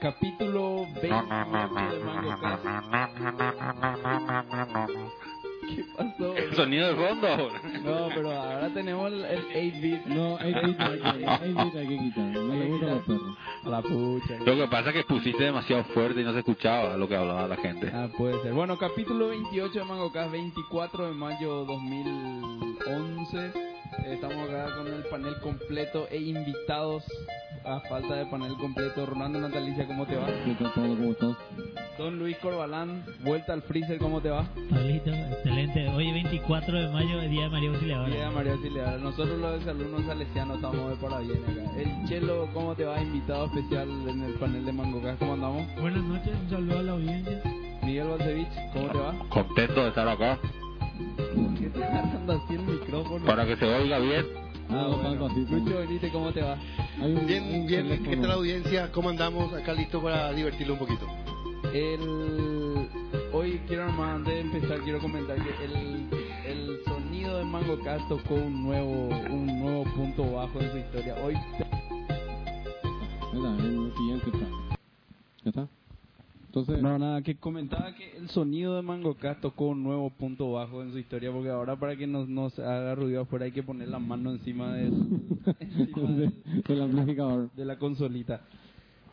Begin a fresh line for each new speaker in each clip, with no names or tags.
Capítulo 28 de Mango Cast. ¿Qué pasó?
El sonido de fondo.
No, pero ahora tenemos el, el 8-bit.
No, hay que quitar, hay que quitar. No le gusta a los perros.
A la pucha.
Lo que pasa es que pusiste demasiado fuerte y no se escuchaba lo que hablaba la gente.
Ah, puede ser. Bueno, capítulo 28 de MangoCast, 24 de mayo 2011. Eh, Estamos acá con el panel completo e invitados. A falta de panel completo, Rolando Natalicia, ¿cómo te va?
¿Qué tal, Pablo? ¿Cómo estás?
Don Luis Corbalán, vuelta al freezer, ¿cómo te va?
Pablito, excelente. Hoy 24 de mayo, el día de María Auxiliadora.
Bien, María Auxiliadora. Nosotros los exalumnos salesianos estamos de para bien acá. El Chelo, ¿cómo te va? Invitado especial en el panel de MangoCast, ¿cómo andamos?
Buenas noches, un saludo a la audiencia.
Miguel Balcevich, ¿cómo te va?
Contento de estar acá.
¿Qué te anda así el micrófono?
Para que se oiga bien.
Ah, bueno.
Así, pues.
Lucho, venite, ¿cómo te va?
Hay un-
Bien,
un
bien,
teléfono.
¿qué tal audiencia? ¿Cómo andamos? Acá listo para divertirlo un poquito.
El... Hoy quiero nomás, antes de empezar, quiero comentar que el, el sonido de Mango Cast tocó un nuevo, un nuevo punto bajo en su historia. Hoy
Mira, el siguiente está. ¿Ya está? Entonces,
No, nada, que comentaba que el sonido de Mango Cast tocó un nuevo punto bajo en su historia, porque ahora para que nos, nos haga ruido afuera hay que poner la mano encima del, encima del-
el el amplificador.
de la consolita.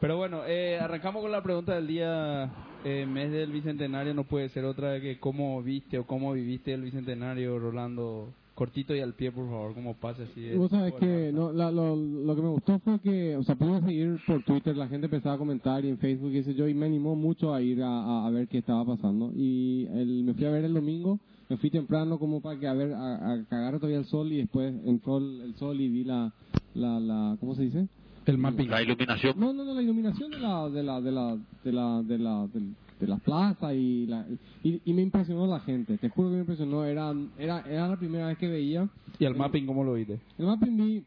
Pero bueno, eh, arrancamos con la pregunta del día. Eh, mes del Bicentenario no puede ser otra que cómo viste o cómo viviste el Bicentenario, Rolando. Cortito y al pie, por favor, como pase así. de-
Vos sabés que no, la- lo, lo que me gustó fue que, o sea, pude seguir por Twitter, la gente empezaba a comentar y en Facebook, y qué sé yo, y me animó mucho a ir a, a- a ver qué estaba pasando. Y el- me fui a ver el domingo, me fui temprano como para que a ver, a, a cagar todavía el sol, y después entró el, el sol y vi la, la, la, ¿cómo se dice?
El mapping.
La iluminación.
No, no, no, la iluminación de la, de la, de la, de la, de la, del- de la plaza y, la, y, y me impresionó la gente, te juro que me impresionó, era, era, era la primera vez que veía
¿Y el mapping cómo lo viste?
el mapping vi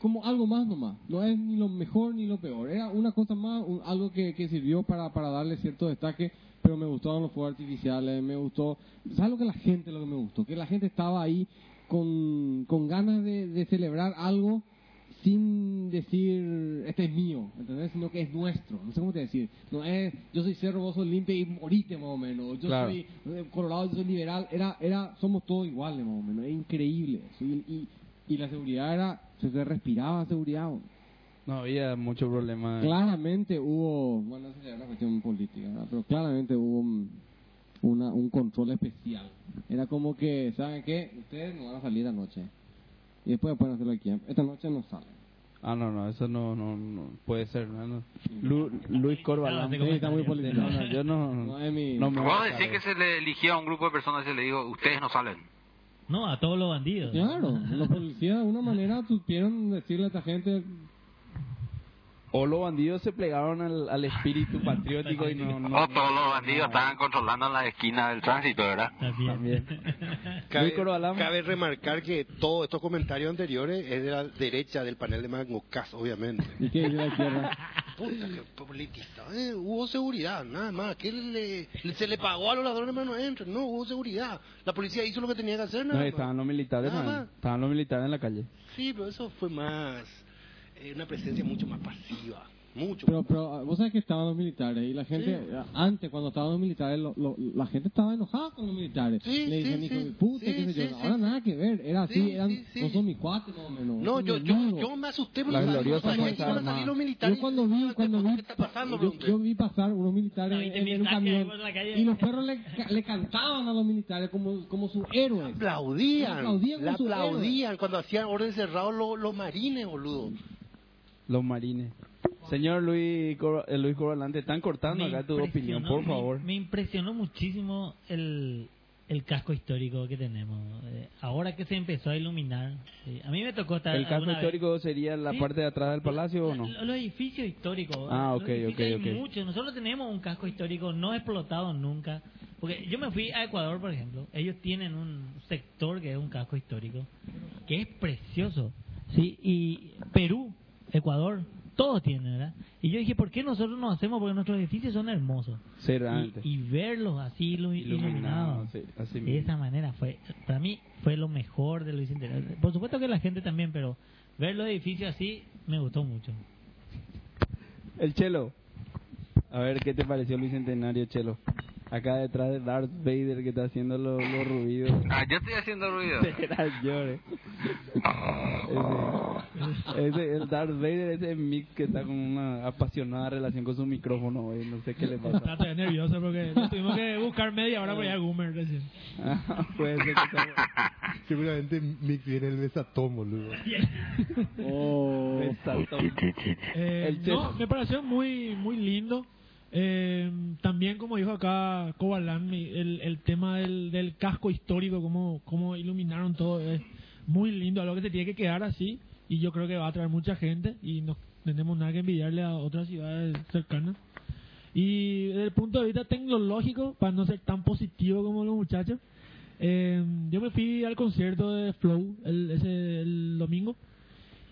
como algo más nomás. No es ni lo mejor ni lo peor. Era una cosa más, un- algo que, que sirvió para, para darle cierto destaque. Pero me gustaron los fuegos artificiales, me gustó. ¿Sabes lo que la gente, lo que me gustó? Que la gente estaba ahí con, con ganas de, de celebrar algo sin decir, este es mío, ¿entendés? Sino que es nuestro. No sé cómo te decir. No es, yo soy cerro, vos sos limpio y morite más o menos. Yo
Claro.
soy eh, Colorado, yo soy liberal, era, era, somos todos iguales más o menos, es increíble eso. Y, y, y la seguridad era, se, se respiraba seguridad. bro.
No había mucho problema.
Claramente hubo, bueno, esa ya es una cuestión política, ¿verdad? pero claramente hubo un, una- un control especial. Era como que, ¿saben qué? Ustedes no van a salir anoche. Y después pueden hacerlo aquí. ¿eh? Esta noche no salen.
Ah, no, no, eso no, no, no puede ser, no, no. Lu- Luis Corbalán.
Sí, está muy
politizado.
No, no, yo no,
No es mi-
no me voy
Vos
a
decís que
saber.
se le eligió a un grupo de personas y se le dijo, ustedes no salen.
No, a todos los bandidos.
Claro, los policías de alguna manera supieron decirle a esta gente,
O los bandidos se plegaron al, al espíritu patriótico y no... no
o Oh, todos los bandidos estaban controlando en la esquina del tránsito, ¿verdad?
También.
También. Luis
Cabe,
Corbalán.
cabe remarcar que todos estos comentarios anteriores es de la derecha del panel de Magno Cas, obviamente.
¿y qué dice la izquierda?
Puta, que politizado. Eh, hubo seguridad, nada más. ¿Qué le- le- se le pagó a los ladrones hermano, no entren? No, hubo seguridad. La policía hizo lo que tenía que hacer, nada
No,
más.
estaban los militares,
Nada
man.
más.
estaban los militares en la calle.
Sí, pero eso fue más. eh, una presencia mucho más pasiva. Mucho.
Pero, pero ah, vos sabés que estaban los militares y la gente, ah, antes cuando estaban los militares, lo- lo- la gente estaba enojada con los militares.
Sí,
Le
sí,
decían, hijo
sí.
de puta,
Sí,
qué sé yo.
sí,
Ahora
sí.
nada que ver, era así,
Sí,
eran,
sí, sí.
no son mis cuates más o menos.
No,
son
yo,
mis
yo,
amigos.
yo me asusté por
La
los
gloriosa
militares.
Fuerza
Cuando
Armada.
salí los militares.
Yo cuando vi,
¿qué
cuando vi,
¿Qué está pasando?
yo,
pregunté?
yo vi pasar unos militares
No, y te
en, en un
pintaste ahí
camión
por la calle.
y los perros le, ca- le cantaban a los militares como, como sus héroes.
aplaudían.
Le aplaudían con
La
sus
aplaudían cuando hacían orden cerrado los, los marines, boludo.
Los marines. Señor Luis, Cor- eh, Luis Corbalán, te están cortando
Me
acá tu
impresionó,
opinión, por
me-
favor.
Me, impresionó muchísimo el, el casco histórico que tenemos. Eh, ahora que se empezó a iluminar, sí. a mí me tocó estar.
¿El caso
alguna vez-
histórico sería la
Sí.
parte de atrás del palacio o
La-
no?
lo- Los edificios históricos.
Ah,
Los
ok,
edificios
ok,
hay
ok.
muchos. Nosotros tenemos un casco histórico no explotado nunca. Porque yo me fui a Ecuador, por ejemplo. Ellos tienen un sector que es un casco histórico, que es precioso. Sí, y Perú, Ecuador, todos tienen, ¿verdad? Y yo dije, ¿por qué nosotros no hacemos? Porque nuestros edificios son hermosos.
Será
Y,
antes.
y verlos así ilu-
Iluminado,
iluminados.
sí, así
de
mismo.
esa manera fue, para mí, fue lo mejor de Luis Interior. Por supuesto que la gente también, pero ver los edificios así me gustó mucho.
El Chelo. A ver, ¿qué te pareció el bicentenario, Chelo? Acá detrás de Darth Vader que está haciendo los los ruidos.
Ah, yo estoy haciendo ruido.
Era llore. Ese, ese- el Darth Vader, ese Mick que está con una apasionada relación con su micrófono, güey. No sé qué le
Está
pasa.
todavía nervioso porque le tuvimos que buscar media hora por allá a Goomer recién.
Ah, Puede ser que sea
Seguramente Mick viene el besatón, boludo.
Oh.
exacto.
Eh,
El
no,
chef.
me pareció muy muy lindo. Eh, también, como dijo acá Kobalan, mi- el, el tema del, del casco histórico, cómo, cómo iluminaron todo, es muy lindo. Algo que se tiene que quedar así y yo creo que va a atraer mucha gente y no tenemos nada que envidiarle a otras ciudades cercanas. Y desde el punto de vista tecnológico, para no ser tan positivo como los muchachos, eh, yo me fui al concierto de Flow el, ese, el domingo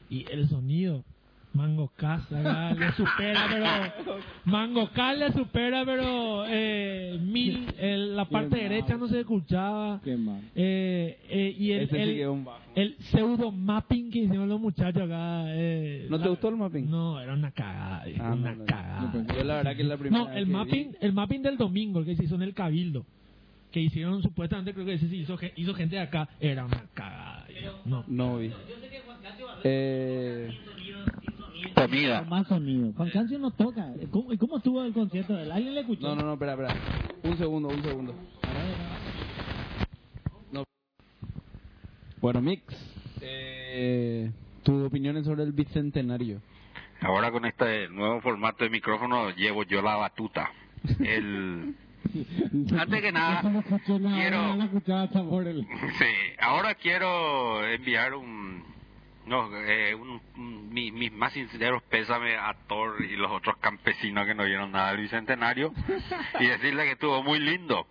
y el sonido. Mango Cas acá le supera, pero. Mango Cas le supera, pero. Eh, mil, el- la parte
Qué mal.
derecha no se escuchaba.
Qué mal.
Eh, eh, y el,
Ese sí
el-
que es un bajo.
el pseudo mapping que hicieron los muchachos acá. eh,
¿No te
la-
gustó el mapping?
No, era una cagada. viejo,
Ah, no,
una
no, no.
cagada.
No, pues,
Yo la verdad que es la primera
No, el
que
mapping,
vi.
el mapping del domingo, el que se hizo en el Cabildo, que hicieron supuestamente, creo que ese sí hizo, ge- hizo gente de acá, era una cagada. viejo, No.
No vi. Eh,
Comida.
Más sonido. Juan Cancio no toca. ¿Cómo, ¿Y cómo estuvo el concierto de él? ¿Alguien le escuchó?
no, no, no, espera, espera. Un segundo, un segundo. No. Bueno, Mix. Eh, Tus opiniones sobre el bicentenario.
Ahora con este nuevo formato de micrófono llevo yo la batuta. El... Antes que nada,
Eso no escuché nada,
quiero-
no escuchaba sabor el-
Sí, ahora quiero enviar un, no, eh, un- un- mi- mis más sinceros pésames a Thor y los otros campesinos que no vieron nada del Bicentenario y decirle que estuvo muy lindo.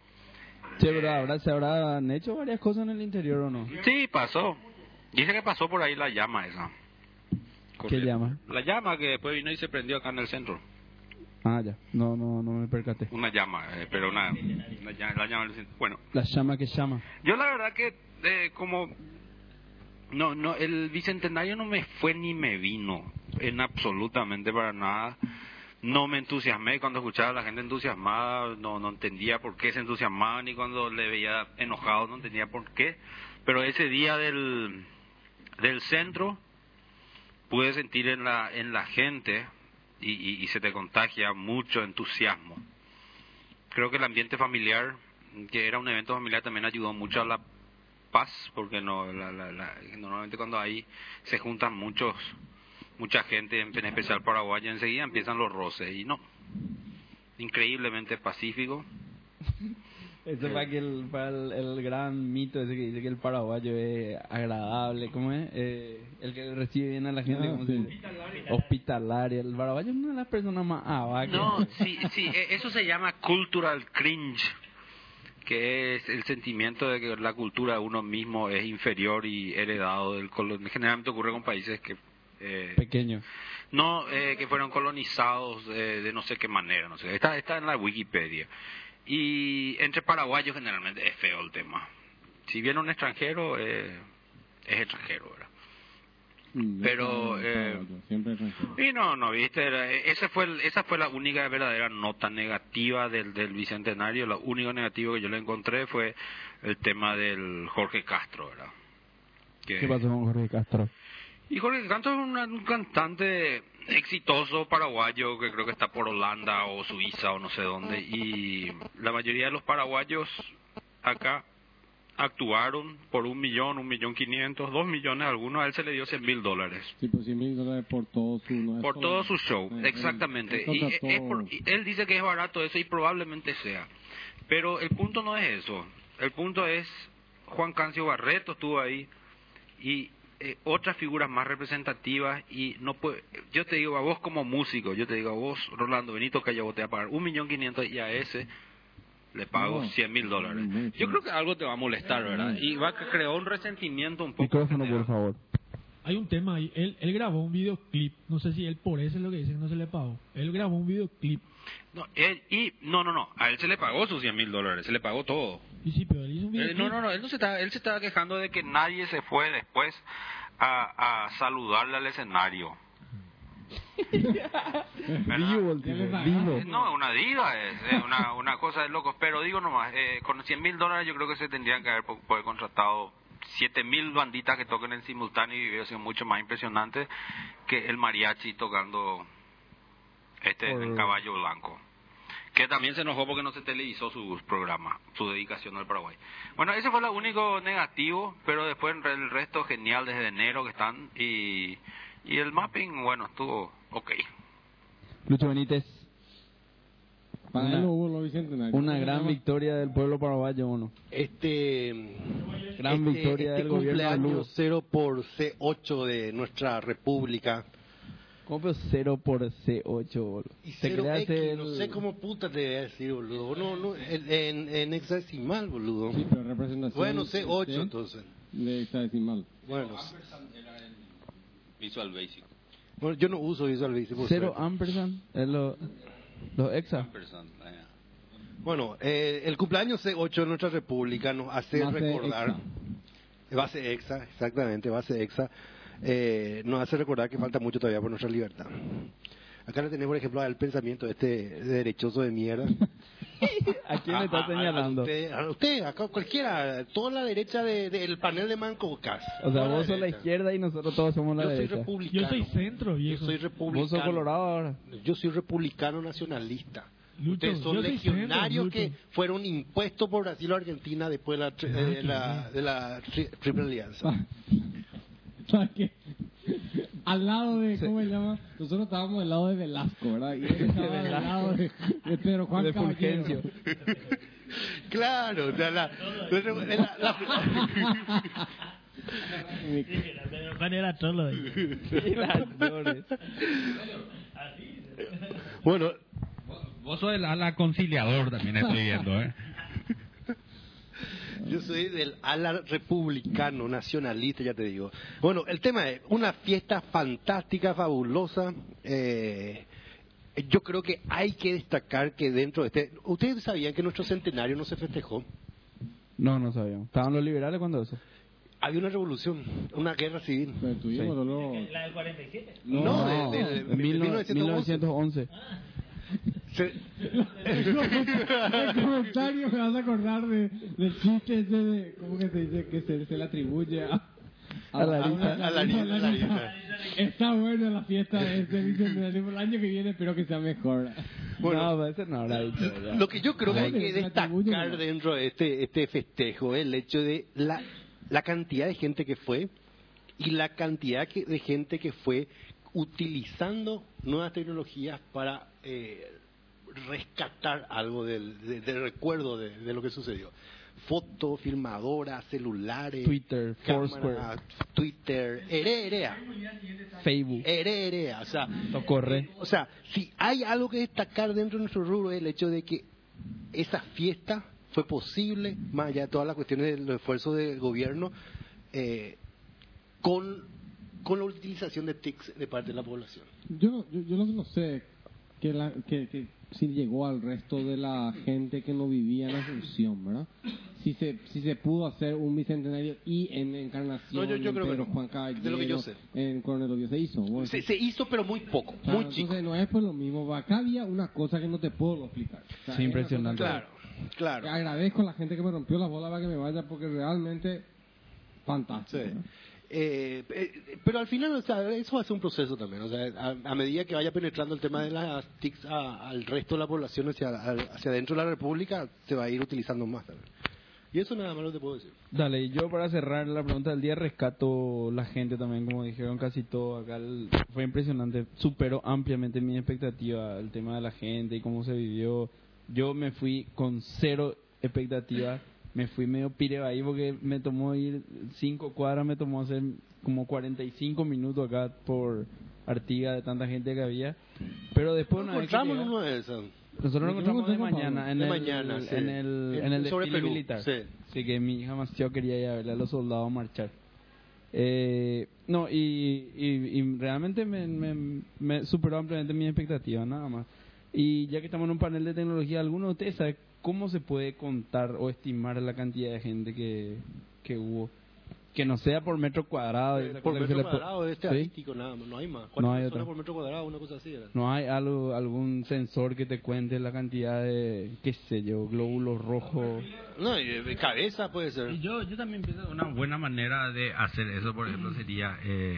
Che, bro, ¿habrá, ¿se habrán hecho varias cosas en el interior o no?
Sí, pasó. Dice que pasó por ahí la llama esa.
¿Qué llama?
La llama que después vino y se prendió acá en el centro.
Ah, ya. No, no, no me percaté.
Una llama, eh, pero una, una llama, la llama del Bicentenario. Bueno,
La llama que llama.
Yo la verdad que eh, como no no el bicentenario no me fue ni me vino en absolutamente para nada. No me entusiasmé cuando escuchaba a la gente entusiasmada, no no entendía por qué se entusiasmaban y cuando le veía enojado no entendía por qué. Pero ese día del del centro pude sentir en la en la gente y, y- y se te contagia mucho entusiasmo creo que el ambiente familiar, que era un evento familiar, también ayudó mucho a la paz, porque no, la- la- la- normalmente cuando ahí se juntan muchos, mucha gente, en especial paraguaya, enseguida empiezan los roces, y no. Increíblemente pacífico.
Eso para que el, para el, el gran mito ese que dice que el paraguayo es agradable, ¿cómo es? Eh, el que recibe bien a la gente,
Ah,
¿cómo
sí.
se dice? Hospitalario. El paraguayo es una de las personas más abacas.
No, sí, sí, eh, eso se llama cultural cringe, que es el sentimiento de que la cultura de uno mismo es inferior y heredado del colon. Generalmente ocurre con países que... eh,
Pequeño.
No, eh, que fueron colonizados eh, de no sé qué manera, no sé. Está, está en la Wikipedia. Y entre paraguayos generalmente es feo el tema. Si viene un extranjero, eh, es extranjero, ¿verdad?
Mm,
Pero,
no,
eh,
no, no, siempre es eso.
Y no, no, viste, era- esa fue, el- esa fue la única verdadera nota negativa del, del Bicentenario. Lo único negativo que yo le encontré fue el tema del Jorge Castro, ¿verdad? Que-
¿Qué pasó con Jorge Castro?
Y Jorge Canto es una- un cantante exitoso paraguayo que creo que está por Holanda o Suiza o no sé dónde. Y la mayoría de los paraguayos acá actuaron por un millón, un millón quinientos, dos millones algunos. A él se le dio cien mil dólares
Sí, pues 100 mil dólares por todo su... no es
por
solo-
todo su show,
Eh, eh,
exactamente.
es
Y,
contra
es- es por-
todo.
y él dice que es barato eso y probablemente sea. Pero el punto no es eso. El punto es Juan Cancio Barreto estuvo ahí y eh, otras figuras más representativas y no puede, yo te digo a vos como músico, yo te digo a vos Rolando Benito que yo voy a pagar un millón quinientos y a ese le pago
No. Eh,
cien mil dólares.
Mm, sí.
Yo creo que algo te va a molestar, ¿verdad? Y va a crear un resentimiento un poco.
Micrófono,
general.
por favor.
Hay un tema ahí, él, él grabó un videoclip, no sé si él por eso es lo que dicen, no se le pagó. Él grabó un videoclip,
No, él, y, no, no, no, a él se le pagó sus 100 mil dólares, se le pagó todo.
y sí, pero él hizo un
Eh,
videoclip.
no, no, no, él, no se estaba, él se estaba quejando de que nadie se fue después a, a saludarle al escenario.
¿verdad?
¿verdad?
Eh, No, una diva es, es una, una cosa de locos. Pero digo nomás, eh, con 100 mil dólares yo creo que se tendrían que haber po- poder contratado 7 mil banditas que toquen en simultáneo y hubiera sido mucho más impresionante que el mariachi tocando este
Por-
el caballo blanco. Que también se enojó porque no se televisó su programa, su dedicación al Paraguay. Bueno, ese fue lo único negativo, pero después el resto genial desde enero que están. Y, y el mapping, bueno, estuvo ok.
Lucho Benítez,
Para
Una-
él no hubo lo bicentenario.
una gran victoria del pueblo paraguayo, uno.
Este.
Gran
este-
victoria
este
del gobierno de Lugo.
cumpleaños 0 por C8 de nuestra república.
¿Cómo fue 0 por C8, boludo?
Y
Te
0
creas
X, no
el-
sé cómo puta te voy a decir, boludo. No, no, en, en- en hexadecimal, boludo.
Sí, pero
pues,
representación. este,
Bueno, C8
de-
entonces.
De hexadecimal.
Bueno,
Visual Basic.
bueno, yo no uso Visual pues, Basic. por
Cero
suerte.
ampersand, es lo, los exa.
Bueno, eh, el cumpleaños C8 de nuestra república nos hace
Más de
recordar.
hexa.
Base EXA, exactamente, base EXA. Eh, nos hace recordar que falta mucho todavía por nuestra libertad. Acá le tenemos, por ejemplo, al pensamiento de este derechoso de mierda.
¿A quién le
A-
está
a-
señalando?
A usted, a usted, acá cualquiera, toda la derecha de- del panel de Mancocas.
O sea,
Toda
vos sos la
derecha.
izquierda y nosotros todos somos la
Yo soy
derecha.
republicano.
Yo soy centro,
Yo
viejo.
soy
Vos sos
republicano.
colorado ahora.
Yo soy republicano nacionalista.
Lucho,
Ustedes son
yo soy
legionarios
centro,
que
Lucho. Ah,
fueron impuestos por Brasil o Argentina después de la, tri- eh, de la, de la tri- Triple Alianza.
Pa- ¿Para qué? Al lado de, ¿cómo se llama? Nosotros estábamos del lado de Velasco, ¿verdad? Y él estaba del lado de, de Pedro Juan
De
Caballero.
Fulgencio.
Claro, o sea, la- la- la-
Pero Juan era trolo. eh.
bueno,
Vos sos el ala conciliador también estoy viendo, ¿eh?
yo soy del ala republicano nacionalista, ya te digo. Bueno, el tema es una fiesta fantástica, fabulosa. eh, yo creo que hay que destacar que dentro de este... ¿Ustedes sabían que nuestro centenario no se festejó?
No, no sabíamos. ¿Estaban los liberales cuando eso?
Había una revolución, una guerra civil.
Pero tuvimos dolor.
La del 47.
No, de, de- de-
en mil no-
1911.
1911.
El comentario me vas a acordar de, del chiste ese de, ¿cómo que se dice? Que se, se le atribuye a...
A la
A la- a la- a la- a
Está buena la fiesta de este bicentenario. El año que viene espero que sea mejor.
Bueno.
no, parece no habrá dicho. ya.
Lo que yo creo que hay que
Se atribuye,
destacar
¿no?
dentro de este, este festejo es el hecho de la, la cantidad de gente que fue y la cantidad que- de gente que fue utilizando nuevas tecnologías para eh, rescatar algo del, de- del recuerdo de, de lo que sucedió. Fotos, filmadoras, celulares,
Twitter,
cámaras,
Foursquare.
Twitter, hererea,
Facebook.
hererea, o sea, eh,
Socorre.
o sea, si hay algo que destacar dentro de nuestro rubro es el hecho de que esa fiesta fue posible, más allá de todas las cuestiones de los esfuerzos del gobierno, eh, con, con la utilización de TICs de parte de la población.
Yo, no- yo, yo lo que no sé que, la, que, que si llegó al resto de la gente que no vivía en Asunción, ¿verdad? Si se, si se pudo hacer un bicentenario y en Encarnación,
No, yo- yo creo
en
que
Pedro
no.
Juan Caballero,
De lo que yo sé.
en Coronel Oviedo, se hizo. ¿no?
Se, se hizo, pero muy poco,
Claro,
muy chico.
Ah, Entonces no es por lo mismo. Acá había una cosa que no te puedo explicar. O sea,
Sí,
es una
impresionante.
cosa que-
Claro, claro.
Agradezco a la gente que me rompió la bola para que me vaya porque realmente fantástico.
Sí.
¿no?
Eh, eh, pero al final, o sea, eso hace un proceso también. O sea, a, a medida que vaya penetrando el tema de las TICs a- al resto de la población hacia, al- hacia dentro de la República, se va a ir utilizando más también. Y eso nada más lo te puedo decir.
Dale, y yo para cerrar la pregunta del día rescato la gente también, como dijeron casi todo acá, el- fue impresionante, superó ampliamente mi expectativa, el tema de la gente y cómo se vivió. Yo me fui con cero expectativa, me fui medio pireo ahí porque me tomó ir cinco cuadras, me tomó hacer como 45 minutos acá por Artigas de tanta gente que había, pero después una
Nos
vez que
encontramos en
llega-
uno de esos.
nosotros nos
Yo
encontramos de
me encontré con
mañana, en
De
el,
mañana, sí.
en el, en el
Sobre
desfile
Perú,
militar.
sí.
Así que mi hija demasiado quería ir a verle a los soldados marchar. Eh, no, y, y- y realmente me, me- me superó ampliamente mis expectativas, nada más. Y ya que estamos en un panel de tecnología, ¿alguno de ustedes sabe cómo se puede contar o estimar la cantidad de gente que, que hubo? que no sea por metro cuadrado. y esa
por
cosa que se
metro
le po-
cuadrado, este
¿Sí?
artístico nada más, no hay más.
No
¿Cuántas
hay
personas
otra.
por metro cuadrado? Una cosa así era.
No hay algo, algún sensor que te cuente la cantidad de, qué sé yo, glóbulos rojos.
No, y de cabeza puede ser.
Y Yo, yo también pienso que una buena manera de hacer eso, por ejemplo, sería eh,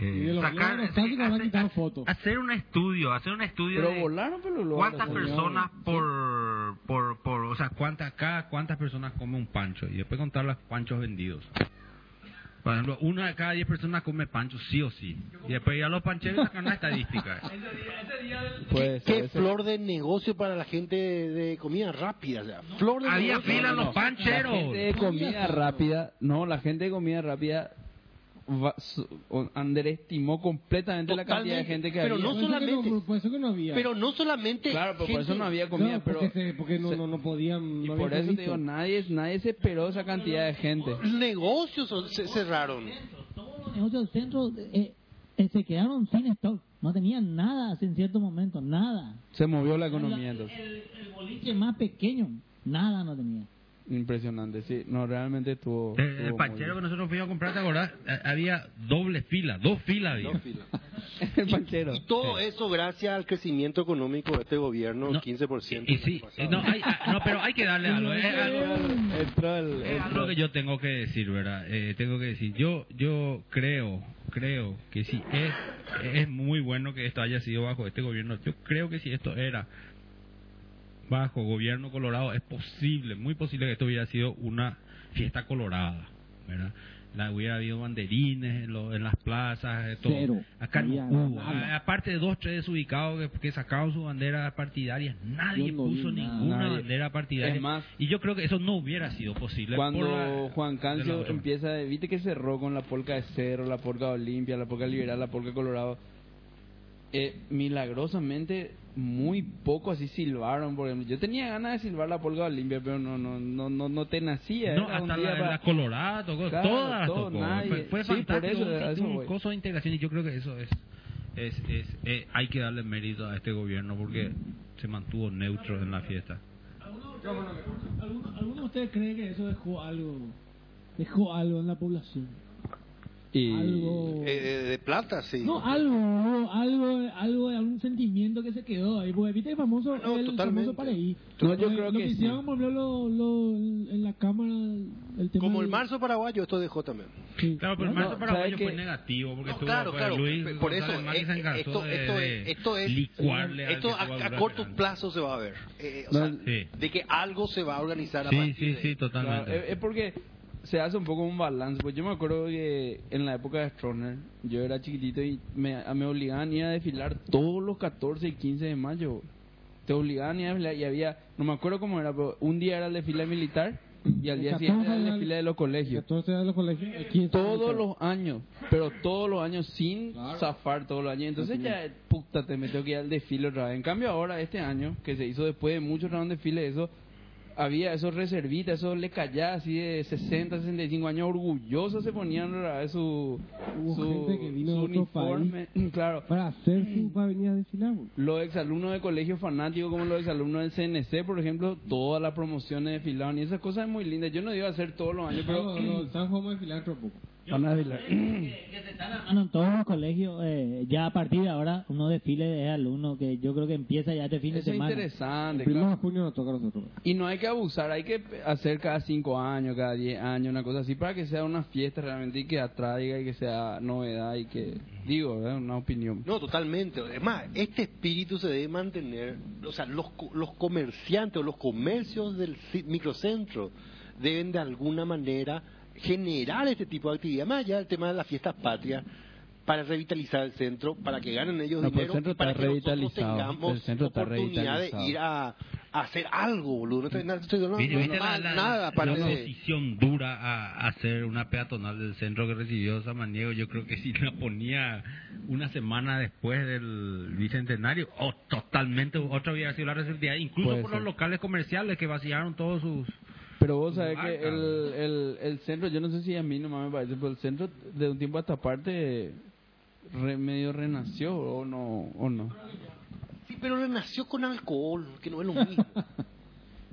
eh,
Y de los
sacar,
globos
sí,
tácticos van a
hacer,
quitar
ha-
Ah,
fotos.
hacer un estudio, hacer un estudio
Pero
de
volaron, pero luego...
cuántas
señores.
personas por, por, por, o sea, cuántas cada cuántas personas come un pancho y después contar los panchos vendidos. Por ejemplo, una de cada diez personas come pancho sí o sí. Y después ir a los pancheros y sacar una estadística.
Puede ser,
Qué
ese-
flor de negocio para la gente de, de comida rápida. O sea, flor de
Había
negocio.
fila en los
La gente de
pancheros.
comida rápida, no, la gente de comida rápida va- su- o- underestimó completamente la cantidad de
Totalmente,
gente que
pero
había.
no
Por eso que
solamente-
no- por eso que no había.
Pero no solamente.
claro, pero por
gente-
eso no había
No,
comida, pero
porque, se- porque no,
se-
no, no podían.
y
no
por
habían
eso te
previsto.
digo, nadie, nadie se esperó esa cantidad de gente.
Negocios son- se cerraron.
Todos los negocios del centro eh, eh, se quedaron sin stock. No tenían nada en cierto momento, nada.
Se movió la economía
el,
entonces.
el boliche más pequeño, nada no tenía.
Impresionante, sí, no, realmente estuvo...
El,
estuvo
el
muy
panchero que
bien.
nosotros fuimos a comprar, ¿te acordás? Eh, Había doble fila, dos filas había.
Dos filas.
el panchero.
Y todo eso gracias al crecimiento económico de este gobierno,
No,
15%.
Y sí, eh, no, hay- ah, no, pero hay que darle algo. ¿eh? Es algo,
Entró el-
es
entró-
algo que yo tengo que decir, ¿verdad? Eh, tengo que decir, yo yo creo, creo que si es, es muy bueno que esto haya sido bajo este gobierno. Yo creo que si esto era bajo gobierno colorado, es posible, muy posible que esto hubiera sido una fiesta colorada, ¿verdad? La, hubiera habido banderines en, lo- en las plazas, eh, todo.
Cero.
Acá no
Había
hubo.
nada.
A- Aparte de dos, tres desubicados que, que sacaban sus banderas partidarias, nadie
Yo no vi
puso
nada.
ninguna
Nadie.
bandera partidaria.
Es más-
y yo creo que eso no hubiera sido posible. por
Cuando
¿eh? la-
Juan
de la
Cancio
otra
empieza, de- viste que cerró con la polca de Cerro, la polca de Olimpia, la polca Liberal, la polca Colorado. Eh, milagrosamente, muy poco así silbaron. Por ejemplo. Yo tenía ganas de silbar la polca de Olimpia, pero no no no no, no te nacía.
No,
era un
hasta
día
la,
para-
la Colorado, tocó,
Claro,
todas las
todo,
tocó.
nadie.
Fue, fue
Sí, por
fantástico,
eso, a
un-
eso
un
voy.
coso de integración y yo creo que eso es, es, es- eh, hay que darle mérito a este gobierno porque se mantuvo neutro en la fiesta.
¿Alguno, alguno de ustedes cree que eso dejó algo? Dejó algo en la población.
Y-
Algo.
Eh, eh, de plata, sí.
No, algo, algo, algo, algún sentimiento que se quedó ahí. Porque viste el famoso,
Ah, no,
el
totalmente.
famoso pareí.
No, yo
Lo-
creo
lo
que sí.
hicieron, por ejemplo, lo- lo- en la cámara, el tema
Como el
del-
Mm.
marzo paraguayo, esto dejó también.
Sí.
Claro, pero el
No,
marzo paraguayo
¿sabe
fue
qué?
negativo porque
No,
tuvo
claro,
pues,
claro,
Luis
pe- por eso,
González Márquez
eh,
se encargó
esto-
de-
esto
de
es- esto es-
licuarle al
Esto
que
a,
tuvo
a
alguna
corto
grande.
plazo se va a ver. Eh, o
No,
sea,
sí.
de que algo se va a organizar a
Sí,
partir
sí,
de
sí,
esto.
Claro,
totalmente.
es, es porque se hace un poco un balance. Pues yo me acuerdo que en la época de Stroner, yo era chiquitito y me, me obligaban a ir a desfilar todos los 14 y 15 de mayo. Te obligaban a ir a desfilar y había, no me acuerdo cómo era, pero un día era el desfile militar y al
El
día
14
siguiente era el
era el-
desfile de los colegios.
14 de los colegios,
Eh,
el 15
Todos
militar.
los años, pero todos los años sin
Claro.
zafar todos los años. Entonces ya, puta, te me tengo que ir al desfile otra vez. En cambio ahora, este año, que se hizo después de muchos round desfiles, eso, había esos reservitas, esos le callás así de 60, 65 años, orgullosos se ponían otra vez su,
Hubo gente que vino
su
de otro
uniforme. Claro.
Para hacer su. Para venir a desfilar. bro.
Los exalumnos de colegio fanático, como los exalumnos del CNC, por ejemplo, todas las promociones desfilaban y esas cosas es muy lindas. Yo no iba a hacer todos los años, pero
eh,
Pero los San Juan va a desfilar otro poco.
van a desfilar.
Bueno, en todos los colegios, eh, ya a partir de ahora, uno desfile de alumnos que yo creo que empieza ya este fin de
Eso es
semana.
interesante.
El primero
claro.
de junio nos toca a nosotros. bro.
Y no hay que abusar, hay que hacer cada cinco años, cada 10 años, una cosa así, para que sea una fiesta realmente y que atraiga y que sea novedad y que, digo, ¿verdad? una opinión.
No, totalmente. Es más, este espíritu se debe mantener, o sea, los, co- los comerciantes o los comercios del ci- microcentro deben de alguna manera generar este tipo de actividad, más allá del tema de las fiestas patrias, para revitalizar el centro, para que ganen ellos
No, pero el
dinero
centro
y para
está
que nosotros
revitalizado.
tengamos
El centro está
oportunidad de
revitalizado.
ir a, a hacer algo, boludo. No estoy, no estoy hablando
Viste-
de
viste
nada,
la, la-
nada
la
aparte de...
oposición dura a hacer una peatonal del centro que recibió Samaniego, yo creo que si la ponía una semana después del bicentenario, o totalmente otra hubiera sido la resultado, incluso
Puede
por
ser.
los locales comerciales que vaciaron todos sus...
Pero vos sabés
Marca,
que el, el, el centro, yo no sé si a mí nomás me parece, pero el centro de un tiempo a esta parte re- medio renació o no. o no
Sí, pero renació con alcohol, que no es lo mismo.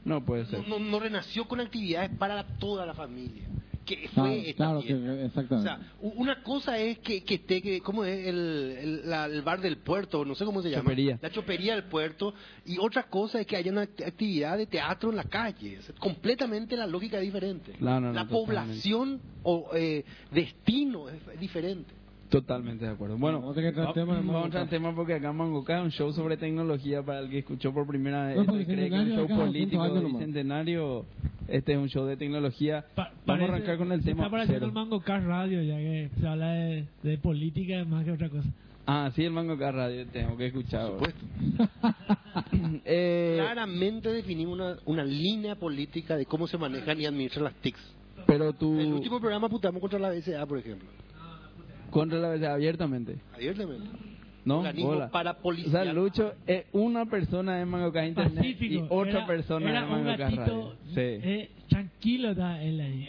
No puede
no,
ser.
no- no renació con actividades para toda la familia. ¿Qué
Ah,
Claro,
fue esta
Ah, claro que-
fiesta?
exactamente.
O sea, u- una cosa es que, que esté, que, ¿cómo es? El, el- la- el bar del puerto, no sé cómo se llama.
Chopería.
La chopería del puerto. Y otra cosa es que haya una act- actividad de teatro en la calle. Es completamente la lógica es diferente.
Claro, no, no,
la
totalmente.
población o eh, destino es es diferente.
Totalmente de acuerdo. Bueno,
Vamos a tener que entrar al
va-
tema de
vamos a
Mangocá.
entrar al tema porque acá en Mangocá es un show sobre tecnología para el que escuchó por primera vez.
No,
esto
porque
y cree que es un
Bicentenario
show
acá es un
político
punto alto
del
nomás.
bicentenario. Este es un show de tecnología.
Pa-
vamos a
parece-
arrancar con el
se
tema.
Está
cero.
pareciendo el Mango Car Radio, ya que se habla de, de política más que otra cosa.
Ah, sí, el Mangocá Radio. Tengo que escuchar.
Por supuesto.
bro. Eh,
Pues, Claramente definimos una, una línea política de cómo se manejan y administran las TICs.
pero tú.
El último programa putamos contra la BCA, por ejemplo.
Contra la verdad, abiertamente.
Abiertamente.
¿No?
Organismo
Hola. O
parapolicial.
sea, Lucho es una persona de Mangocá Internet
Pacífico.
y otra
era-
persona
era
de
un
Mangocá
gatito,
Radio. Sí.
eh, tranquilo está él ahí.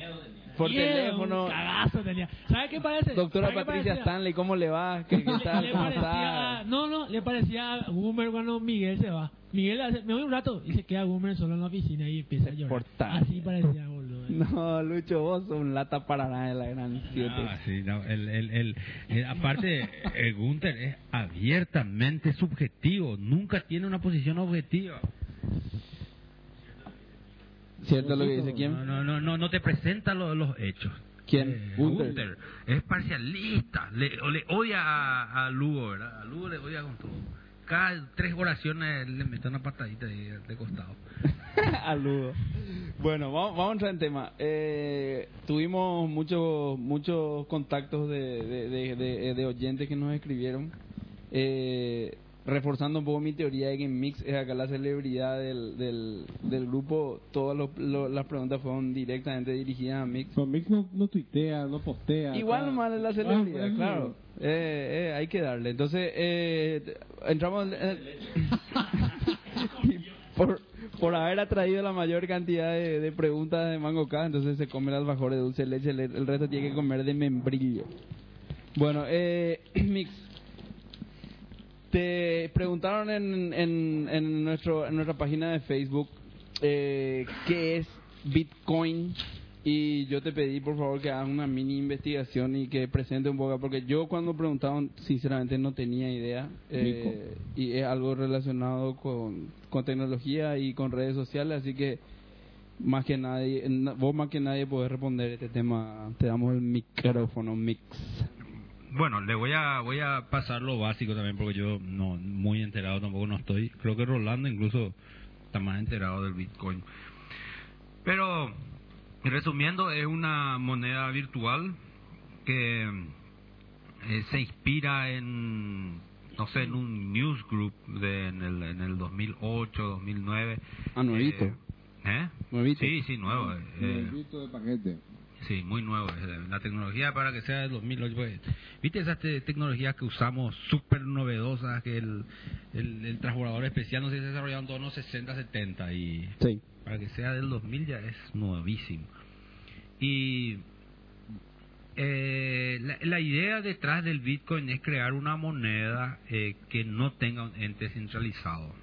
Por
Miedo,
teléfono.
Un cagazo tenía. ¿Sabes qué parece?
Doctora
¿Sabe qué
Patricia
parecía?
Stanley, ¿cómo le va? ¿Qué, qué
Le-
tal?
le
¿Cómo
parecía
está?
a- no, no, le parecía a Goomer cuando Miguel se va. Miguel hace, me voy un rato y se queda Goomer solo en la oficina y empieza a llorar.
Soportable.
Así parecía, boludo.
No, Lucho, vos sos un lata para nada de la gran 7.
Ah, sí, no, el, el, el, el- aparte, eh, Gunther es abiertamente subjetivo, nunca tiene una posición objetiva.
¿Cierto lo que dice quién?
No, no, no, no, no te presenta lo- los hechos.
¿Quién?
Eh,
Gunther.
Gunther. es parcialista, le, o le odia a, a Lugo, ¿verdad? A Lugo le odia con todo. Cada tres oraciones le mete una patadita ahí de costado.
Aludo. Bueno, vamos, vamos a entrar en tema. Eh, tuvimos muchos muchos contactos de, de- de- de- de oyentes que nos escribieron, eh, reforzando un poco mi teoría de que Mix es acá la celebridad del, del, del grupo. Todas los- lo- las preguntas fueron directamente dirigidas a Mix.
Pero Mix no, no tuitea, no postea.
Igual
claro.
nomás es la
Ah,
celebridad,
bueno.
claro. Eh, eh, hay que darle. Entonces, eh, t- entramos... en- en- Y por, por haber atraído la mayor cantidad de, de preguntas de Mango K, entonces se come el alfajor de dulce de leche, el, el resto tiene que comer de membrillo. Bueno, eh, Mix, te preguntaron en, en, en nuestro, en nuestra página de Facebook eh, qué es Bitcoin y yo te pedí por favor que hagas una mini investigación y que presente un poco porque yo cuando preguntaban sinceramente no tenía idea eh, y es algo relacionado con, con tecnología y con redes sociales así que más que nadie na- vos más que nadie podés responder este tema te damos el micrófono mix
Bueno, le voy a voy a pasar lo básico también porque yo no muy enterado tampoco no estoy. Creo que Rolando incluso está más enterado del Bitcoin. Pero resumiendo, es una moneda virtual que eh, se inspira en no sé, en un newsgroup de en el en el 2008, 2009.
Ah, nuevito.
Eh, ¿Eh?
Nuevito.
Sí, sí, nuevo. eh, eh,
Nuevito de paquete.
Sí, muy nuevo. eh, La tecnología para que sea del 2008. pues, ¿Viste esas te- tecnologías que usamos súper novedosas? Que el, el, el transbordador especial no se desarrolló en todos los 60, 70 y
sí
para que sea del 2000 ya es nuevísimo. Y eh, la, la idea detrás del Bitcoin es crear una moneda eh, que no tenga un ente centralizado.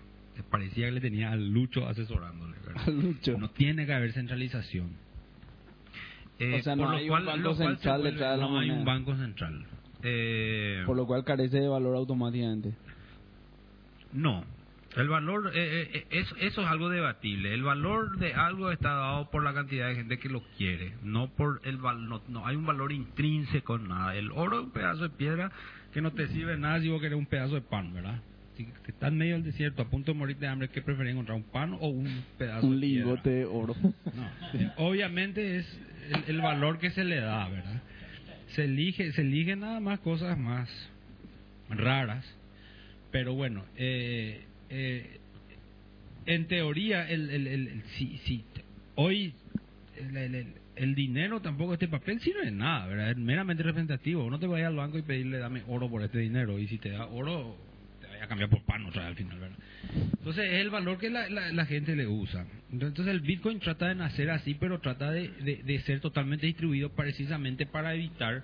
Parecía que le tenía al Lucho asesorándole. ¿verdad?
Al Lucho.
No tiene que haber centralización. Eh,
O sea,
por
no
lo
hay un
cual-
banco
lo cual se
central
vuelve-
detrás de la
no hay un
moneda.
banco central. Eh,
por lo cual carece de valor automáticamente
no. El valor, eh, eh, eso, eso es algo debatible. El valor de algo está dado por la cantidad de gente que lo quiere, no por el valor, no, no hay un valor intrínseco en nada. El oro es un pedazo de piedra que no te sirve de nada si vos querés un pedazo de pan, ¿verdad? Si te estás en medio del desierto a punto de morir de hambre, ¿qué preferís encontrar, un pan o un pedazo
un
de piedra?
lingote de oro
No, eh, obviamente es el, el valor que se le da, ¿verdad? Se elige, se eligen nada más cosas más raras, pero bueno, eh, eh, en teoría, el, el, el- el- si, si t- hoy el, el- el- el dinero tampoco este papel sirve de nada, ¿verdad? Es meramente representativo. No te vayas al banco y pedirle dame oro por este dinero y si te da oro te vaya a cambiar por pan otra vez al final, ¿verdad? Entonces es el valor que la, la- la gente le usa. Entonces el Bitcoin trata de nacer así, pero trata de, de- de ser totalmente distribuido precisamente para evitar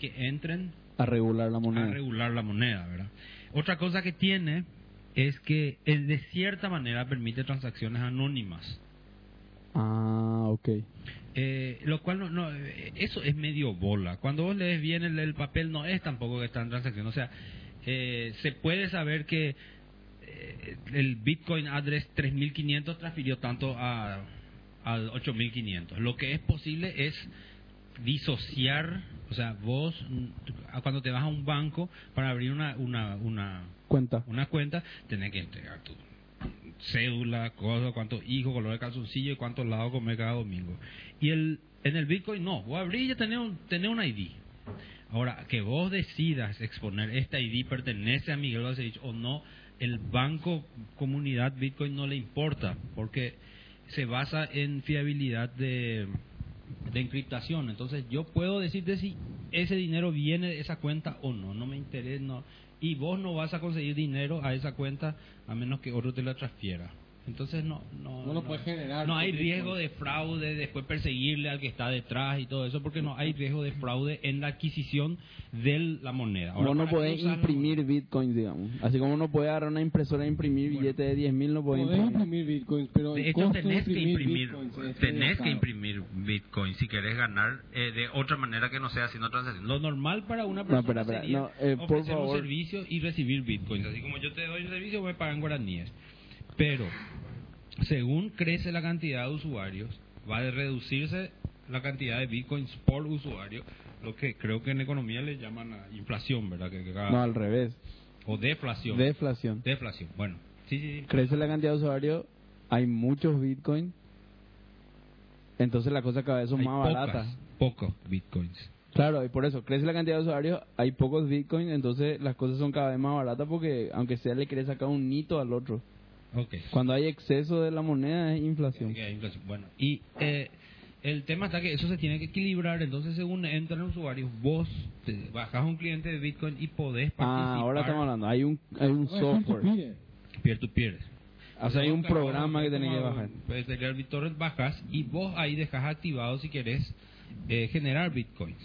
que entren
a regular la moneda
a regular la moneda, ¿verdad? Otra cosa que tiene es que eh, de cierta manera permite transacciones anónimas.
ah Ah, ok.
Eh, lo cual no, no, eh, eso es medio bola. Cuando vos lees bien el, el papel, no es tampoco que está en transacción. O sea, eh, se puede saber que eh, el Bitcoin address 3500 transfirió tanto a, al 8500. Lo que es posible es disociar, o sea, vos mm, cuando te vas a un banco para abrir una, una, una,
Cuenta.
una cuenta, tenés que entregar tu cédula, cosa, cuántos hijos, color de calzoncillo y cuántos lados comer cada domingo. Y el, en el Bitcoin no, vos abrís y ya tenés un, tenés un ID. Ahora, que vos decidas exponer esta ID pertenece a Miguel Balcevich o no, el banco comunidad Bitcoin no le importa porque se basa en fiabilidad de, de encriptación. Entonces yo puedo decirte si ese dinero viene de esa cuenta o no, no me interesa. no. Y vos no vas a conseguir dinero a esa cuenta a menos que otro te la transfiera. Entonces no, no,
No lo puedes generar.
No hay riesgo de fraude, después perseguirle al que está detrás y todo eso, porque no hay riesgo de fraude en la adquisición de la moneda. Ahora,
Vos no
para
podés
usar la
imprimir bitcoins, digamos. Así como no podés agarrar una impresora e imprimir billetes de 10.000, no podés
Podés
imprimir.
imprimir bitcoins, pero el
De hecho,
costo de
tenés que imprimir,
bitcoins es muy
tenés
caro.
que imprimir Bitcoin si querés ganar eh, de otra manera que no sea haciendo transacción. Lo normal para una
No,
persona
espera, espera,
sería
no, eh, por
ofrecer un
favor.
servicio y recibir Bitcoins. Así como yo te doy el servicio, me pagan guaraníes. Pero, según crece la cantidad de usuarios, va a reducirse la cantidad de Bitcoins por usuario, lo que creo que en economía le llaman a inflación, ¿verdad? Que- que cada-
No, al revés.
o deflación.
Deflación.
deflación, bueno. Sí, sí, sí.
Crece la cantidad de usuarios, hay muchos bitcoins. Entonces la cosa cada vez son
Hay
más
pocas-
baratas.
Pocos Bitcoins.
Claro, y por eso crece la cantidad de usuarios, hay pocos bitcoins, entonces las cosas son cada vez más baratas porque aunque sea le quiere sacar un nito al otro.
Okay.
Cuando hay exceso de la moneda es inflación.
Que hay inflación. Bueno, y eh, el tema está que eso se tiene que equilibrar, entonces según entran usuarios, vos te bajas un cliente de Bitcoin y podés participar
Ah, ahora estamos hablando, hay un, hay un
Oye, ¿cuánto
software.
pide?
peer-to-peer.
O sea, hay un programa que tenés que bajar.
Puedes tener BitTorrent, bajas y vos ahí dejas activado si querés eh, generar Bitcoins.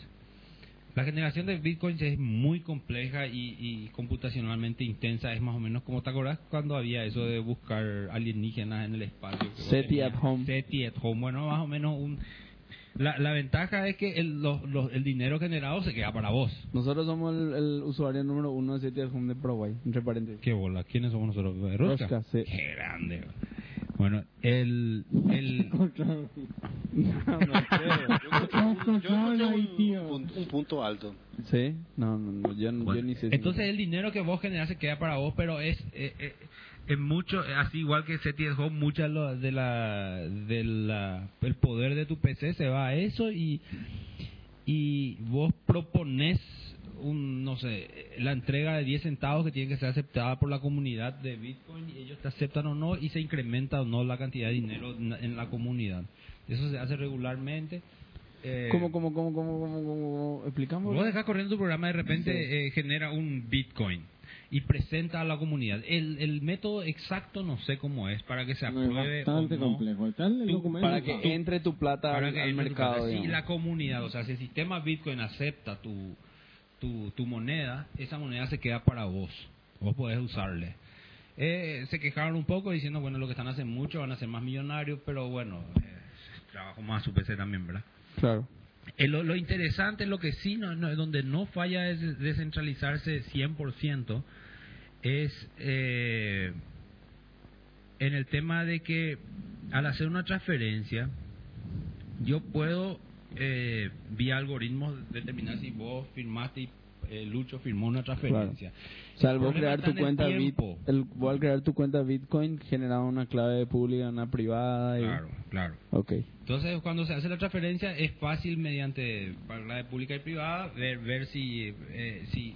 La generación de Bitcoins es muy compleja y, y computacionalmente intensa. Es más o menos como te acordás cuando había eso de buscar alienígenas en el espacio. que vos
SETI
tenías.
at home.
SETI at home. Bueno, más o menos un... La, la ventaja es que el, los- los- el dinero generado se queda para vos.
Nosotros somos el, el usuario número uno de City Home de Paraguay, entre paréntesis.
Qué bola, ¿quiénes somos nosotros? ¿Rosca?
Rosca, sí.
Qué grande. bro. Bueno, el, el,
Yo escuché
Ah, Ay,
un,
tío.
punto, un punto alto.
¿Sí? No, no, no, yo, no-
Bueno,
yo ni sé. si-
entonces el dinero que vos generas se queda para vos, pero es eh, eh, es mucho eh, así igual que SETI es home, mucha lo- de la de la el poder de tu PC se va a eso y y vos propones un no sé, la entrega de 10 centavos que tiene que ser aceptada por la comunidad de Bitcoin y ellos te aceptan o no y se incrementa o no la cantidad de dinero en la- en la comunidad. Eso se hace regularmente. Eh,
¿Cómo, cómo, cómo, cómo, cómo, cómo? ¿Explicamos?
Vos dejás corriendo tu programa y de repente eh, genera un Bitcoin y presenta a la comunidad. El, el método exacto no sé cómo es para que se
No, es
apruebe o
bastante
no,
complejo. Está en el
Tú,
documento.
Para que entre tu plata
para
al,
que
al
entre tu
mercado.
plata. Si
digamos.
la comunidad, o sea, si el sistema Bitcoin acepta tu, tu, tu moneda, esa moneda se queda para vos. Vos podés usarle. Eh, se quejaron un poco diciendo, bueno, lo que están haciendo mucho, van a ser más millonarios, pero bueno, eh, trabajo más a su PC también, ¿verdad?
Claro.
Eh, lo, lo interesante, lo que sí, no, no- donde no falla es descentralizarse 100%, es eh, en el tema de que al hacer una transferencia, yo puedo, eh, vía algoritmos, determinar si vos firmaste y eh, Lucho firmó una transferencia.
O sea, al
El
vos
problema
crear
está
tu
en el
cuenta bit,
tiempo.
el, vos al crear tu cuenta Bitcoin generaba una clave pública, una privada. Y,
Claro, claro.
Ok.
Entonces, cuando se hace la transferencia, es fácil mediante la de pública y privada ver, ver si, eh, si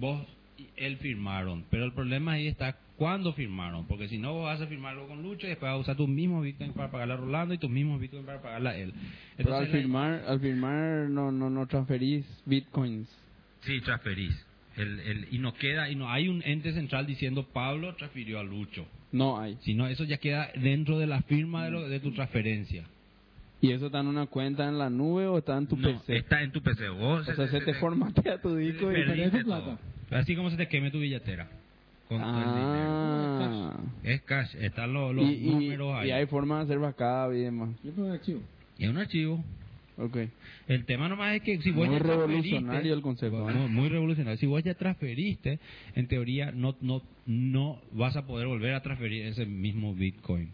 vos y él firmaron. Pero el problema ahí está cuándo firmaron. Porque si no, vos vas a firmarlo con Lucho y después vas a usar tus mismos bitcoins para pagarla a Rolando y tus mismos bitcoins para pagarla a él.
Pero al
la-
firmar, al firmar no, no, no transferís Bitcoins.
Sí, transferís. El, el, y no queda, y no hay un ente central diciendo Pablo transfirió a Lucho.
No hay.
Sino eso ya queda dentro de la firma de, lo- de tu transferencia.
¿Y eso está en una cuenta en la nube o está en tu
No,
PC?
está en tu PC. Vos
O sea, se te formatea tu disco y...
Perdiste
perdés tu
todo. Así como se te queme tu billetera. Con todo el
Ah.
dinero. Es cash. Están los,
Y,
los
y-
números ahí.
y hay formas de hacer backup y demás.
Yo pongo el archivo.
Y es un archivo.
Ok.
El tema nomás es que si vos
Muy
ya transferiste-
revolucionario el concepto, ¿eh?
No, muy revolucionario. Si vos ya transferiste, en teoría no no no vas a poder volver a transferir ese mismo Bitcoin.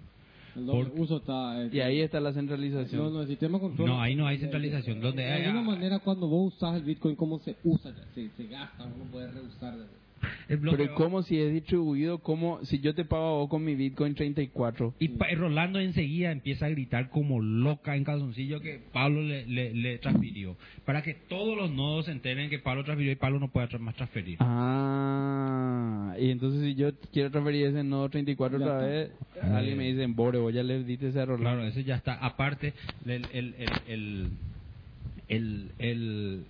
El doble
Por-
uso está... eh,
Y ahí está la
no,
centralización.
no, el sistema controla...
No, ahí no hay centralización. Donde
De
hay-
alguna manera, cuando vos usas el Bitcoin, ¿cómo se usa? Se, se gasta, no lo puedes reusar.
el
Pero ¿y
bloqueo-
¿cómo si es distribuido? ¿Cómo si yo te pago a vos con mi Bitcoin 34?
Y pa- Rolando enseguida empieza a gritar como loca en calzoncillo que Pablo le, le, le transfirió. Para que todos los nodos se enteren que Pablo transfirió y Pablo no pueda tra- más transferir.
Ah, y entonces si yo quiero transferir ese nodo 34
Ya
otra vez,
está.
alguien me dice, Bore, vos ya le diste ese a Rolando.
Claro, eso ya está. Aparte, el, el, el, el, el- el-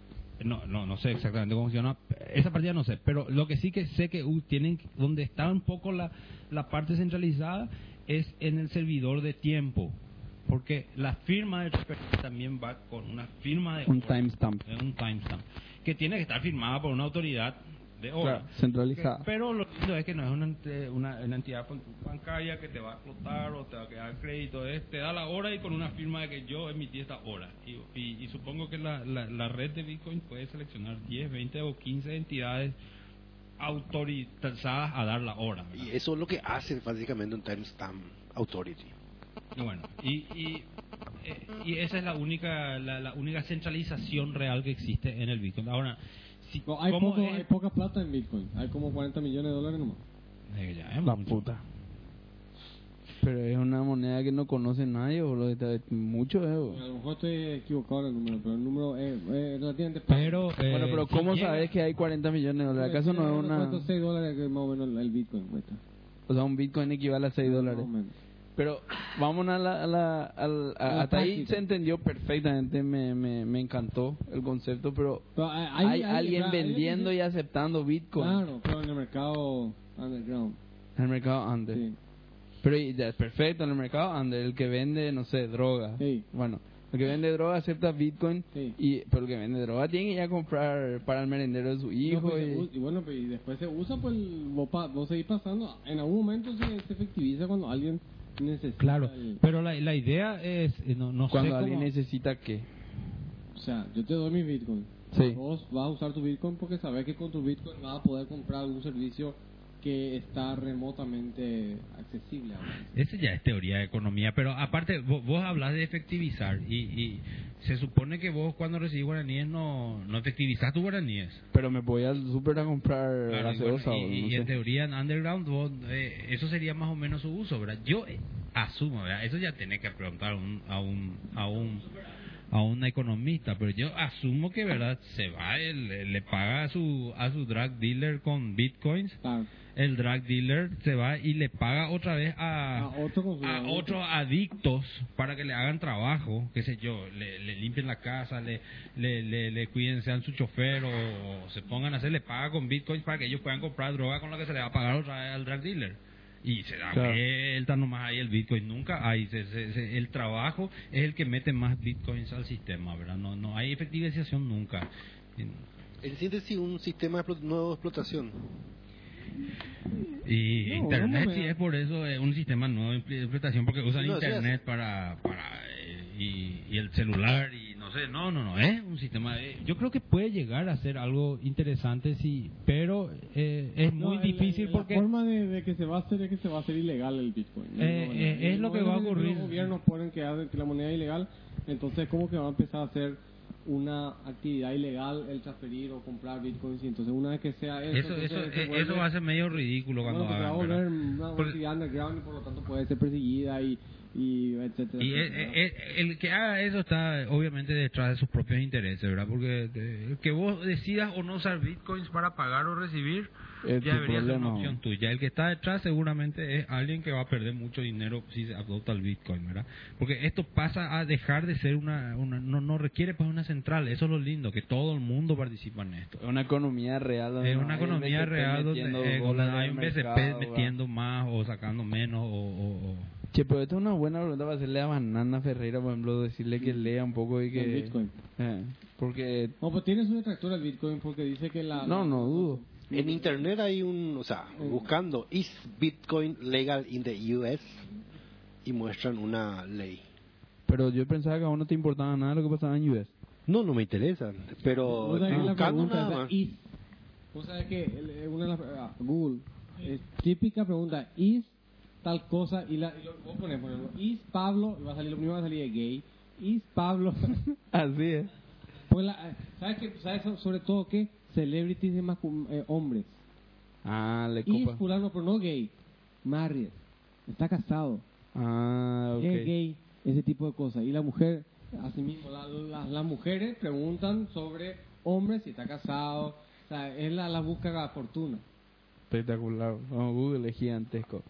no, no, no sé exactamente cómo funciona. Esa partida no sé, pero lo que sí que sé que uh, tienen, donde está un poco la, la parte centralizada es en el servidor de tiempo. Porque la firma de transferencia también va con una firma de
Un
hora,
timestamp.
eh, un timestamp, que tiene que estar firmada por una autoridad de hora.
Claro, centralizada.
Que- Pero lo lindo es que no es una, ente- una, una entidad ban- bancaria que te va a explotar o te va a quedar crédito. es- te da la hora y con una firma de que yo emití esta hora. Y, y- y supongo que la, la, la red de Bitcoin puede seleccionar 10, 20 o 15 entidades autorizadas a dar la hora. ¿verdad?
Y eso es lo que hace básicamente un timestamp authority.
Y bueno, y, y, eh, y esa es la única la, la única centralización real que existe en el Bitcoin. Ahora, si,
No, hay,
¿cómo
poco-
es?
hay poca plata en Bitcoin. Hay como 40 millones de dólares nomás.
Eh, ya es
La
mucho.
puta. Pero es una moneda que no conoce nadie, boludo. está- Mucho, eh, boludo.
A lo mejor estoy equivocado en el número, pero el número es, es relativamente...
Pero, eh,
Bueno, pero
si
¿cómo
llega-
sabes que hay 40 millones de
Pues,
dólares? ¿Acaso no es una...
¿Cuántos 6 dólares que más o menos el Bitcoin cuesta?
O sea, un Bitcoin equivale a 6 dólares.
Más o menos.
Pero vamos a la... A la, al- a-
A la
hasta ahí
práctica.
se entendió perfectamente, me, me, me encantó el concepto, pero
Pero hay,
hay,
hay- hay-
alguien
hay-
vendiendo y aceptando Bitcoin
Claro, pero en el mercado underground.
en el mercado antes.
Sí.
Pero y- ya, perfecto, en el mercado under, el que vende, no sé, droga.
Sí.
Bueno, el que vende droga acepta Bitcoin,
Sí.
y pero el que vende droga tiene que ir a comprar para el merendero de su hijo.
No, pues, se
y-
us- y bueno, pues, y después se usa, pues el- vos, pa- vos seguís pasando. En algún momento se, se efectiviza cuando alguien necesita.
Claro,
el-
pero la, la idea es, eh, no, no sé
cuando
cómo-
alguien necesita que...
o sea, yo te doy mis bitcoins.
Sí.
Vos vas a usar tu bitcoin porque sabes que con tu bitcoin vas a poder comprar algún servicio que está remotamente accesible. ahora.
Eso ya es teoría de economía, pero aparte vos, vos hablas de efectivizar y, y se supone que vos cuando recibís guaraníes no, no efectivizás tus guaraníes.
Pero me voy al súper a comprar
Claro, y,
gaseosa
bueno,
o
y- este
no
y en
sé.
teoría en underground vos, eh, eso sería más o menos su uso, ¿verdad? Yo eh, asumo, ¿verdad? Eso ya tenés que preguntar a un, a un, a un, a un economista, pero yo asumo que, ¿verdad? Se va, él, le, le paga a su, a su drug dealer con bitcoins
Claro.
el drug dealer se va y le paga otra vez a,
A otro consumidor.
a otros adictos para que le hagan trabajo, qué sé yo, le, le limpien la casa, le, le, le, le cuiden, sean su chofer o, o se pongan a hacer, le paga con bitcoins para que ellos puedan comprar droga con la que se le va a pagar otra vez al drug dealer. Y se da
Claro.
vuelta nomás ahí el bitcoin, nunca hay, se- se- se- el trabajo es el que mete más bitcoins al sistema, ¿verdad? No, no hay efectivización nunca.
En síntesis, un sistema de explo- nuevo de explotación.
Y
No,
Internet
no me-
sí es por eso eh, un sistema nuevo de impl- de explotación, porque usan
No, sí,
Internet para, para eh, y, y el celular y no sé, no, no, no, es un sistema. de- yo creo que puede llegar a ser algo interesante, sí, pero eh, es
No,
muy
el-
difícil
el-
porque
La forma de, de que se va a hacer es que se va a hacer ilegal el bitcoin. No,
Eh,
no,
eh,
no,
es lo
no,
que
no,
va a
no,
ocurrir.
Los gobiernos ponen que, hagan- que la moneda es ilegal, entonces como que va a empezar a hacer una actividad ilegal el transferir o comprar bitcoins y entonces una vez que sea eso
eso, eso,
entonces se
eh,
vuelve-
eso va a ser medio ridículo
bueno,
cuando
que se va a
hagan,
volver
¿verdad?
una
Porque-
actividad underground y por lo tanto puede ser perseguida y, y etcétera.
Y eh,
etcétera.
eh, el, que haga eso está eh, obviamente detrás de sus propios intereses, ¿verdad? Porque eh, que vos decidas o no usar bitcoins para pagar o recibir,
Es
ya
tu
debería ser una
Este problema,
opción
¿no?
tuya. El que está detrás seguramente es alguien que va a perder mucho dinero si se adopta el bitcoin, ¿verdad? Porque esto pasa a dejar de ser una... una- no, no requiere pues una central, eso es lo lindo, que todo el mundo participa en esto.
Una economía real. donde
Es
no
Eh, una
hay
economía
BCP
real donde
metiendo
eh,
dólares
hay
al
un BCP
mercado,
metiendo más o sacando menos o- o- o
¿verdad? Che, pero esta es una buena pregunta para hacerle a Banana Ferreira, por ejemplo, decirle que lea un poco y que...
El Bitcoin.
Eh, porque...
No, pues tiene su detractor el bitcoin porque dice que la...
No, no dudo.
En internet hay un, o sea, buscando is Bitcoin legal in the US y muestran una ley.
Pero yo pensaba que a uno te importaba nada lo que pasaba en US.
No, no me interesa, pero
Vos sabés
estoy
que la
buscando
pregunta
nada
esa,
más.
is- vos sabés que el- eh, una de las, ah, Google, eh, típica pregunta, is tal cosa, y, la, y lo, vos pones, por ejemplo, is Pablo, y va a salir, lo primero va a salir es gay, is Pablo,
Así es.
pues la- eh, ¿sabes que ¿Sabes so- sobre todo que Celebrities de mascu- eh, hombres.
Ah, le
Is
copa.
fulano, pero no gay, married, está casado,
Ah, ok.
es gay, ese tipo de cosas. Y la mujer, asimismo, la- la- las mujeres preguntan sobre hombres, si está casado, o sea, es la, la busca de la fortuna.
Espectacular. Vamos, Google es gigantesco.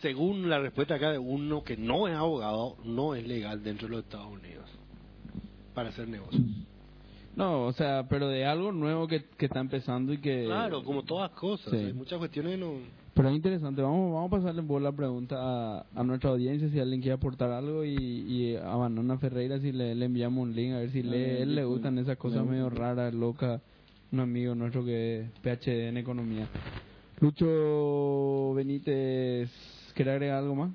Según la respuesta acá de uno que no es abogado, no es legal dentro de los Estados Unidos para hacer negocios.
No, o sea, pero de algo nuevo que, que está empezando y que...
Claro, como todas cosas,
sí.
hay muchas cuestiones no...
Pero es interesante, vamos, vamos a pasarle por la pregunta a, a nuestra audiencia si alguien quiere aportar algo y, y a Banana Ferreira si le, le enviamos un link a ver si le, él le gustan esas cosas medio raras, locas. Un amigo nuestro que es PhD en economía. Lucho Benítez, ¿quiere agregar algo más?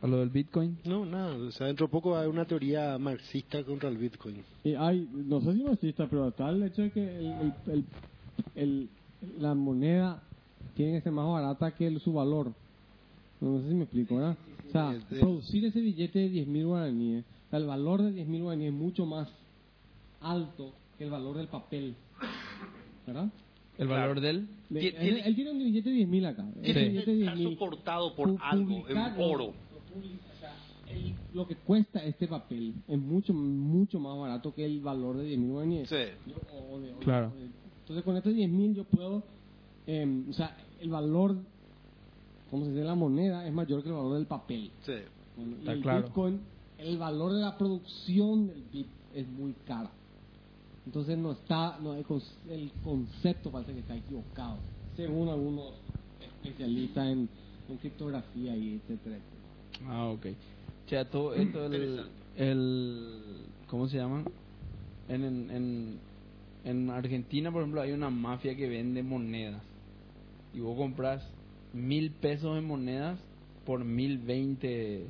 A lo del Bitcoin.
No, nada, o sea, dentro de poco va a haber una teoría marxista contra el Bitcoin.
Y hay, no sé si marxista, pero está el hecho de que el, el- el- el- la moneda tiene que ser más barata que el- su valor. No sé si me explico, ¿verdad? O sea,
Sí, sí.
producir ese billete de 10.000 guaraníes, o sea, el valor de 10.000 guaraníes es mucho más alto que el valor del papel, ¿verdad?
El valor del...
Le-
Ti-
él,
tiene-
él tiene un billete de 10.000 acá. Ese
Tiene
billete
que
de
estar
10.000,
soportado por
pu-
algo, en
publicarlo,
oro.
lo publica, o sea, el- Lo que cuesta este papel es mucho mucho más barato que el valor de 10.000 guaraníes.
Sí.
Yo- o- o de- o de-
Claro.
o de- entonces con estos 10.000 yo puedo, eh, o sea, el valor, como se dice, la moneda es mayor que el valor del papel.
Sí.
Bueno, y
Está
el
claro.
Bitcoin, el valor de la producción del Bit es muy cara. Entonces no está, no, el, con- el concepto parece que está equivocado, según algunos especialistas en, en criptografía y etcétera. etcétera.
Ah, ok. O sea, todo esto el,
Interesante.
el ¿cómo se llama? En, en, en, en Argentina, por ejemplo, hay una mafia que vende monedas. Y vos compras mil pesos en monedas por mil veinte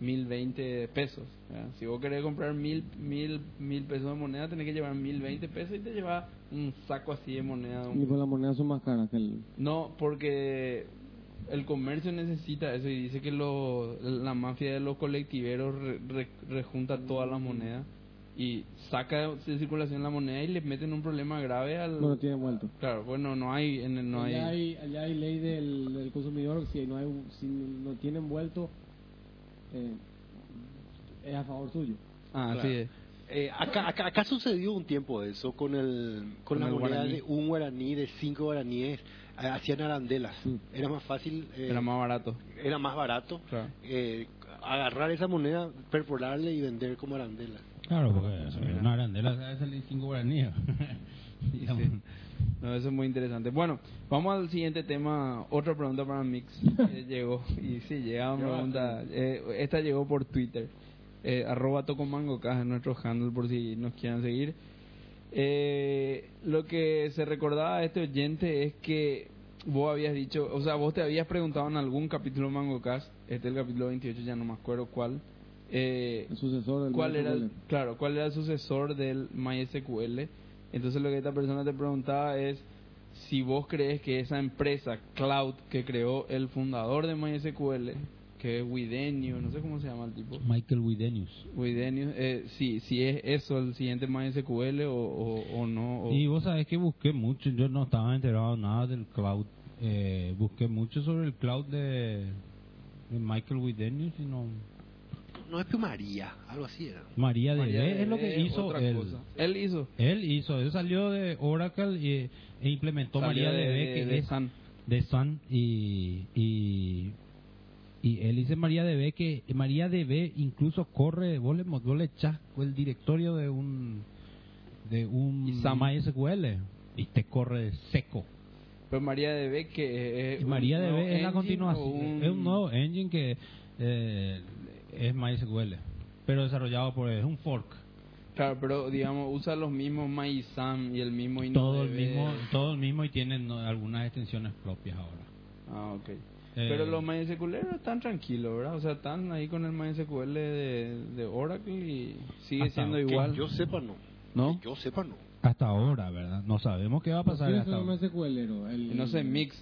mil veinte pesos. ¿verdad? Si vos querés comprar mil, mil, mil pesos de moneda, tenés que llevar mil veinte pesos y te llevas un saco así de moneda. un-
Y pues las monedas son más caras que el...
no, porque el comercio necesita eso y dice que lo- la mafia de los colectiveros re- re- rejunta todas las monedas y saca de circulación la moneda y le meten un problema grave al...
No lo tiene vuelto.
Claro, bueno, no hay... en- No hay,
allá, hay... allá hay ley del, del consumidor, si no, hay, un- si no tienen vuelto, eh, es a favor suyo.
Ah,
Claro.
sí. es.
Eh, acá, acá, acá sucedió un tiempo eso con el con,
Con
la
el
moneda
guaraní.
de un guaraní de cinco guaraníes eh, hacían arandelas
Sí.
era más fácil eh,
Era más barato.
era más barato
Claro.
eh, agarrar esa moneda perforarle y vender como arandela
Claro, porque sobre una arandela se va a salir 5 guaraníes.
Sí, sí. No, eso es muy interesante. Bueno, vamos al siguiente tema. Otra pregunta para Mix. que llegó. Y sí, llega una pregunta. Eh, esta llegó por Twitter. Eh, arroba tocomangocaja es nuestro handle por si nos quieran seguir. Eh, lo que se recordaba de este oyente es que vos habías dicho, o sea, vos te habías preguntado en algún capítulo de MangoCast, este es el capítulo 28, ya no me acuerdo cuál, eh,
El sucesor del
cuál era el,
Manuel.
claro cuál era el sucesor del MySQL entonces lo que esta persona te preguntaba es si vos crees que esa empresa cloud que creó el fundador de MySQL que es Widenio no sé cómo se llama el tipo
Michael Widenius.
Widenio eh, si si es eso el siguiente MySQL o, o, o no o-
Y vos sabés que busqué mucho, yo no estaba enterado nada del cloud. Eh, busqué mucho sobre el cloud de, de Michael Widenius, sino
no es que María algo así era
María de
María
B es lo
DB,
que hizo
otra
él.
cosa. él hizo
Él hizo, él salió de Oracle y, e implementó
Salió
María DB,
de-
que
de
es
Sun.
de Sun y, y, y él dice María DB que María DB incluso corre, vos le, vos le echás el directorio de un de un
Y Sun.
MySQL y te corre seco.
pero MariaDB pues que es
Y María
Eh, un
DB
nuevo
es la
engine
continuación,
o un-
es un nuevo engine que eh, es MySQL, pero desarrollado por es un fork,
claro pero digamos usa los mismos MySam y el mismo
todo el
InnoDB.
Eh.
mismo, todo el mismo y tienen no, algunas extensiones propias ahora.
ah ok Pero los MySQL están tranquilos, ¿verdad? O sea, están ahí con el MySQL de, de Oracle y sigue
Hasta
siendo
que
igual.
Que yo sepa, no.
¿No?
Que yo sepa, no.
Hasta ahora, ¿verdad? No sabemos qué va a pasar.
¿Quién es
hasta
el
ahora.
MySQL?
Y
El-
No sé, mix.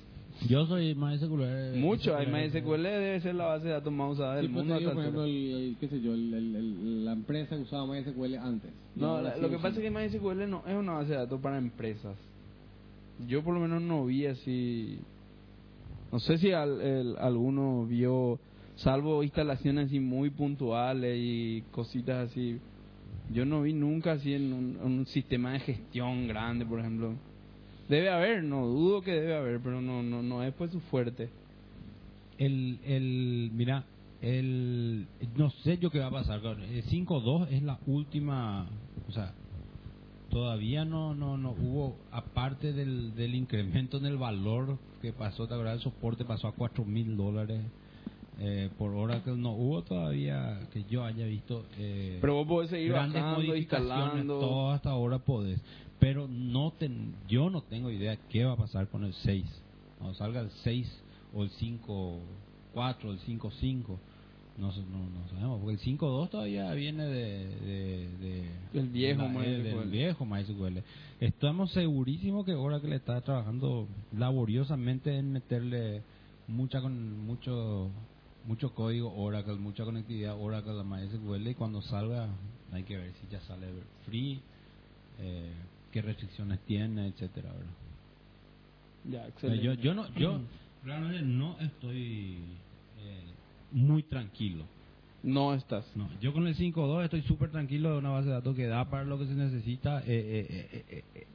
Yo soy más
Eh,
secular.
Mucho, hay MySQL debe ser la base de datos más usada del
Sí, pues,
mundo.
te digo,
a
por
esta
ejemplo,
altura.
el, el- qué sé yo, el- el- el- la empresa usaba MySQL antes.
No,
Ahora
la-
sí
lo que
usan.
pasa es que MySQL no es una base de datos para empresas. Yo por lo menos no vi así. No sé si al- el- alguno vio, salvo instalaciones así muy puntuales y cositas así. Yo no vi nunca así en un, en un sistema de gestión grande, por ejemplo. Debe haber, no dudo que debe haber, pero no no no es pues su fuerte.
El, el, mira, el, no sé yo qué va a pasar. con- El 5-2 es la última, o sea, todavía no, no, no hubo, aparte del, del incremento en el valor que pasó, la verdad, el soporte pasó a 4 mil dólares eh, por Oracle, no hubo todavía que yo haya visto. Eh,
Pero vos podés seguir
grandes
bajando,
modificaciones,
instalando.
todo hasta ahora podés. Pero no ten, yo no tengo idea qué va a pasar con el 6. Cuando salga el 6 o el 5, 4 o el 5, 5. No, sé- no, no sabemos, porque el 5.2 todavía viene de... de, de-
Del viejo
la- E,
MySQL.
del viejo MySQL. Estamos segurísimos que Oracle está trabajando laboriosamente en meterle mucha con mucho mucho código Oracle, mucha conectividad Oracle a MySQL y cuando salga hay que ver si ya sale free, eh, qué restricciones tiene, etcétera, ¿verdad?
Ya,
O sea,
excelente.
yo, yo no, yo realmente no estoy eh, muy tranquilo.
No estás.
No, yo con el 5.2 estoy súper tranquilo de una base de datos que da para lo que se necesita. eh, eh, eh, eh, eh, eh,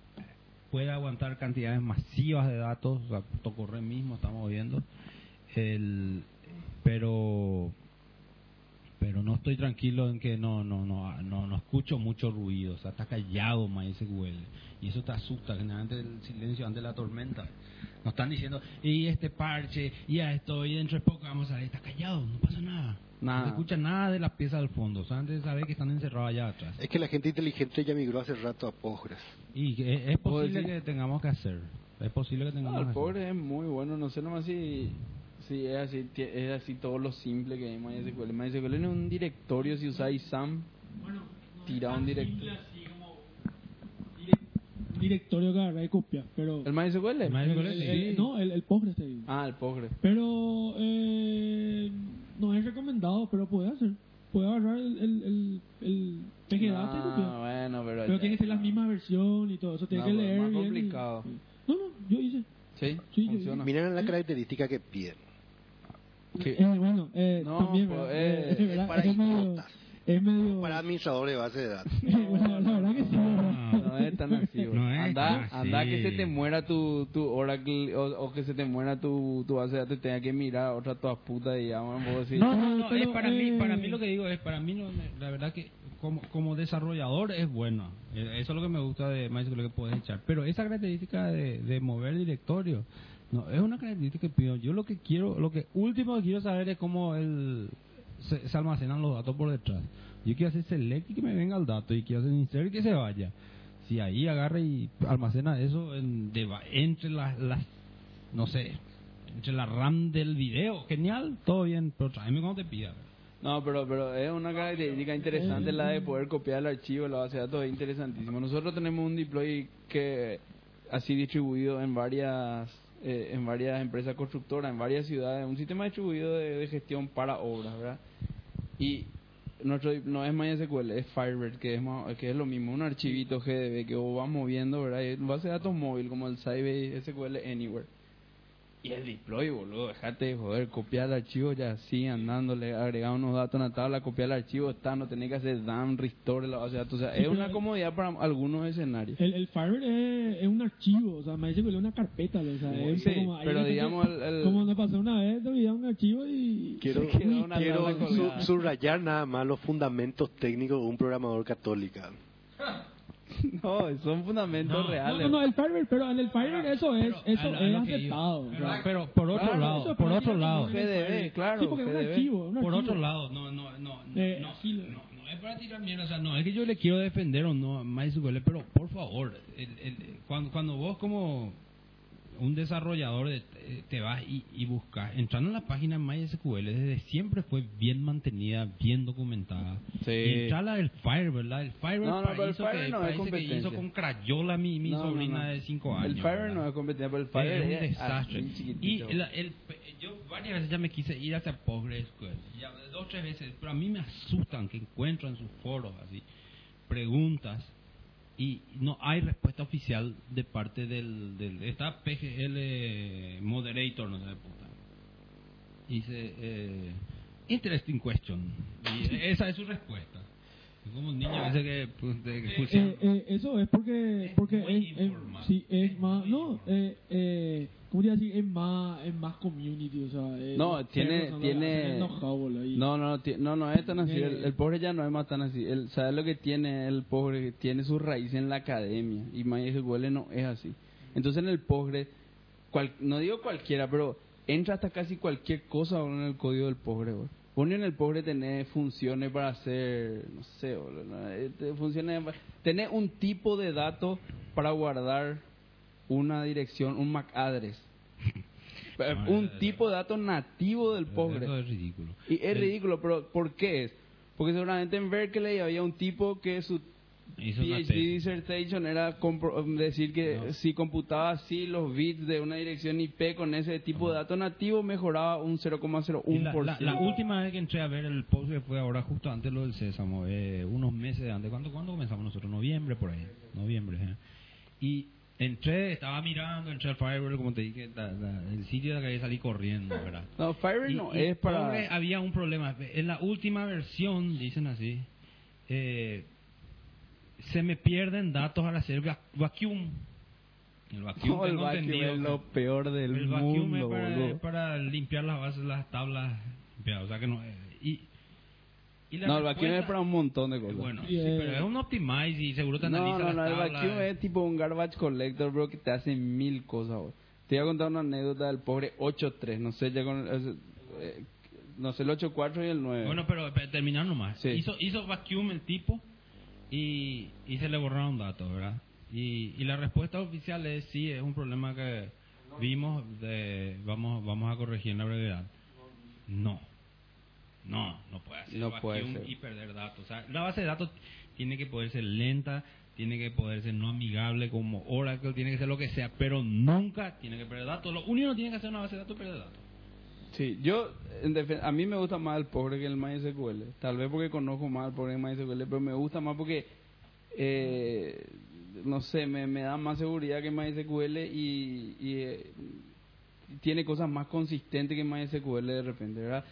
puede aguantar cantidades masivas de datos. O sea, Tocorre mismo estamos viendo. El, pero pero no estoy tranquilo en que no no no no, no escucho mucho ruido. O sea, está callado MySQL. Y eso te asusta, generalmente el silencio ante la tormenta. Nos están diciendo, y este parche, y a esto, y dentro de poco vamos a ver, está callado, no pasa nada.
Nada.
No se escucha nada de las piezas al fondo. O sea, antes de saber que están encerrados allá atrás.
Es que la gente inteligente ya migró hace rato a Postgres.
Y que es, es
¿Puedo
posible
decir?
que tengamos que hacer. Es posible que
No,
tengamos
el
que hacer.
pobre es muy bueno, no sé nomás si, si es así, ti- es así todo lo simple que hay en MySQL. MySQL es un directorio, si usáis SAM,
Bueno,
tira un directo.
un directorio que agarra y copia, pero...
¿El MySQL?
El MySQL,
el-
sí.
el- Eh, no, el, el Postgres te digo.
Ah, el pobre.
Pero eh, no es recomendado, pero puede hacer. Puede agarrar el, el, el, el PGData y copiar.
Ah, bueno, pero...
Pero
ya-
tiene que ser la misma versión y todo eso, tiene
No,
que
pues,
leer
más
bien y-
complicado.
No, no, yo hice.
Sí,
Sí,
funciona.
Miren la característica que piden.
¿Qué?
Eh, bueno, eh,
No,
también,
pues,
¿verdad?
eh,
Eh, es verdad,
para
es medio...
idiotas.
Es medio...
Para administrador de base de datos.
Eh, bueno, la verdad que sí. ¿verdad?
Ah.
No es tan así, bro.
No es
anda,
tan
anda
así.
que se te muera tu, tu Oracle o, o que se te muera tu, tu base de datos y tenga que mirar otra todas putas y ya, bueno, puedo decir...
No, no, no,
Pero,
es para
eh,
mí, para mí lo que digo es, para mí no me- la verdad que como, como desarrollador es bueno. Eh, Eso es lo que me gusta de MySQL que puedes echar. Pero esa característica de, de mover directorio, no, es una característica que pido. Yo lo que quiero, lo que último que quiero saber es cómo el, se, se almacenan los datos por detrás. Yo quiero hacer select y que me venga el dato y quiero hacer insert y que se vaya. Si ahí agarra y almacena eso en, deba- entre las, las no sé, entre la RAM del video, genial, todo bien, pero tráeme cuando te pida.
No, pero, pero es una característica interesante la de poder copiar el archivo, la base de datos es interesantísimo. Nosotros tenemos un deploy que así distribuido en varias eh, en varias empresas constructoras, en varias ciudades, un sistema distribuido de, de gestión para obras, ¿verdad? Y nuestro dip- no es MySQL, es Firebird, que es más- que es lo mismo, un archivito GDB que vos vas moviendo, ¿verdad? Y es base de datos móvil como el Sybase SQL Anywhere. Y el deploy, boludo, dejate de joder, copiar el archivo ya así, andándole, agregar unos datos en la tabla, copiar el archivo, está, no tenés que hacer down, restore, la base de datos. O sea,
Sí,
es
pero-
una comodidad para algunos escenarios.
El, el Firebird es, es un archivo, o sea, me dice que es una carpeta, o sea, es
Sí,
"Ah,
como... ahí
pero
no te-
digamos el- el-
Como nos pasó una vez, te olvidaba un archivo y...
Quiero,
Se quedó una
quiero
tabla colgada.
su- subrayar nada más los fundamentos técnicos de un programador católico.
No, son fundamentos
No, no,
No,
reales.
no, no, el Firebird, pero en el
Ah,
Firebird eso es, eso es aceptado.
Pero,
¿verdad?
pero por otro
Claro,
lado,
eso
por
es
otro lado,
GDB, claro.
sí, porque es un
GDB.
archivo, un
por
archivo.
otro lado, no, no, no, no,
Eh,
no,
aquí lo-
no, no es para tirar mierda, o sea, no es que yo le quiero defender o no a MySQL, pero por favor, el- el- cuando, cuando vos como un desarrollador de- eh, te vas y, y buscas. Entrando en la página MySQL, desde siempre fue bien mantenida, bien documentada.
Sí.
Y entra la del Fire, ¿verdad? El Fire,
No, no, pero el
paraíso
Fire
que
no es
parece que
competencia.
hizo con Crayola mi, mi
No, no,
sobrina
no.
de 5 años.
El Fire
¿verdad?
no es competencia, pero el Fire
es un
es
desastre.
así,
Y
chiquitito.
la- el- yo varias veces ya me quise ir hacia PostgreSQL, ya dos tres veces, pero a mí me asustan que encuentro en sus foros así preguntas y no hay respuesta oficial de parte del, del está PGL eh, moderator, no sé de puta. Y Dice eh, interesting question. Y esa es su respuesta. Es Como un niño ese que pues, de- que cursiva.
Eh, eh, eso es porque porque
muy
es, es-
informal.
sí, es más no eh, eh, ¿cómo diría decir? es más es más community o sea eh,
No,
los
tiene-
perros,
tiene-
hacen el know-how, boludo, y-
No, no, ti- no, no es tan así.
Eh.
El, el pobre ya no es más tan así. El, ¿Sabes lo que tiene el pobre? Tiene su raíz en la academia. Y MySQL no es así. Entonces en el pobre, cual- no digo cualquiera, pero entra hasta casi cualquier cosa boludo, en el código del pobre. boludo. Vos ni en el pobre tenés funciones para hacer, no sé, boludo, no, eh, te- funciones, tenés un tipo de dato para guardar una dirección, un MAC address. Eh,
No,
un
eh,
tipo de dato nativo del pobre.
Eso es ridículo.
Y es
El-
ridículo, pero ¿por qué es? Porque seguramente en Berkeley había un tipo que su
Hizo una
PhD
tesis.
dissertation era compro- um, decir que
No.
si computaba así los bits de una dirección IP con ese tipo de dato nativo mejoraba un
Y La,
0,01%.
la- la última vez que entré a ver el post que fue ahora justo antes lo del Sésamo, eh, unos meses antes. ¿Cuándo, ¿Cuándo comenzamos nosotros? Noviembre por ahí. Noviembre. eh. Y entré, estaba mirando, entré al Firewall, como te dije, la- la- el sitio de la que salí corriendo, ¿verdad?
No, Fiverr
Y-
no
y
es
pobre,
para...
había un problema. En la última versión, dicen así, eh, se me pierden datos al hacer vac- vacuum. El vacuum,
No, el
tengo
vacuum
entendido
es
que-
lo peor del
el vacuum es
mundo,
para,
boludo.
para limpiar las bases, las tablas. limpiadas, O sea que no. eh, Y, y la
No, el vacuum es
respuesta-
para un montón de cosas.
Bueno, sí,
Y, eh,
pero es un optimize y seguro te
No,
analiza
no,
las
no, el
tablas.
vacuum es tipo un garbage collector, bro, que te hace mil cosas, bro. Te voy a contar una anécdota del pobre 8.3, no sé, ya con... eh, eh, no sé, el 8.4 y el 9.
Bueno, pero, pero terminar nomás.
Sí.
Hizo, hizo vacuum el tipo y, y se le borraron datos, ¿verdad? Y, y la respuesta oficial es sí, es un problema que vimos, de, vamos vamos a corregir en la brevedad. No. No, no puede hacer
No
vacuum
puede ser.
y perder datos. O sea, la base de datos tiene que poder ser lenta, tiene que poder ser no amigable como Oracle, tiene que ser lo que sea, pero nunca tiene que perder datos. Lo único que tiene que hacer una base de datos es perder datos.
Sí, yo, en defen- a mí me gusta más el pobre que el MySQL. Tal vez porque conozco más el pobre que el MySQL, pero me gusta más porque, eh, no sé, me, me da más seguridad que el MySQL y, y, eh, tiene cosas más consistentes que el MySQL de repente, ¿verdad?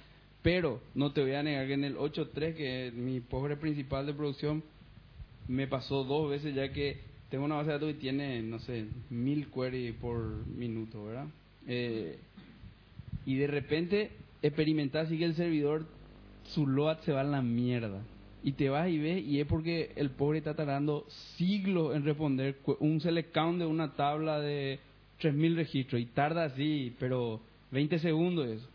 Pero no te voy a negar que en el 8.3, que es mi pobre principal de producción, me pasó dos veces ya que tengo una base de datos que tiene, no sé, mil queries por minuto, ¿verdad? Eh, y de repente experimentás así que el servidor, su load se va a la mierda. Y te vas y ves, y es porque el pobre está tardando siglos en responder cu- un select count de una tabla de 3000 registros. Y tarda así, pero 20 segundos eso.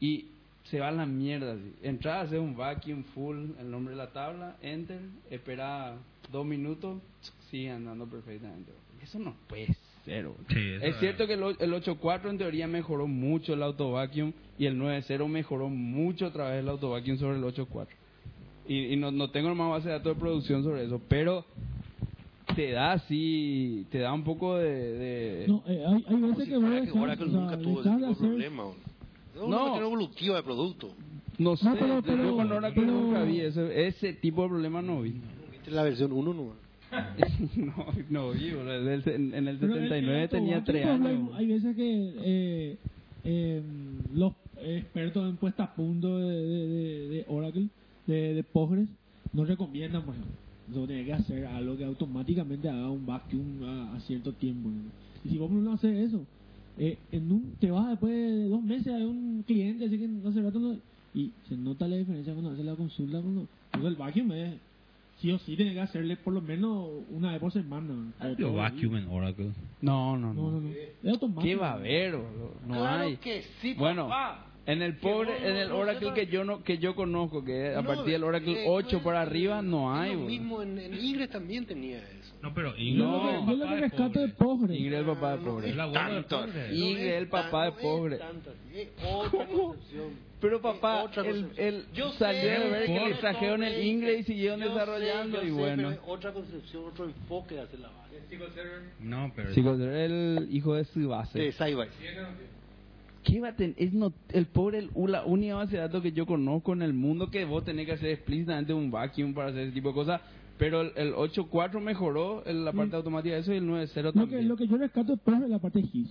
Y se va a la mierda así. Entrás, haces un vacuum full, el nombre de la tabla, enter, espera dos minutos, sigue andando perfectamente. Eso no puede ser. boludo. Es cierto que el, o- el 8.4 en teoría mejoró mucho el autovacuum y el 9.0 mejoró mucho a través del autovacuum sobre el 8.4. Y, y no, no tengo más base de datos de producción sobre eso, pero te da así, te da un poco de... de-
no eh, hay, hay
Como
veces
si
que vos
fuera que
dejas-
Oracle
o sea,
nunca tuvo ese
dejas de
tipo de
hacer-
problema. boludo. Es una
No.
cuestión evolutiva de producto.
No sé,
pero-
yo
pero-
con Oracle
pero-
nunca vi ese, ese tipo de problema no vi.
¿Viste la versión 1 no?
no, no vi, boludo. En el- en, en el
Pero es que
79
esto,
tenía
hay
3
problemas.
años.
Hay veces que eh, eh, los expertos en puesta a punto de, de- de- de Oracle, de, de Postgres, no recomiendan, por ejemplo, no tiene que hacer algo que automáticamente haga un vacuum a, a cierto tiempo. ¿no? Y si vos no haces eso, eh, en un, te vas después de dos meses a un cliente, así que no hace rato no- y se nota la diferencia cuando haces la consulta. Cuando, cuando el vacuum es, sí o sí, tiene que hacerle por lo menos una vez por semana. ¿no? O
Lo
todo el día.
vacuum en Oracle.
No, no,
No, no,
no.
no. Es automático.
¿Qué va a haber, boludo? No
claro
hay.
que sí,
Bueno,
papá.
En el pobre, en el Oracle que yo no que yo conozco, que a
No,
partir del Oracle
eh,
8 para arriba no hay.
Lo
boludo.
mismo en, en Ingres también tenía eso.
No, pero
Ingrid-
Ingrid,
No,
el
Yo lo
papá
que
de
rescato
pobre.
es pobre.
Ingrid el papá de pobre.
El abuelo de
Tanto.
pobre.
Y
No es
el papá
tan- no
de
es
pobre.
tanto así, es otra concepción.
Pero
Es
papá,
eh, otra
el,
concepción.
el
Yo
salió
sé,
de ver que
yo
le trajeron el
sé,
inglés y siguieron
yo sé,
desarrollando
yo
y
sé,
bueno.
pero es otra concepción, otro enfoque de hacer la base.
No, pero...
Sí, cuando era el hijo de su
De
base.
Saibais.
¿Qué va a tener? Es no, el pobre, el- la única base de datos que yo conozco en el mundo que vos tenés que hacer explícitamente un vacuum para hacer ese tipo de cosas. Pero el, el 8.4 mejoró el- la parte automática de eso y el 9.0
Mm. Lo que,
también.
lo que yo rescato es pobre la parte de Higgs.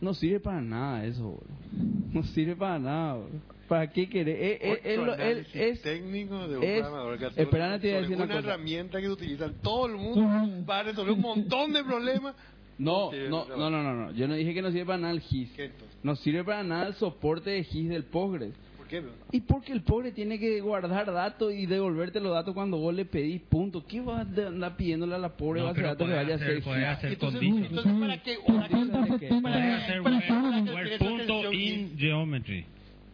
No sirve para nada eso, boludo. No sirve para nada, boludo. ¿Para qué querés? Eh, eh, eh, lo- él es,
técnico de un
es-
programador que hace
espera, te voy a
sobre
decir una
una
cosa.
herramienta que utilizan todo el mundo para resolver un montón de problemas.
No, no, no, no, no, no. Yo no dije que no sirve para nada el GIS.
¿Qué entonces?
No sirve para nada el soporte de GIS del Postgres.
¿Por qué?
Y porque el pobre tiene que guardar datos y devolverte los datos cuando vos le pedís punto. ¿Qué vas a andar pidiéndole a la pobre
No,
base de
pero
datos que
podés
vaya a
hacer-
hacer
podés
GIS?
hacer
Entonces,
condition.
entonces, ¿para qué?
Por tanta
¿para qué?
setenta-
Podés hacer
para
web-
todo.
web
que-
punto in geometry.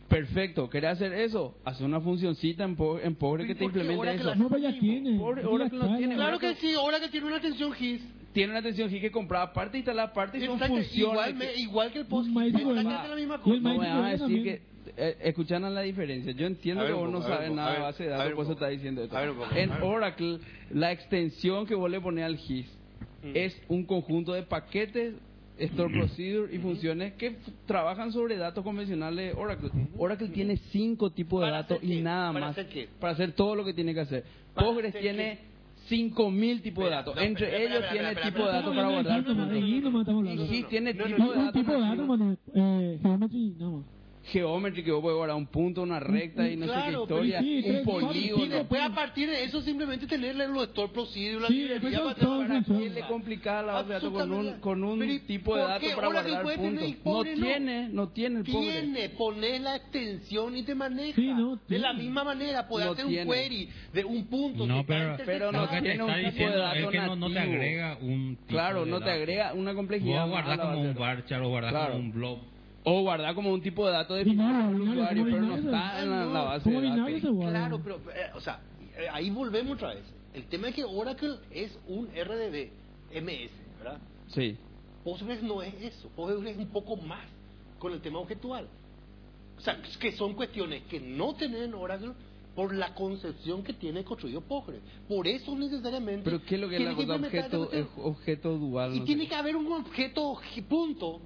Perfecto, querés hacer eso, haz una funcioncita en, po- en pobre que te
¿Por qué?
implemente
Ahora que
eso.
la-
No, pero ya tiene.
Pobre
Ya
Oracle no
está,
tiene.
ya.
Claro que sí, ahora que tiene una atención GIS.
Tiene una atención GIS que compraba aparte y instala aparte y son
Exacto,
funciones.
igual,
que-
me- igual que el post.
Un maestro de-
Exactamente la misma
Y
cosa.
el
No me
maestro
vas a
Correa
decir que.
también.
eh, escucharon la diferencia. Yo entiendo
A ver
que vos
un
no
poco, a ver
sabes
un poco,
nada
a
de
ver,
base de
a
datos,
ver
por
un
eso
poco,
está diciendo esto.
a ver un poco,
en
a ver un poco.
Oracle, la extensión que vos le pones al GIS es un conjunto de paquetes, store procedure y funciones que f- trabajan sobre datos convencionales de Oracle. Oracle tiene cinco tipos de
¿Para
datos
hacer
y
qué?
nada
¿Para
más
hacer qué?
para hacer todo lo que tiene que hacer.
¿Para
Postgres
hacer
tiene
qué?
5000 tipos de
Espera,
datos.
no,
Entre
espera,
ellos
espera,
tiene
espera,
tipo de
espera,
datos
espera,
para guardar.
espera, espera, espera, espera, espera, espera,
Y
espera,
GIS tiene
No, no,
tipo de
No, no,
datos.
tipo de datos, Manuel. Eh, geometry, nada más.
Geometry que vos podés guardar un punto, una recta y no sé qué
Claro, pero
historia,
sí,
un
tres, cuatro,
Y
polígono.
después, a partir de eso, simplemente tenerle los store procedure, la
Sí,
librería
después son
para-
todos
¿Para
para-
qué
Absolutamente.
le complicaba la base de datos con un, con un
Pero, ¿y
tipo de
por
datos
qué
para
ahora que
guardar
puede tener
puntos?
el
No
pobre, no?
tiene, no tiene el pobre.
Tiene, poner la extensión y te maneja.
Sí, no,
de
tiene.
la misma manera, puede
No
hacer
tiene.
un query de un punto.
No,
que está
pero-
pero no
lo que te
tiene un
está
tipo de
diciendo
dato
es que no, no te
nativo.
agrega un tipo
Claro,
de
no te
dato.
agrega una complejidad.
Vos
más a
guardás
la
como
base
un
de datos.
varchar o guardás
Claro.
como un blob.
O guardar como un tipo de dato definido
Binario,
por
binario,
usuario,
como
pero no
binario.
está en la, la base
Como
de
binario se
datos.
guarda.
Claro, pero, eh, o sea, eh, ahí volvemos otra vez. El tema es que Oracle es un RDB, MS, ¿verdad?
Sí.
Postgres no es eso. Postgres es un poco más con el tema objetual. O sea, es que son cuestiones que no tienen en Oracle por la concepción que tiene construido Postgres. Por eso necesariamente...
Pero ¿qué es lo que es la
tiene
cosa
implementar esta
objeto,
cuestión.
objeto dual?
Y
no
tiene
sé.
que haber un objeto, obje- punto.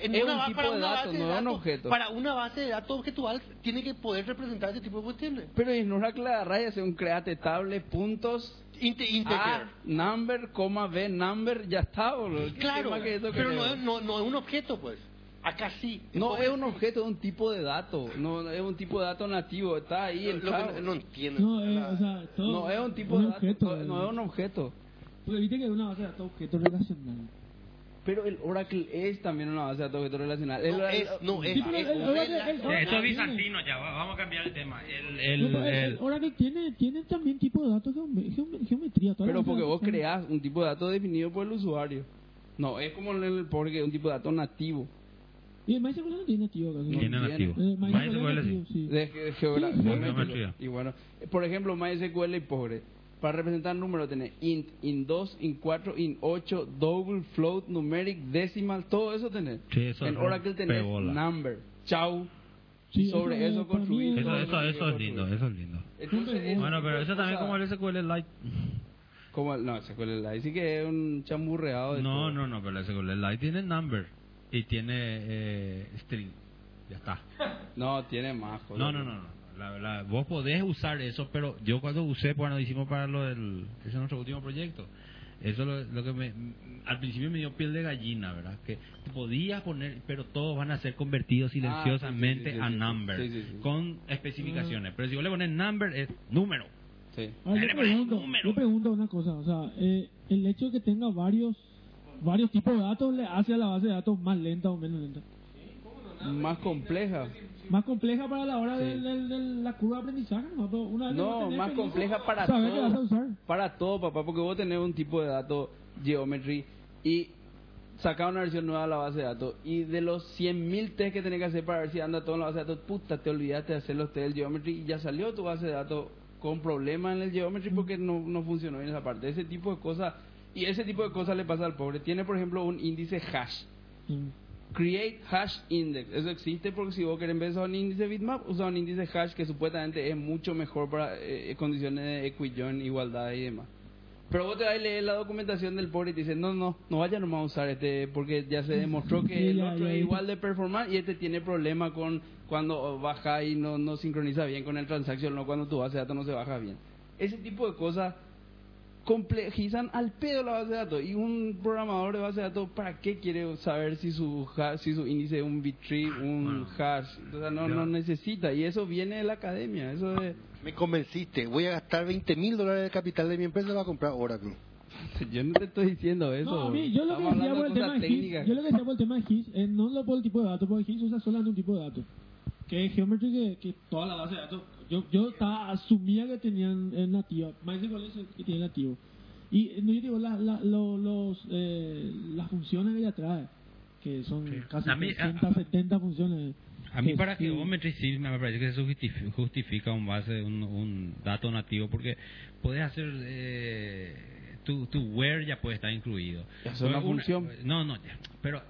En
Es
una
un
ba-
tipo
para
de
una
dato, no
base
es un
datos-
objeto.
Para una base de datos objetual tiene que poder representar ese tipo de cuestiones.
Pero en Oracle agarrás y hace un create table, puntos,
Inte- integer.
A, Ah, number, coma, B, number, ya está, boludo. ¿Qué
Claro,
tema que eso
pero no
creo?
es, no, no es un objeto, pues. Acá sí.
No,
Entonces,
es un objeto, es un tipo de dato. No es un tipo de dato nativo, está ahí el
lo que
chavo.
no, no entiendo.
No, eh, o sea, todo.
No es un tipo de dato,
objeto,
no- no es un objeto.
Porque viste que es una base de datos objeto relacional.
Pero el Oracle es también una base de datos objeto relacional. El
No
Oracle-
es, no es.
Sí, pero
es
el- el-
vela-
el- el-
Eh, Esto es
tiene.
bizantino ya, va- vamos a cambiar el tema. El,
No,
el,
pero el-
el-
el Oracle tiene, tiene también tipo de datos geome- geome- geometría. todas
Pero
las
porque
bases de
vos
datos.
creás un tipo de dato definido por el usuario. No, es como en el porque es un tipo de dato nativo.
Y el MySQL no tiene tío. creo que no.
tiene
tiene.
nativo.
Eh,
MySQL
nativo,
sí.
sí.
De, de geogra-
Sí, sí.
geométrico. Y bueno, eh, por ejemplo, MySQL y Pobre. Para representar números tenés int, int 2, int 4, int 8, double, float, numeric, decimal, todo eso tenés.
Sí, eso
en
es
Oracle tenés
pebola.
number, chau,
Sí,
y sobre
es-
eso
para mí
construís
es-
Eso, eso, eso es lindo, eso es lindo.
Entonces, ese
Bueno,
tipo
pero
de
eso también
cosas-
como el SQL Lite.
como el- no, SQL Lite sí que es un chamburreado. de todo.
No, no, no, pero el SQL Lite tiene number y tiene eh, string. Ya está.
No, tiene más. joder.
No, no, no. no. La, verdad, vos podés usar eso, pero yo cuando usé, pues, bueno, hicimos para lo del. Ese es nuestro último proyecto. Eso lo, lo que me. Al principio me dio piel de gallina, ¿verdad? Que te podías poner, pero todos van a ser convertidos silenciosamente
Ah, sí, sí, sí,
a
sí, sí.
number.
Sí, sí, sí.
Con especificaciones. Pero si vos le pones number, es número.
Sí.
Ah, yo,
Dale, ponle
pregunto,
número.
yo pregunto una cosa, o sea, eh, el hecho de que tenga varios varios tipos de datos le hace a la base de datos más lenta o menos lenta.
Más compleja.
Más compleja para la hora
Sí.
del- del- de, la curva de aprendizaje, nomás, pero una vez que vos
No,
tenés
más
experiencia,
compleja para
sabés que vas a
todo.
usar.
Para todo, papá, porque vos tenés un tipo de dato geometry y sacar una versión nueva de la base de datos y de los 100.000 test que tenés que hacer para ver si anda todo en la base de datos, puta, te olvidaste de hacer los test del Geometry y ya salió tu base de datos con problemas en el Geometry porque no, no funcionó bien esa parte. Ese tipo de cosas, y ese tipo de cosas le pasa al pobre. Tiene, por ejemplo, un índice hash. Create Hash Index. Eso existe porque si vos querés en vez de usar un índice bitmap, usa un índice hash que supuestamente es mucho mejor para eh, condiciones de equillón, igualdad y demás. Pero vos te vas a leer la documentación del pobre y te dicen, no, no, no vayas nomás a usar este porque ya se demostró que
Sí,
el
ya,
otro
ya,
es
ya.
igual de performance y este tiene problema con cuando baja y no, no sincroniza bien con el transacción, no cuando tu base de datos no se baja bien. Ese tipo de cosas complejizan al pedo la base de datos. Y un programador de base de datos, ¿para qué quiere saber si su ha- si su índice es un bittree, un hash? O sea, no, no necesita. Y eso viene de la academia. Eso de...
Me convenciste. Voy a gastar 20 mil dólares de capital de mi empresa para comprar Oracle.
Yo no te estoy diciendo eso.
No, a mí, yo lo que decía por el tema de Hiss, yo lo que decía por el tema de Hiss, eh, no lo por el tipo de datos, porque Hiss usa solamente un tipo de datos. Que es Geometry, que, que toda la base de datos, yo, yo estaba, asumía que tenían eh, nativo, MySQL es el que tiene nativo. Y eh, no, yo digo, la, la- lo- los, eh, las funciones que ella trae, que son casi
A mí, a-
60, 70 funciones. Este,
A mí
que
para
sí.
que Geometry sí me parece que se justifi- justifica un base, un, un dato nativo, porque puedes hacer... eh, tu, tu where ya puede estar incluido.
Es una función.
No, no, ya. pero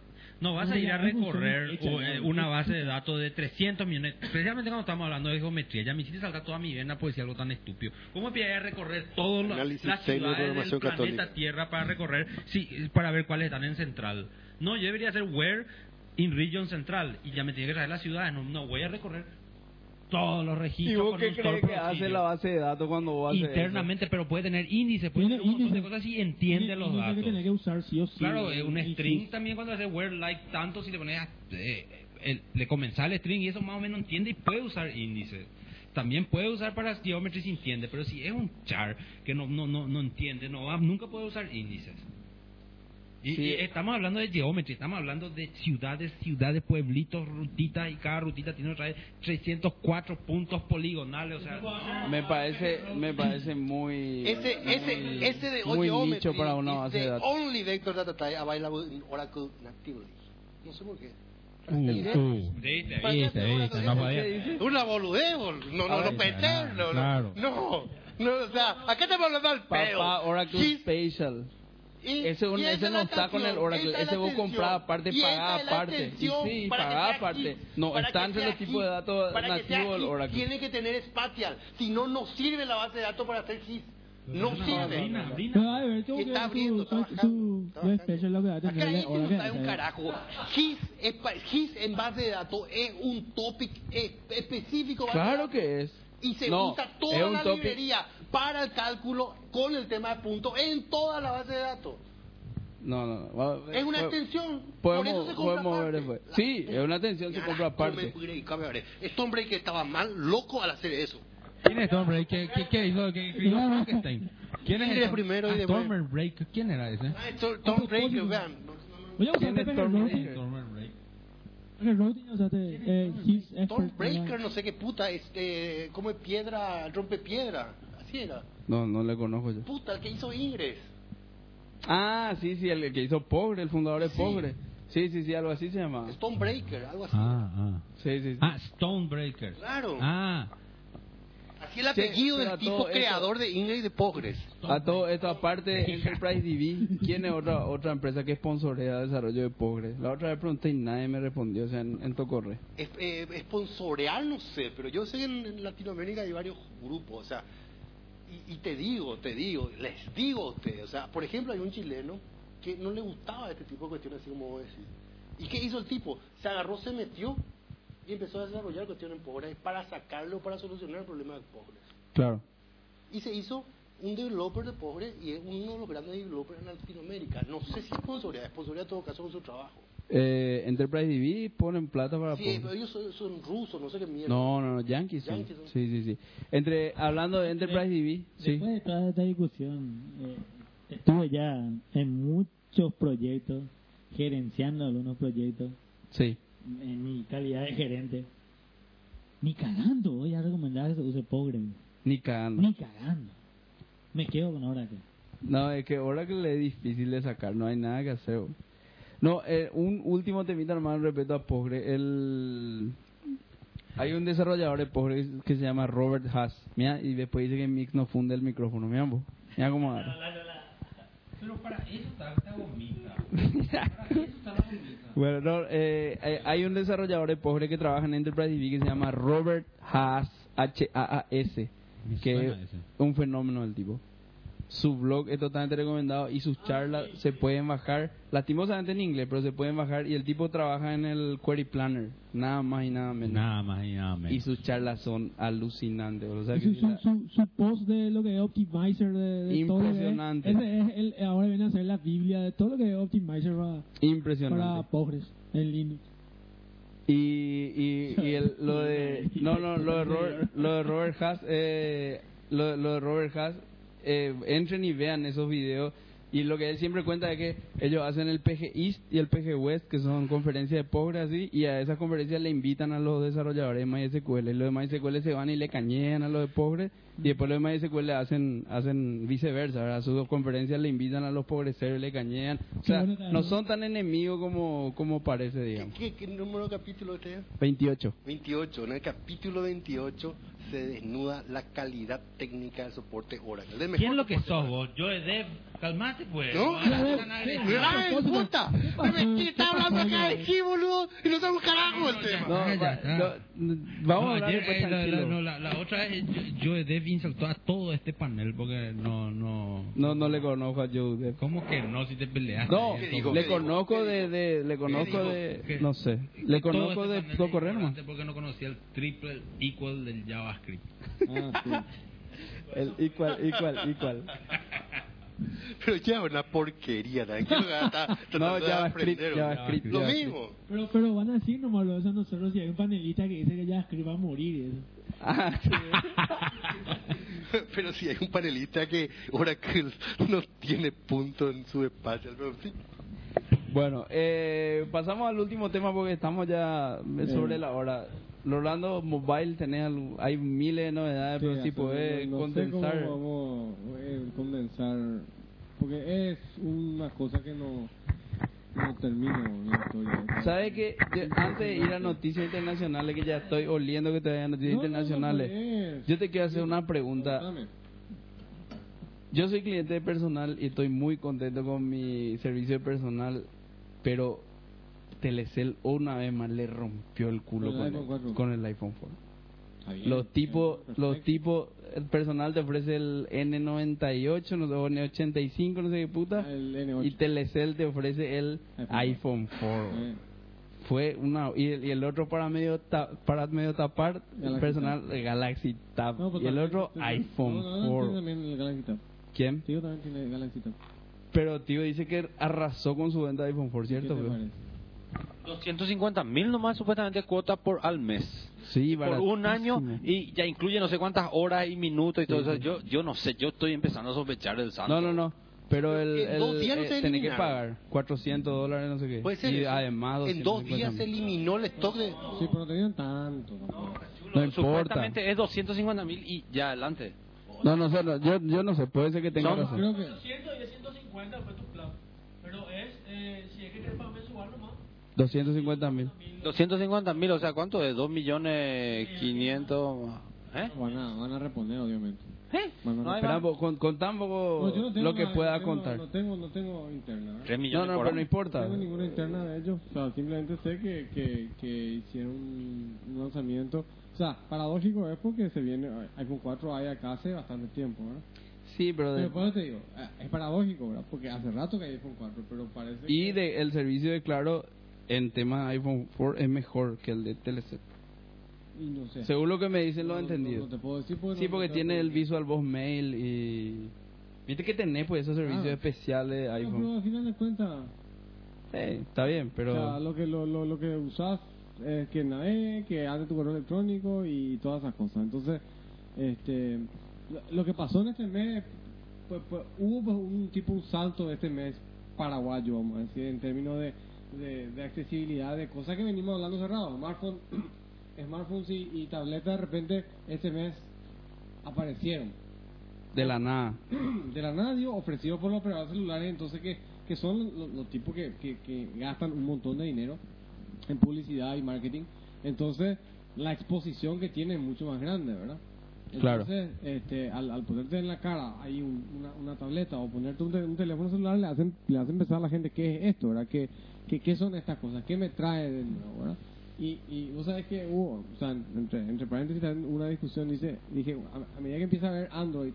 no vas
No,
a ir
ya,
a
hay funciones
recorrer
hechas,
o,
ya.
eh, una base de datos de 300 millones, especialmente cuando estamos hablando de geometría. Ya me hiciste saltar toda mi vena por decir algo tan estúpido. ¿Cómo voy a recorrer todas las
Análisis
ciudades
técnico de
del
programación
planeta
católica.
Tierra para recorrer, sí, para ver cuáles están en central? No, yo debería hacer where in region central y ya me tiene que traer las ciudades. No, no voy a recorrer todos los
¿Y
registros.
vos
con
qué
un
crees
solo
que hace
procedure.
la base de datos cuando vos haces eso?
Internamente, pero puede tener índices, puede tener un montón de cosas y entiende los
Índice que
datos.
tenés que usar sí o sí.
Claro, eh, un
Y
string
Hiss.
también cuando hace where like tanto si le pones a- eh, el- le comenzás el string y eso más o menos entiende y puede usar índices. También puede usar para geometry si entiende, pero si es un char que no no no, no entiende, no va- nunca puede usar índices. Y, y estamos hablando de geometry, estamos hablando de ciudades, ciudades, pueblitos, rutitas y cada rutita tiene otra vez 304 puntos poligonales, o sea,
Me parece, me parece muy...
Ese,
muy-
ese, ese de
muy
Oye
nicho para una base de datos.
only vector data type available in Oracle natively. No sé por qué.
Uh,
Viste,
¿Para qué
viste,
hace una
viste,
cosa
no
así?
podía.
¿Qué dice? Una boludez, bol- no, no, no, peter, no, no,
claro.
no, no, o sea, acá estamos hablando al peo.
Papá, Oracle Spatial.
Y-
Ese, un-
y esa
ese
es
no
la
está con el
atención,
Oracle.
esa es
Ese
la
vos
atención.
comprás aparte,
Y esa
pagás
es la
aparte. Y
atención
sí,
para que
pagás
sea
aparte.
Git,
No,
para que
está entre
sea
los tipos
Git,
de datos
para que sea
nativos del
Git,
Oracle.
Tiene que tener spatial, si no, no sirve la base de datos para hacer GIS. No sirve.
Pero a ver, ¿cómo
Y
que
está
su-
abriendo, está
su-
bajando,
su- su especial lo que va a tener
Acá
de
ahí
hora
no
que
sabe un
hacer.
carajo. GIS, es pa- GIS en base de datos es un topic es- específico. base de
Claro que es.
y se
No,
usa
es
toda
un
la
topic.
librería para el cálculo con el tema de puntos en toda la base de datos.
No, no, no. Va-
Es una
va-
extensión. Por eso
Pues, Podemos,
se compra
podemos ver
aparte.
después. Sí, es una atención se compra aparte.
Este hombre que estaba mal, loco al hacer eso.
¿Quién es Stormbreak? ¿Qué, qué, qué hizo? ¿Qué, qué hizo Frankenstein? ¿Quién es
Mire
Storm-
primero y
Ah,
después.
Stormbreak, ¿quién era ese?
Ah, esto- Tom Brady, vean.
Voy a usar Pepe Gerroy.
Stormbreak.
Pepe Gerroy, o sea, te- eh, Hiss
Tom
Expert.
Breaker, no sé qué puta, este, come piedra, rompe piedra. Así era.
No, no le conozco yo.
Puta, el que hizo Ingres.
Ah, sí, sí, el que hizo Pobre, el fundador de Pobre. Sí, sí, sí, algo así se llama.
Tom Breaker, algo así.
Ah, ah.
Sí, sí, sí.
Ah, Stonebreaker.
Claro.
Ah,
Así el apellido
Sí, pero
del
a todo eso-
tipo creador de Ingres y de Pogres.
A Ah, todo esto, aparte Enterprise DB, ¿quién es otra otra empresa que sponsorea el desarrollo de Pobre? La otra vez pregunté y nadie me respondió, o sea, en, en Tocorre.
Es- eh, esponsorear, no sé, pero yo sé que en, en Latinoamérica hay varios grupos, o sea, y, y te digo, te digo, les digo a ustedes, o sea, por ejemplo, hay un chileno que no le gustaba este tipo de cuestiones, así como vos decís. ¿Y qué hizo el tipo? Se agarró, se metió y empezó a desarrollar cuestiones pobres para sacarlo, para solucionar el problema de pobres.
Claro.
Y se hizo un developer de pobres y es uno de los grandes developers en Latinoamérica. No sé si sponsorea, sponsorea en todo caso con su trabajo.
Eh, Enterprise DB ponen plata para
Sí,
Pobre.
pero ellos son, son rusos, no sé qué mierda.
Ah, pues. No, no, no, Yankees. son.
Yankees son.
Sí, sí, sí. Entre, hablando de Enterprise DB, sí.
Después de toda esta discusión, eh, estuve ya en muchos proyectos, gerenciando algunos proyectos,
Sí.
en mi calidad de gerente. Ni cagando voy a recomendar que se use pobre.
Ni cagando.
Ni cagando. Me quedo con Oracle.
No, es que Oracle es difícil de sacar, no hay nada que hacer. bro. No, eh, un último temita hermano respecto a Postgres. El... Hay un desarrollador de Postgres que se llama Robert Haas. Mira, y después dice que Mix no funde el micrófono. Mira, vos. Mira cómo habla.
Pero para eso está la gomita. Para eso está la gomita.
Bueno, no, eh, eh, hay un desarrollador de Postgres que trabaja en Enterprise DB que se llama Robert Haas, H-A-A-S,
Me
que es
suena ese.
un fenómeno del tipo. Su blog es totalmente recomendado y sus charlas se pueden bajar, lastimosamente en inglés, pero se pueden bajar y el tipo trabaja en el Query Planner, nada más y nada menos.
Nada más y nada menos.
Y sus charlas son alucinantes. O sea, que
Su,
si
su,
la-
su- su post de lo que es Optimizer, de, de todo lo que es.
Impresionante.
Ese es el- ahora viene a ser la Biblia de todo lo que es Optimizer para,
impresionante.
para pobres en Linux.
Y, y, y el, lo de. No, no, lo de Robert, lo de Robert Haas. Eh, lo, lo de Robert Haas. eh, entren y vean esos videos. Y lo que él siempre cuenta es que ellos hacen el PG East y el PG West, que son conferencias de pobres así, y a esas conferencias le invitan a los desarrolladores de MySQL. Y los de MySQL se van y le cañean a los de pobres, y después los de MySQL hacen, hacen viceversa, ¿verdad? A sus dos conferencias le invitan a los pobres y le cañean. O sea,
Qué bueno,
no son tan enemigos como, como parece, digamos.
¿Qué, qué número de capítulo este es?
28.
28. En el capítulo 28 se desnuda la calidad técnica del soporte Oracle. Del mejor
¿Quién lo que
soporte
sos vos? Yo es de... Calmate, pues.
¿No? ¡Ay, puta! Me metí, estaba hablando acá de aquí, boludo, y no sabe un carajo este. el tema.
No,
Calla,
va-
calla.
no, vamos a hablar
ayer,
después
eh, la, la-
tranquilo.
no, la- la otra vez yo, yo Dev insultó a todo este panel porque no, no...
No, no le conozco a Joe Depp.
¿Cómo que no si te peleaste? este
No,
¿Qué
le conozco de, de- le conozco
dijo?
de,
¿Qué?
no sé, le
Todo
conozco
este
de
panel
Coco
es
Correrma.
ignorante Porque no conocía el triple equal del JavaScript.
Ah, El igual, igual, igual.
Pero ya es una porquería, ¿no? Quiero que está tratando de
JavaScript,
aprender,
JavaScript,
Lo
JavaScript.
mismo.
Pero, pero van a decir nomás lo de eso nosotros si hay un panelista que dice que ya escriba a morir y eso.
Ah,
Pero si hay un panelista que Oracle no tiene punto en su espacio, pero sí.
Bueno, eh, pasamos al último tema porque estamos ya sobre
Eh.
la hora. Rolando Mobile tenés, algo- hay miles de novedades, pero si podés
no, no sé cómo
condensar.
vamos, eh, condensar, porque es una cosa que no, no termino la historia.
¿Sabes que Antes de ir a noticias internacionales, que ya estoy oliendo que todavía hay noticias
No, no, no,
internacionales,
no es.
yo te quiero hacer una pregunta.
Dame.
Yo soy cliente de personal y estoy muy contento con mi servicio de personal, pero Telecel una vez más le rompió el culo
Con
con
el
el, con el
iPhone 4.
iPhone 4.
Está bien.
Los tipos,
Perfecto.
los tipos, el personal te ofrece el N98, no sé, o N85, no sé qué puta,
Ah, El
y
N8.
Telecel te ofrece el iPhone
iPhone. Eh,
4. Fue una y el, y el otro para medio ta- para medio tapar el
Galaxy
personal el Galaxy Tab
No, pues
y el
también-
otro
también-
iPhone
no, no, no,
4.
tiene también el Galaxy Tab.
¿Quién?
Tío también tiene el Galaxy Tab.
Pero tío dice que arrasó con su venta de iPhone, por
¿Qué te
cierto. pero-
parece?
250 mil nomás supuestamente cuota por al mes.
Sí,
Por un año
baratísimo.
y ya incluye no sé cuántas horas y minutos y todo eso. Yo, yo no sé, yo estoy empezando a sospechar del santo.
No, no, no. Pero el,
En dos
el-
días no
eh,
se
tenés que
eliminaron.
pagar 400 dólares, no sé qué.
Puede ser
Y
eso.
además
En dos
250
días se
mil.
eliminó el stock de...
Sí, pero no tenían tanto.
No importa.
Supuestamente es 250 mil y ya adelante.
No, no sé, no, yo, yo no sé, puede ser que tenga
No,
razón.
Creo que
¿Eh?
100 y es 150 fue tu plan. Pero es, eh, si es que querés pagar mensual nomás.
250 mil.
250 mil, o sea, ¿cuánto es? 2 millones 500. ¿Eh?
van a, van a responder, obviamente.
¿Eh?
Van a
No, ahí
Espera,
va.
vos, con, contá un poco
No, yo no tengo
lo que
nada,
pueda
no tengo-
contar.
No tengo, no tengo interna. ¿verdad?
3
No,
millones
no,
por
pero no
año.
No
importa.
tengo ninguna interna de ellos. O sea, simplemente sé que, que, que hicieron un lanzamiento. O sea, paradójico es porque se viene iPhone 4 hay acá hace bastante tiempo, ¿verdad?
Sí, pero... de-
Pero por eso te digo, eh, es paradójico, ¿verdad? Porque hace rato que hay iPhone 4, pero parece
y
que-
de, el servicio de Claro en tema iPhone 4 es mejor que el de Telecel.
y no sé.
Según lo que me dicen los
No, no,
entendidos.
no te puedo decir porque
Sí,
no-
porque
no-
tiene el Visual Voz Mail y... Viste que tenés pues esos servicios
Ah.
especiales de
No,
iPhone.
pero al final de cuentas,
Eh, está bien, pero...
o sea, lo que, lo, lo, lo que usás es que navegue, que hace tu correo electrónico y todas esas cosas. Entonces, este lo, lo que pasó en este mes, pues, pues, hubo pues, un tipo, un salto de este mes paraguayo, vamos a decir, en términos de, de, de accesibilidad, de cosas que venimos hablando cerrado. Smartphone, smartphones y, y tabletas de repente este mes aparecieron.
De la nada.
de la nada, digo, ofrecido por los operadores celulares, entonces que que son los, los tipos que, que- que gastan un montón de dinero en publicidad y marketing. Entonces, la exposición que tiene es mucho más grande, ¿verdad?
Claro.
Entonces, este, al, al ponerte en la cara ahí un- una, una tableta o ponerte un, te- un teléfono celular, le hacen, le hacen pensar a la gente qué es esto, ¿verdad? ¿Qué, qué, qué son estas cosas? ¿Qué me trae de nuevo, verdad? Y, y vos sabes que hubo, o sea, entre, entre paréntesis, también una discusión, dice, dije, a, a medida que empieza a ver Android,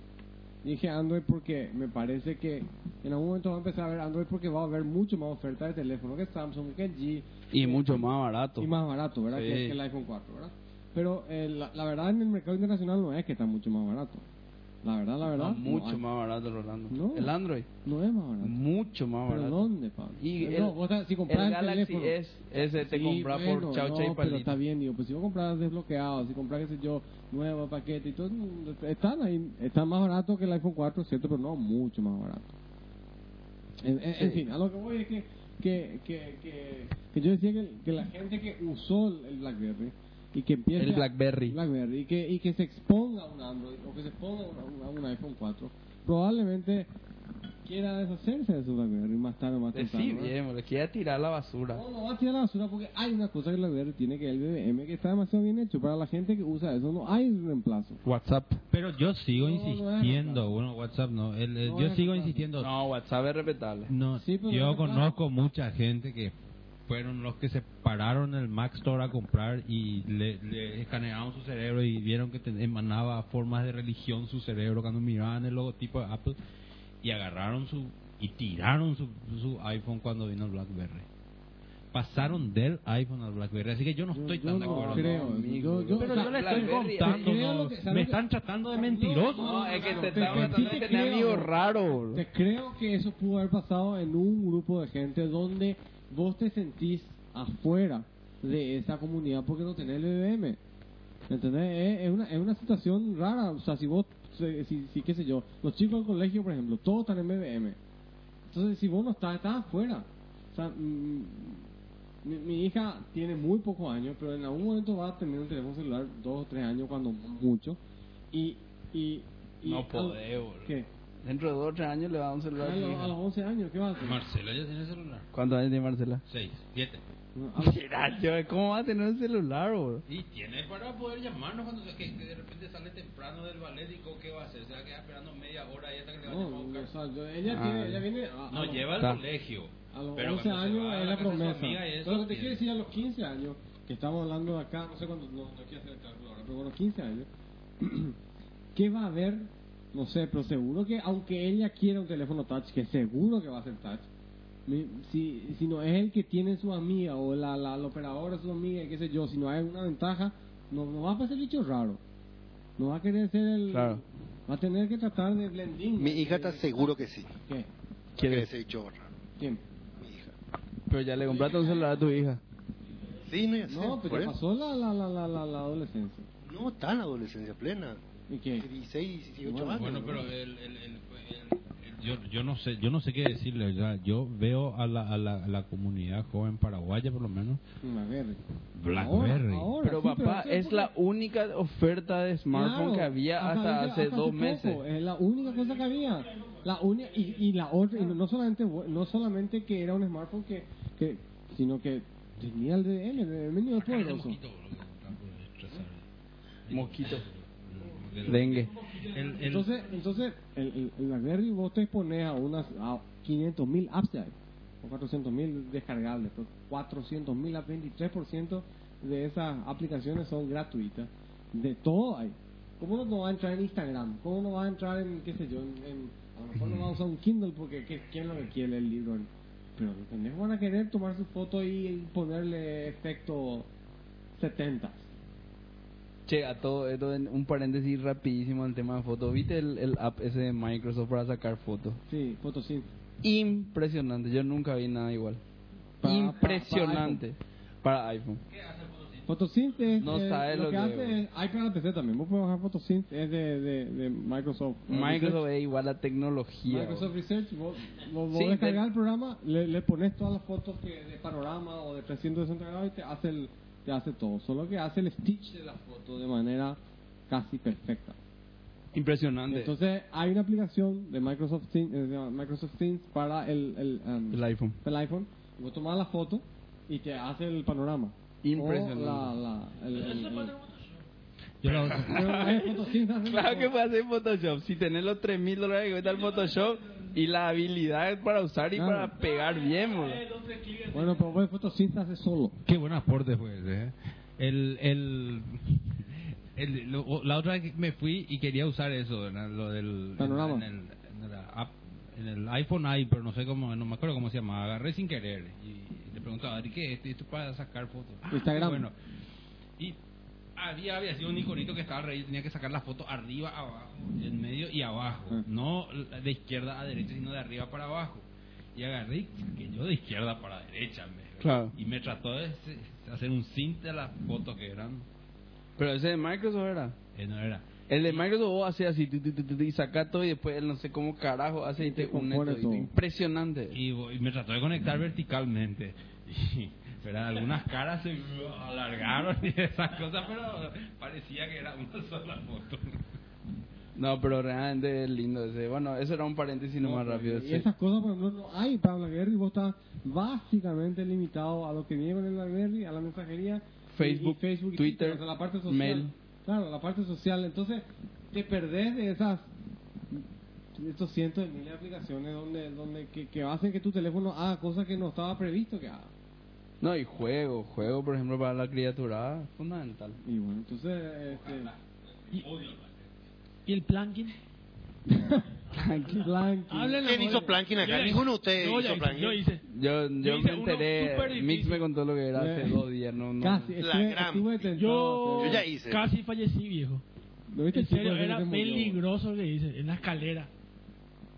dije Android porque me parece que en algún momento va a empezar a ver Android porque va a haber mucho más oferta de teléfono que Samsung, que G,
Y mucho más barato.
y más barato, ¿verdad?
Sí.
Que, que el iPhone 4, ¿verdad? Pero eh, la, la verdad en el mercado internacional no es que está mucho más barato. La verdad, la verdad.
Está Ah, mucho
no hay.
más barato, Rolando.
No.
El Android.
No es más barato.
Mucho más
¿Pero
barato.
dónde, Pablo?
Y
No,
el,
vos estás- si
el
compras el
Galaxy
teléfono.
S, ese te
Sí,
compra
bueno,
por chaucha
no,
y
pero
palito.
está bien, digo, pues si vos compras desbloqueado, si compras, qué sé yo, nuevo paquete y todo, mm, están ahí, están más barato que el iPhone 4, ¿cierto? Pero no mucho más barato. En, en- en
Sí.
fin, a lo que voy es que, que, que, que, que yo decía que, que la gente que usó el el BlackBerry y que empieza...
El BlackBerry.
BlackBerry, y, que, y que se exponga a un Android o que se exponga a un- a un iPhone 4, probablemente quiera deshacerse de su BlackBerry más tarde o más temprano.
Decí
¿verdad?
Eh, bien, boludo, que ya tirar la basura.
No, no va a tirar la basura porque hay una cosa que la VR tiene que es el BBM que está demasiado bien hecho. Para la gente que usa eso no hay reemplazo.
WhatsApp. Pero yo sigo
No, no es
insistiendo, bueno, WhatsApp no, el- el-
No
yo
es
sigo
WhatsApp.
insistiendo.
No, WhatsApp es respetable.
No,
Sí, pero
yo
es verdad.
conozco mucha gente que fueron los que se pararon en el Mac Store a comprar y le, le escanearon su cerebro y vieron que te- emanaba formas de religión su cerebro cuando miraban el logotipo de Apple y agarraron su y tiraron su, su iPhone cuando vino el BlackBerry. Pasaron del iPhone al BlackBerry, así que yo no estoy
yo
tan de
no
acuerdo.
creo.
amigo,
yo, yo-
Pero
o sea,
yo le estoy
Blackberry,
contando,
creo
no,
lo que- ¿sabes lo
me
que-
están tratando de mentiroso.
No, es que te
Te-
están
sí
tratando
te
de este tener
creo.
amigos raros, boludo.
Te creo que eso pudo haber pasado en un grupo de gente donde vos te sentís afuera de esa comunidad porque no tenés el BBM. ¿Entendés? Es, es una, es una situación rara. O sea, si vos, si, si- si, qué sé yo, los chicos del colegio, por ejemplo, todos están en BBM. Entonces, si vos no estás, estás afuera. O sea, mm, mi, mi hija tiene muy pocos años, pero en algún momento va a tener un teléfono celular, dos o tres años, cuando mucho. Y. y, y
No
al-
podés, boludo.
¿Qué?
Dentro de dos o tres años le va a dar un
A
celular. a mi
los,
hija.
a los 11 años, ¿qué va a hacer?
Marcelo ya tiene celular.
¿Cuántos años tiene Marcela?
6, 7.
No, ah,
Ah.
a-
Mira, yo, ¿cómo va a tener un celular, boludo?
Y tiene para poder llamarnos cuando que, que de repente sale temprano del ballet y co- ¿qué va a hacer? Se va a quedar esperando media hora ahí hasta que le
no,
vayan a buscar.
o sea, yo- ella, tiene- ella viene ah, a, a
No
los-
lleva al
Está.
colegio.
a los
pero
11
cuando se
años
va a
es la
casa de su
promesa.
amiga y eso
Pero lo que te
tiene.
quiero decir a los 15 años, que estamos hablando de acá, no sé cuándo, no, no quiero hacer el cálculo ahora, pero con los 15 años, ¿qué va a haber? No sé, pero seguro que, aunque ella quiera un teléfono touch, que seguro que va a ser touch, mi- si, si no es el que tiene su amiga o la, la, la operadora su amiga, y qué sé yo, si no hay una ventaja, no, no va a pasar bicho raro. No va a querer ser el...
Claro.
Va a tener que tratar de blending.
Mi hija
de-
está seguro que sí.
¿Qué?
Que se echó
¿Quién?
Mi hija.
Pero ya le compraste un celular a tu hija.
Sí, no, ya sé,
No, pero
por
ya
eso.
pasó la, la, la, la, la, la adolescencia.
No, está en la adolescencia plena.
¿Y qué?
16, 18
Bueno,
años.
Bueno,
¿no?
pero el, el, el, el- yo, yo no sé yo no sé qué decirle. ya. Yo veo a la, a, la, a la comunidad joven paraguaya, por lo menos.
Blackberry.
Blackberry.
Ahora, ahora,
Pero
sí,
papá,
eso
es la única oferta de smartphone
Claro,
que había hasta hace, dos
poco,
meses.
Es la única cosa que había. La única y, y la otra y no solamente bu- no solamente que era un smartphone que, que sino que tenía el DDM, el DDM no es poderoso.
Mosquito. Dengue.
El- el-
Entonces, entonces el, el, el BlackBerry vos te expones a unas a 500 mil apps que hay, o 400 mil descargables, pero 400 mil apps, 23% de esas aplicaciones son gratuitas, de todo hay. ¿Cómo no, no va a entrar en Instagram? ¿Cómo no va a entrar en, qué sé yo, en, en- a lo mejor no va a usar un Kindle porque ¿qué, ¿quién lo que quiere leer el libro? en- pero los pendejos van a querer tomar su foto y ponerle efecto 70.
Che, a todo esto, en- un paréntesis rapidísimo al tema de fotos. ¿Viste el, el app ese de Microsoft para sacar fotos?
Sí, fotos sin.
Impresionante, yo nunca vi nada igual.
Pa-
Impresionante. Para iPhone.
Photosynth es,
No
eh,
sabe
lo,
lo
que
que-
hace es, hay para PC también, vos puedes bajar Photosynth, es de, de, de Microsoft.
Microsoft
Research.
es igual a tecnología.
Microsoft Research, vos, vos, vos
Sí,
descargas
del-
el programa, le, le pones todas las fotos que, de panorama o de 360 grados y te hace, el, te hace todo, solo que hace el stitch de la foto de manera casi perfecta.
Impresionante.
Entonces, hay una aplicación de Microsoft Teams, eh, de Microsoft Teams para el, el, um,
El iPhone.
el iPhone. Vos tomás la foto y te hace el panorama.
Impresionante.
O la- la- el- el- el-
claro que puede hacer Photoshop. Si tenés los 3 mil dólares que cuesta el Photoshop y la habilidad para usar y
Claro.
para pegar bien, boludo.
Bueno, pero vos fotosíntesis solo.
Qué buen aporte fue ese, ¿eh? El, el, el- lo- la otra vez que me fui y quería usar eso, ¿verdad? Lo del...
Panorama.
En, el, en la app- en el iPhone hay, pero no sé cómo, no me acuerdo cómo se llamaba. Agarré sin querer y le preguntaba, "¿Y ¿qué es esto? Esto es para sacar fotos. Ah,
Instagram.
Bueno, y había, había sido un iconito que estaba reído, tenía que sacar la foto arriba, abajo, en medio y abajo.
Mm.
No de izquierda a derecha, sino de arriba para abajo. Y agarré y saqué yo de izquierda para derecha. me-
Claro.
Y me trató de se- hacer un sync de las fotos que eran.
Pero ese de Microsoft era.
eh, no era.
El de Microsoft vos hace así tu, tu, tu, tu, tu, y saca todo y después él no sé cómo carajo hace y te une
compone
todo.
todo.
Impresionante.
Y, vo- y me trató de conectar verticalmente. Y, ¿verdad? Algunas caras se alargaron y esas cosas, pero parecía que era una sola foto.
No, pero realmente es lindo ese. Bueno, eso era un paréntesis nomás rápido.
Y
sí.
esas cosas, por ejemplo, no hay para BlackBerry. Vos estás básicamente limitado a lo que viene con el BlackBerry, a la mensajería, y-
Facebook,
y Facebook y
Twitter,
o sea, la parte social.
mail.
Claro, la parte social. Entonces, te perdés de esas de estos cientos de miles de aplicaciones donde, donde que, que hacen que tu teléfono haga cosas que no estaba previsto que haga.
No, y juego, juego por ejemplo para la criatura, fundamental.
Y bueno, entonces, este,
¿Y el planking?
Planking. Planking.
¿Quién hizo planking acá? Ninguno de ustedes
Yo ya
hizo
hice,
planking.
Yo hice.
Yo, yo
hice
me
uno súper
enteré,
difícil.
Mix me contó lo que era hace
Eh.
dos días, no, no.
Casi,
La
estuve,
gran-
estuve tentado a
Yo,
hacer-
Yo ya hice.
casi fallecí, viejo.
¿Lo viste?
En serio,
Tipo,
era
se murió.
peligroso lo que hice. En la escalera.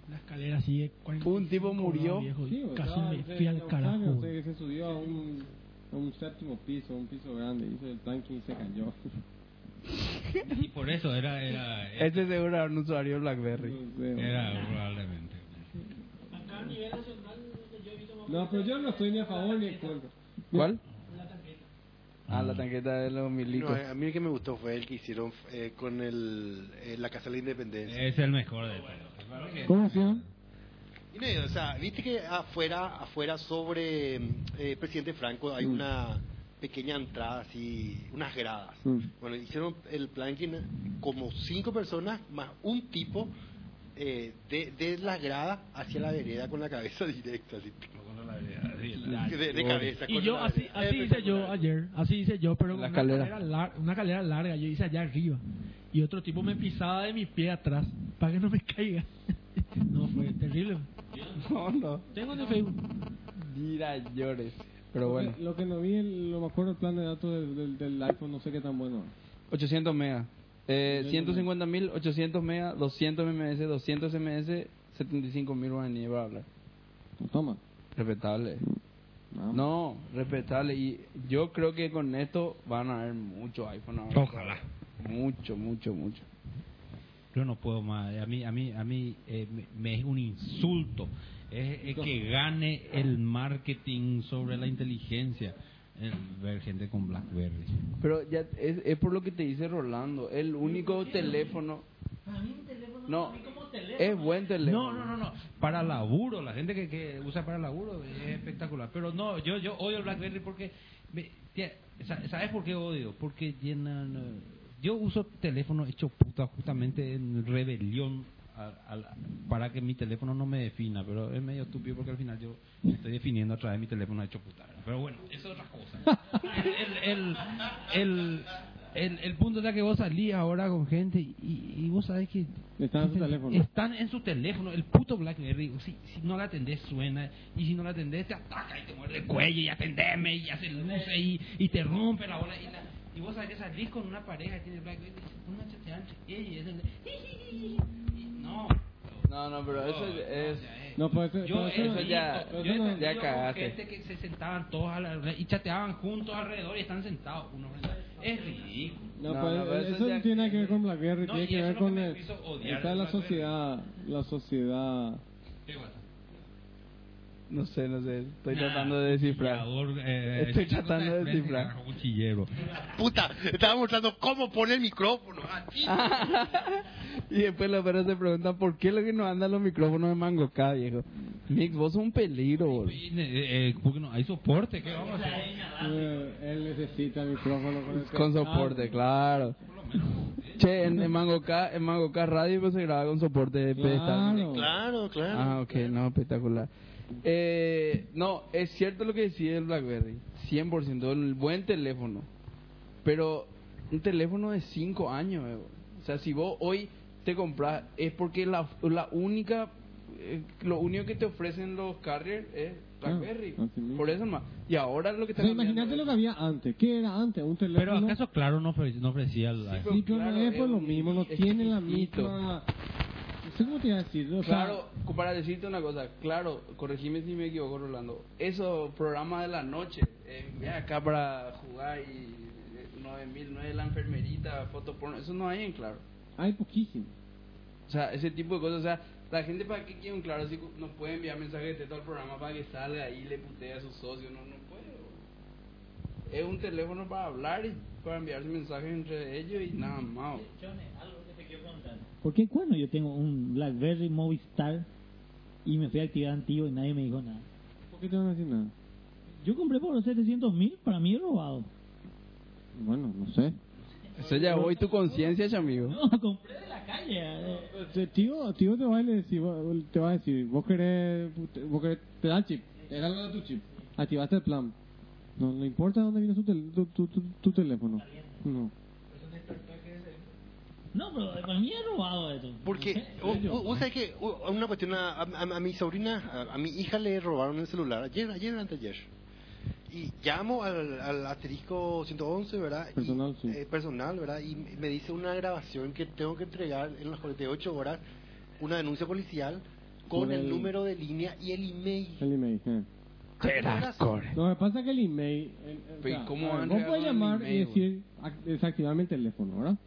En la escalera así de 40.
Un tipo murió.
Viejo,
Sí, o
casi
sea,
me
se-
fui al
los
carajo.
años,
güey.
se, se subió a un, a un séptimo piso, un piso grande, hizo el tanque y se cayó.
Y por eso era. era, era,
Este seguro era un usuario Blackberry.
No sé,
probablemente.
Acá a nivel nacional, lo que yo he visto más-
No, pero yo no estoy ni a favor ni en contra.
¿Cuál? Ah, la tanqueta de los milicos.
No, eh. a mí el que me gustó fue el que hicieron eh, con el, eh, la Casa de la Independencia.
Es el mejor de todos.
¿Cómo se llama?
Y no, o sea, viste que afuera, afuera sobre mm, eh, Presidente Franco
Mm.
hay una pequeña entrada así, unas gradas.
Mm.
Bueno, hicieron el planking como cinco personas más un tipo eh, de, de la grada hacia la vereda con la cabeza directa, así, de, de cabeza.
Y
con
yo
la
así,
vereda.
así hice yo ayer, así hice yo, pero con
La
una
escalera.
calera. lar- una calera larga, yo hice allá arriba. Y otro tipo me pisaba de mi pie atrás para que no me caiga. No, fue terrible.
No, no.
Tengo en el Facebook.
Mira, llores. Pero bueno,
Lo que- Lo que no vi, el- lo me acuerdo el plan de datos del, del, del iPhone, no sé qué tan bueno.
800 megas. Eh, 150 mil, 800 megas, 200 MMS, 200 SMS, 75 mil guaraníes para hablar.
Toma.
Respetable. No, respetable. Y yo creo que con esto van a haber muchos iPhone ahora.
Ojalá.
Mucho, mucho, mucho.
Yo no puedo más. A mí, a mí, a mí eh, me, me es un insulto. Es, es que gane el marketing sobre la inteligencia. El ver gente con BlackBerry.
Pero ya es, es por lo que te dice Rolando. El único teléfono. No, es buen teléfono.
eh. No, no, no, no. Para laburo, la gente que, que usa para laburo es espectacular. Pero no, yo yo odio el BlackBerry porque... me- tía, sa- ¿Sabes por qué odio? Porque llenan... eh, Yo uso teléfono hecho puta justamente en rebelión al- al- para que mi teléfono no me defina. Pero es medio estúpido porque al final yo me estoy definiendo a través de mi teléfono hecho puta. ¿verdad? Pero bueno, eso es otra cosa. El, el, el, el- el punto es que vos salís ahora con gente y, y vos sabés que
Está en su teléfono.
están en su teléfono, el puto BlackBerry. Si, si no la atendés, suena. Y si no la atendés, te ataca y te muerde el cuello y atendeme y hace luces y, y te rompe la bola. Y, la- y vos sabés que salís con una pareja que tiene BlackBerry y se pone a chatear entre ellos. y es el- y No.
No, no, pero
Oh,
eso es.
eh.
No, pues eso,
Yo
pero eso,
eso
eso ya-
yo
eso
he
no-
tenido
ya
con
cagaste.
gente que se sentaban todos a la red y chateaban juntos alrededor y están sentados uno frente a- Es ridículo.
No,
No,
pues,
no, pero
eso,
eso ya-
no tiene nada que ver con BlackBerry,
No,
tiene
y
que
eso
ver
es lo que
con
me
el,
hizo odiar
está
el
la
BlackBerry.
sociedad, la sociedad
¿Qué pasa?
No sé, no sé. Estoy tratando de descifrar.
eh,
Estoy tratando de
ven,
descifrar.
Cuchillero.
Puta, estaba mostrando cómo pone el micrófono. Ah, así.
y después los perros se preguntan por qué lo que nos andan los micrófonos de Mango K, viejo. Nick, vos sos un peligro, boludo.
eh,
porque no hay soporte, ¿qué vamos a hacer?
Eh, Él necesita micrófono con, el
Con
que-
Ah,
soporte, claro.
eh.
Che, en, en Mango K, en Mango K Radio pues, se graba con soporte de pedestal.
Ah, Claro.
Claro, claro.
Oh. Ah, ok, no, espectacular. Eh, no, es cierto lo que decía el BlackBerry, 100%, el buen teléfono, pero un teléfono de 5 años, eh, o sea, si vos hoy te compras, es porque la, la única, eh, lo único que te ofrecen los carriers es BlackBerry,
Ah, así mismo.
por eso más. Y ahora lo que
O
están
sea, imagínate lo que había antes. ¿Qué era antes? Un teléfono.
Pero acaso, claro, no, ofre- no ofrecía el
Sí,
Sí, pero
Claro,
no es por
es
lo
un
mismo, no tiene la
exquisito.
misma. No sé cómo te iba a decir. o sea,
Claro, para decirte una cosa, claro, corregime si me equivoco, Rolando. Eso, programa de la noche, eh, ven acá para jugar y eh, 9009, la enfermerita, fotoporno, eso no hay en claro.
hay poquísimo.
O sea, ese tipo de cosas, o sea, la gente para qué quiere un claro si no puede enviar mensajes de texto al programa para que salga y le putee a sus socios, no, no puede. boludo. Es un teléfono para hablar y para enviarse mensajes entre ellos y nada más. boludo.
Porque cuando yo tengo un BlackBerry Movistar y me fui a actividad antigua y nadie me dijo nada.
¿Por qué te van a decir nada?
Yo compré por los 700 mil, para mí es robado.
Bueno, no sé.
Eso ya voy tu conciencia, amigo.
No, compré de la calle. eh.
Este Tío, tío te va a decir, te va a decir, vos querés, vos querés, te da el chip, era lo de tu chip, activaste el plan. No, no importa dónde viene su tel- tu, tu, tu- tu teléfono. No.
No, pero para mí es robado esto.
Porque, oh, o- o- vos
Ah.
sabés que o- una cuestión, a, a- a mi sobrina, a, a mi hija le robaron el celular ayer, ayer, anteayer. Y llamo al, al asterisco 111, ¿verdad? Y,
Personal, sí.
eh, personal, ¿verdad? Y me dice una grabación que tengo que entregar en las 48 horas, una denuncia policial con
Con
el
el-
número de línea y el email.
El email, eh. Lo que pasa es que el email. el- el-
Pero, ¿y cómo
a ver,
van
vos
regalando
puedes
el
llamar y
email,
decir, ac- desactivame el teléfono, ¿verdad?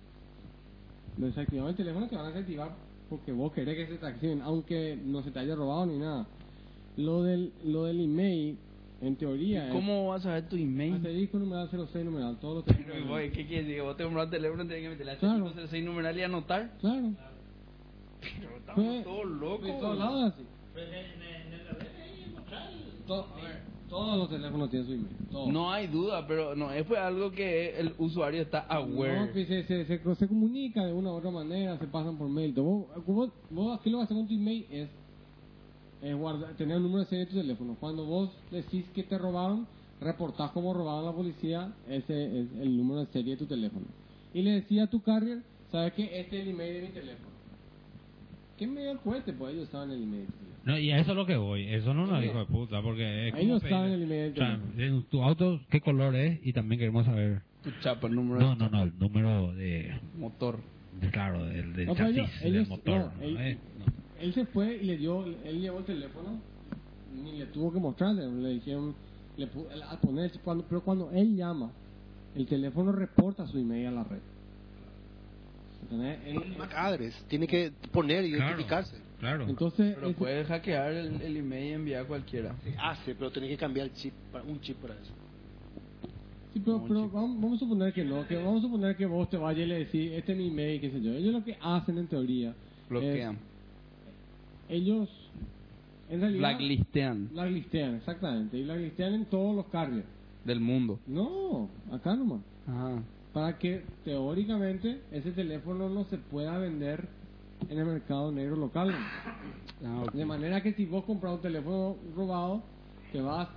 Desactivame el teléfono te van a desactivar porque vos querés que se te activen, aunque no se te haya robado ni nada. Lo del, lo del email, en teoría.
¿Cómo vas a ver tu
es
email?
Asterisco numeral 06 numeral, todos los teléfonos.
Pero, güey, ¿qué quieres decir? Vos te compras el teléfono, tenés que meter la
Claro.
506 numeral y anotar.
Claro.
Pero
Fue-
estamos todos locos.
En todos
güey.
lados así. To- a ver, Todos los teléfonos tienen su email. Todos.
No hay duda, pero no, es fue algo que el usuario está
No,
aware.
pues, se, se, se, se comunica de una u otra manera, se pasan por mail. Entonces, Vos, vos, vos aquí lo que haces con tu email es, es guardar, tener el número de serie de tu teléfono. Cuando vos decís que te robaron, reportás como robaron a la policía, ese es el número de serie de tu teléfono. Y le decía a tu carrier, ¿sabes qué? Este es el email de mi teléfono. ¿Qué medio cueste? Pues ellos saben el email. de tu teléfono.
No, y a eso es lo que voy. Eso no es una hijo de puta, porque... Es como
Ellos
pedirle-
saben el email.
O sea, en tu auto, ¿qué color es? Y también queremos saber...
Tu chapa, el número
No,
de
no, no, el número de...
motor.
de- claro, del, del
No, pero
chasis,
ellos-
del
ellos-
motor.
no,
¿no?
ellos-
Eh, no.
Él se fue y le dio, él llevó el teléfono, ni le tuvo que mostrarle, le dijeron, le pu- a poner, cuando, pero cuando él llama, el teléfono reporta su email a la red. ¿Entendés? Él-
MAC address, tiene que poner y
Claro.
identificarse.
Claro.
entonces,
Pero
ese-
puedes hackear el, el email y enviar a cualquiera.
Hace, pero tiene que cambiar el chip, para- un chip para eso.
sí, pero, pero vamos, vamos a suponer que no, que vamos a suponer que vos te vayas y le decís, este es mi email, qué sé yo. Ellos lo que hacen en teoría,
Bloquean.
ellos, en realidad,
Blacklistean
blacklistean, exactamente, y blacklistean en todos los carriers.
del mundo.
No, acá nomás.
Ajá.
para que teóricamente ese teléfono no se pueda vender en el mercado negro local.
Ah, ok.
De manera que si vos compras un teléfono robado, te vas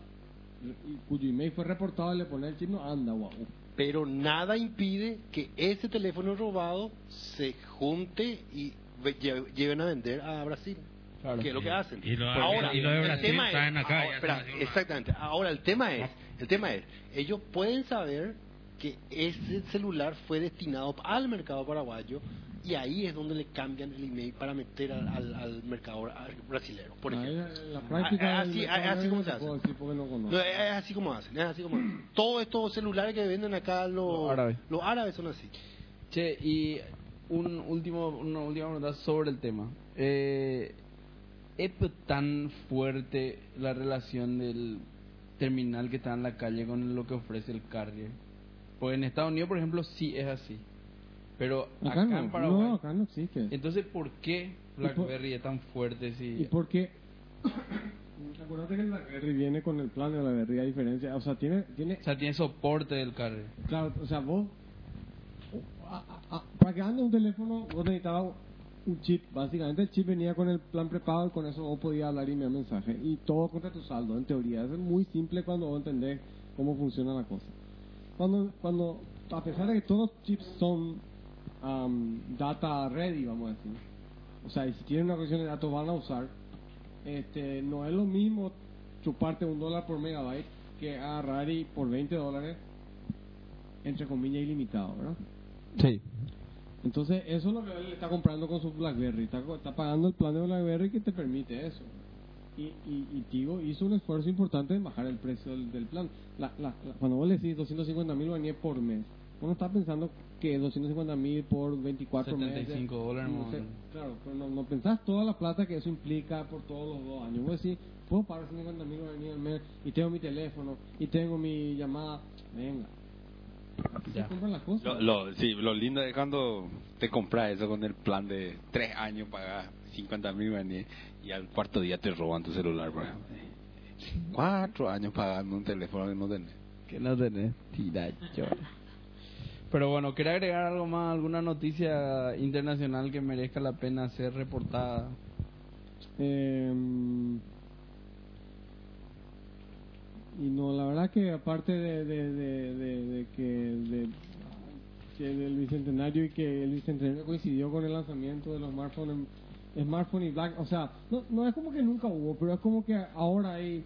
y cuyo email fue reportado y le pones el chip, no anda, guau.
Pero nada impide que ese teléfono robado se junte y ve- lle- lleven a vender a Brasil.
Claro.
Que es lo que hacen.
Y lo-
ahora,
y lo de
el
Brasil
tema es-
traen acá,
ahora,
ya
espera,
se nació.
exactamente. Ahora, el tema es, el tema es, ellos pueden saber que ese celular fue destinado al mercado paraguayo y ahí es donde le cambian el email para meter al, al- al mercado al brasilero, por
Ahí
ejemplo.
la, la práctica
Ah, ah,
del
sí,
mercado
ah, ah, sí,
negro
¿cómo
no
se
te
hace?
puedo decir porque no conozco.
No, eh, es es así como hacen, es así como hacen. Todos estos celulares que venden acá los,
Los árabes.
los árabes son así.
Che, y un último, una última pregunta sobre el tema. Eh, es tan fuerte la relación del terminal que está en la calle con lo que ofrece el carrier. Pues en Estados Unidos, por ejemplo, sí es así. Pero acá,
Acá, no,
en Paraguay.
no, acá no existe.
Entonces, ¿por qué BlackBerry es tan fuerte si
Y porque. Acuérdate que el BlackBerry viene con el plan de BlackBerry a diferencia. O sea, tiene. tiene
o sea, tiene soporte del carrier?
claro, o sea, vos. a- a- a- para que ande un teléfono, vos necesitabas un chip. Básicamente, el chip venía con el plan prepago y con eso vos podías hablar y enviar mensaje. Y todo contra tu saldo, en teoría. Eso es muy simple cuando vos entendés cómo funciona la cosa. Cuando, cuando a pesar de que todos los chips son am, data ready, vamos a decir. O sea, y si tienen una conexión de datos van a usar. Este, no es lo mismo chuparte un dólar por megabyte que agarrar y por 20 dólares, entre comillas, ilimitado, ¿verdad?
Sí.
Entonces, eso es lo que él está comprando con su BlackBerry. Está, co- está pagando el plan de BlackBerry que te permite eso. Y, y, y Tigo hizo un esfuerzo importante en bajar el precio del, del plan. La- la- la- cuando vos le decís 250 mil guaníes por mes, uno está pensando que 250 mil por 24 meses...
75 dólares
no
más o
sé,
menos.
Claro, pero no, no pensás toda la plata que eso implica por todos los dos años. Vos decís, puedo pagar 50 mil guaraníes al mes y tengo mi teléfono y tengo mi llamada. Venga. Así se compran las cosas.
Lo, lo- sí, lo lindo es cuando te compras eso con el plan de tres años pagas 50 mil guaraníes y al cuarto día te roban tu celular. por ejemplo. Cuatro años pagando un teléfono que no tenés.
Que no tenés. Pero bueno, quería agregar algo más, alguna noticia internacional que merezca la pena ser reportada.
Eh, y no, la verdad que aparte de, de, de, de- de que, de- que del bicentenario y que el bicentenario coincidió con el lanzamiento de los smartphones em, smartphone y black, o sea, no, no es como que nunca hubo, pero es como que ahora hay,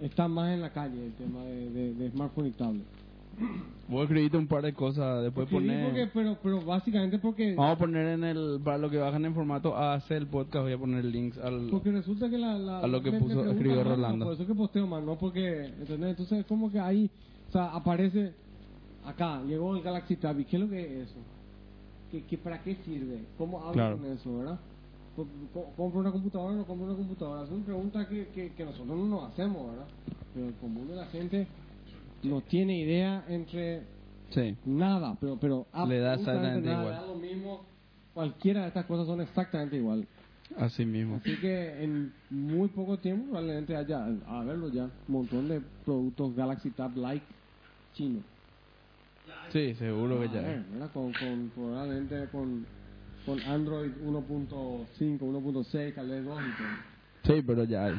está más en la calle el tema de, de, de smartphone y tablet.
Vos escribiste un par de cosas, después
Sí,
poner...
porque- pero, pero básicamente porque...
Ah,
Vamos a poner en el... Para lo que bajan en formato AAC el podcast, voy a poner links al...
Porque resulta que la... la
Mm. A lo que
me- me
puso-
preguntan,
escribió
"Ah, no,
Rolando".
Por eso que posteo más, no porque... ¿entendés? Entonces es como que ahí... O sea, aparece... Acá, llegó el Galaxy Tab. ¿Y qué es lo que es eso? ¿Qué, qué, ¿Para qué sirve? ¿Cómo hablo
Claro.
con eso, verdad? Co- co- ¿Compro una computadora o no compro una computadora? Son preguntas que, que, que nosotros no nos hacemos, ¿verdad? Pero el común de la gente no tiene idea entre
Sí.
nada, pero, pero
Le da
absolutamente
exactamente
nada,
igual.
da lo mismo. Cualquiera de estas cosas son exactamente igual.
Así mismo.
Así que en muy poco tiempo probablemente haya, a verlo ya, un montón de productos Galaxy Tab Like chinos.
Sí, seguro que
A
ya
ver,
es.
Ah, eh, ¿verdad? Con, con, probablemente con, con Android 1.5, 1.6, Calé 2 y todo.
Sí, pero ya hay.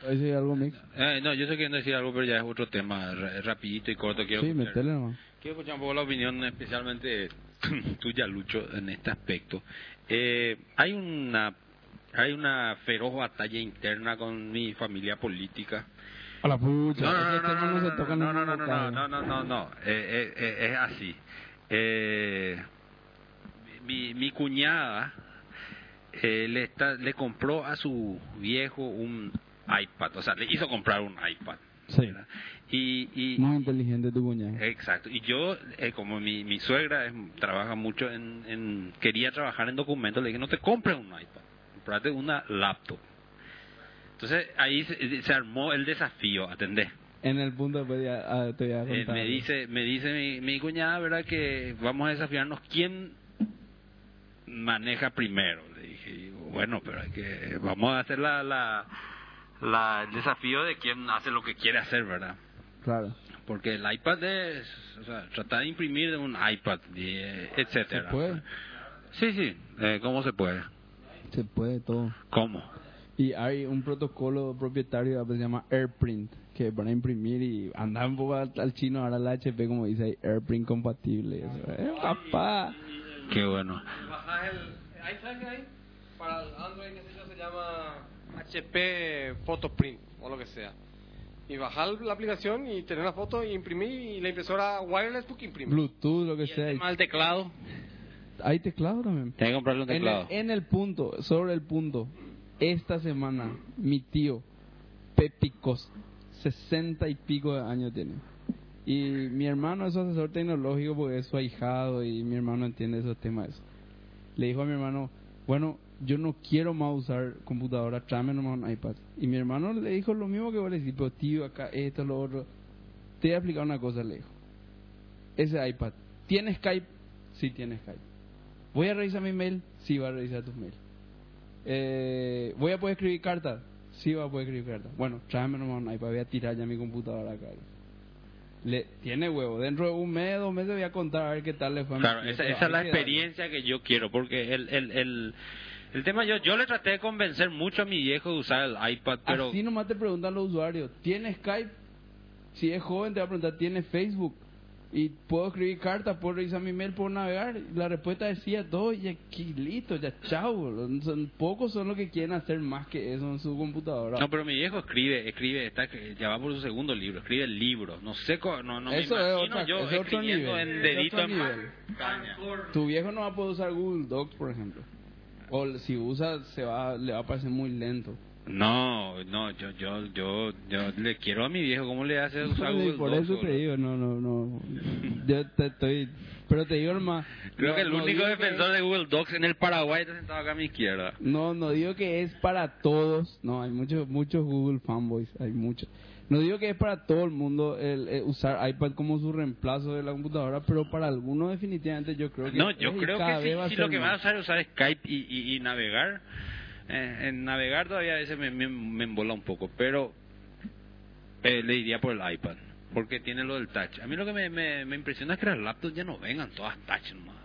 ¿Puedes decir algo, Mix?
Eh, no, yo sé que no decir algo, pero ya es otro tema, ra- rapidito y corto. Quiero
Sí,
escuchar-
metele nomás.
Quiero escuchar un poco la opinión especialmente tuya, Lucho, en este aspecto. Eh, hay una hay una feroz batalla interna con mi familia política.
A la pucha.
No, no,
esos
no, no,
temas
no,
se tocan
no,
en
no,
un
no, no,
podcast.
no, no, no, no, eh, eh, eh, es así. Eh, mi, mi cuñada eh, le, está, le compró a su viejo un iPad, o sea, le hizo comprar un iPad.
Sí.
Y, y,
Muy inteligente tu cuñada.
Exacto. Y yo, eh, como mi, mi suegra es- trabaja mucho en, en- Quería trabajar en documentos, le dije, no te compres un iPad, comprate una laptop. Entonces ahí se, se armó el desafío, ¿atendés?
En el punto de pedir, te voy a
Eh,
contar.
me dice, me dice mi, mi cuñada, ¿verdad? Que vamos a desafiarnos quién maneja primero. Le dije, y digo, bueno, pero hay que, vamos a hacer la, la, la- el desafío de quién hace lo que quiere hacer, ¿verdad?
Claro.
Porque el iPad es, o sea, tratar de imprimir de un iPad, y, eh, etcétera.
Se puede.
Sí, sí. Eh, ¿Cómo se puede?
Se puede todo.
¿Cómo?
Y hay un protocolo propietario que se llama AirPrint, que van a imprimir y andan un poco al, al chino, ahora la HP, como dice ahí, AirPrint compatible. Eso, eh, papá!
Qué bueno.
¿Hay que ahí? Para el Android, qué sé yo, se llama HP Photoprint o lo que sea. Y bajar la aplicación y tener la foto y imprimir y la impresora wireless book imprime.
Bluetooth, lo que sea.
Mal teclado.
Hay teclado también.
Tengo que comprarle un
En el,
teclado.
en el punto, sobre el punto, esta semana mi tío Pepicos, sesenta y pico de años tiene. Y mi hermano es su asesor tecnológico porque es su ahijado y mi hermano entiende esos temas. Le dijo a mi hermano, bueno, yo no quiero más usar computadora, tráeme nomás un iPad. Y mi hermano le dijo lo mismo que vos le decís, pero tío, acá esto, lo otro. Te voy a explicar una cosa, le dijo. Ese iPad, ¿tiene Skype? Sí, tiene Skype. ¿Voy a revisar mi mail? Sí, va a revisar tus mails. Eh, ¿Voy a poder escribir cartas? Sí, va a poder escribir cartas. Bueno, tráeme nomás un iPad, voy a tirar ya mi computadora acá. Le, tiene huevo, dentro de un mes, dos meses voy a contar a ver qué tal le fue. a mi
Claro,
tío,
esa,
pero
esa es
hay
la
que darle.
experiencia que yo quiero, porque el, el, el, el tema, yo, yo le traté de convencer mucho a mi viejo de usar el iPad, pero...
Así nomás te preguntan los usuarios, ¿tiene Skype? Si es joven te va a preguntar, ¿tiene Facebook? Y puedo escribir cartas, puedo revisar mi mail, puedo navegar. Y La respuesta decía todo y aquí listo, ya chao. boludo. Son, pocos son los que quieren hacer más que eso en su computadora.
No, pero mi viejo escribe, escribe, está, ya va por su segundo libro, escribe libros, no sé, co- no, no
Eso
me
es
imagino
otra-
yo
es otro
escribiendo
nivel,
en
es
dedito
otro
en pa-
nivel.
caña.
Tu viejo no va a poder usar Google Docs, por ejemplo. O si usa, se va, le va a parecer muy lento.
No, no, yo, yo, yo, yo le quiero a mi viejo, ¿cómo le hace usar
Sí,
Google
por
Docs,
eso te
boludo?
digo, no, no, no. Yo te estoy. Pero te digo, hermano.
Creo
no-
que el
no
único
digo
defensor de Google Docs en el Paraguay está sentado acá a mi izquierda.
No, no digo que es para todos. No, hay muchos muchos Google fanboys, hay muchos. No digo que es para todo el mundo el, eh, usar iPad como su reemplazo de la computadora, pero para algunos definitivamente yo creo que
No,
es
yo
y
creo
cada vez
que
va
si,
a
si
ser
lo que
más.
vas a usar es usar Skype y, y- y navegar, eh, en navegar todavía a veces me, me, me embola un poco, pero eh, le diría por el iPad, porque tiene lo del touch. A mí lo que me, me, me impresiona es que las laptops ya no vengan todas touch nomás.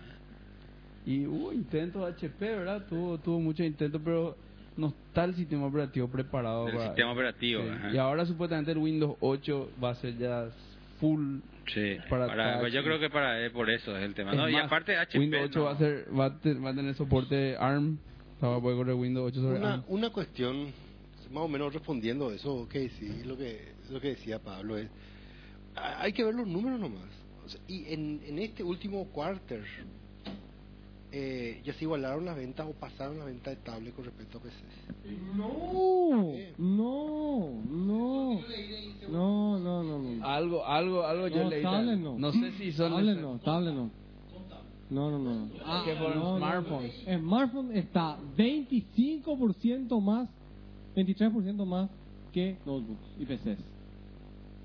Y hubo intentos HP, ¿verdad? Tuvo, tuvo muchos intentos, pero no está el sistema operativo preparado
El
para-
sistema operativo,
Sí.
ajá.
Y ahora supuestamente el Windows 8 va a ser ya full
Sí,
para
para-
touch.
yo creo que para eh, por eso es el tema. No,
Es
y
más,
aparte HP
Windows 8
no.
va, a ser, va, a ter- va a tener soporte de ARM. O sea, va a poder correr Windows 8 sobre ARM.
Una, una cuestión, más o menos respondiendo a eso que sí, lo que, lo que decía Pablo, es a- hay que ver los números nomás. O sea, y en, en este último quarter eh, ya se igualaron las ventas o pasaron las ventas de tablet con respecto a PC.
No, no, no, no, no, no, no.
Algo, algo, algo yo
No,
leí.
tablet no.
No sé si son.
Tablet no, tablet no. No, no, no.
Ah, que fueron smartphones.
El Eh, smartphone está 25% más, 23% más que notebooks y PCs.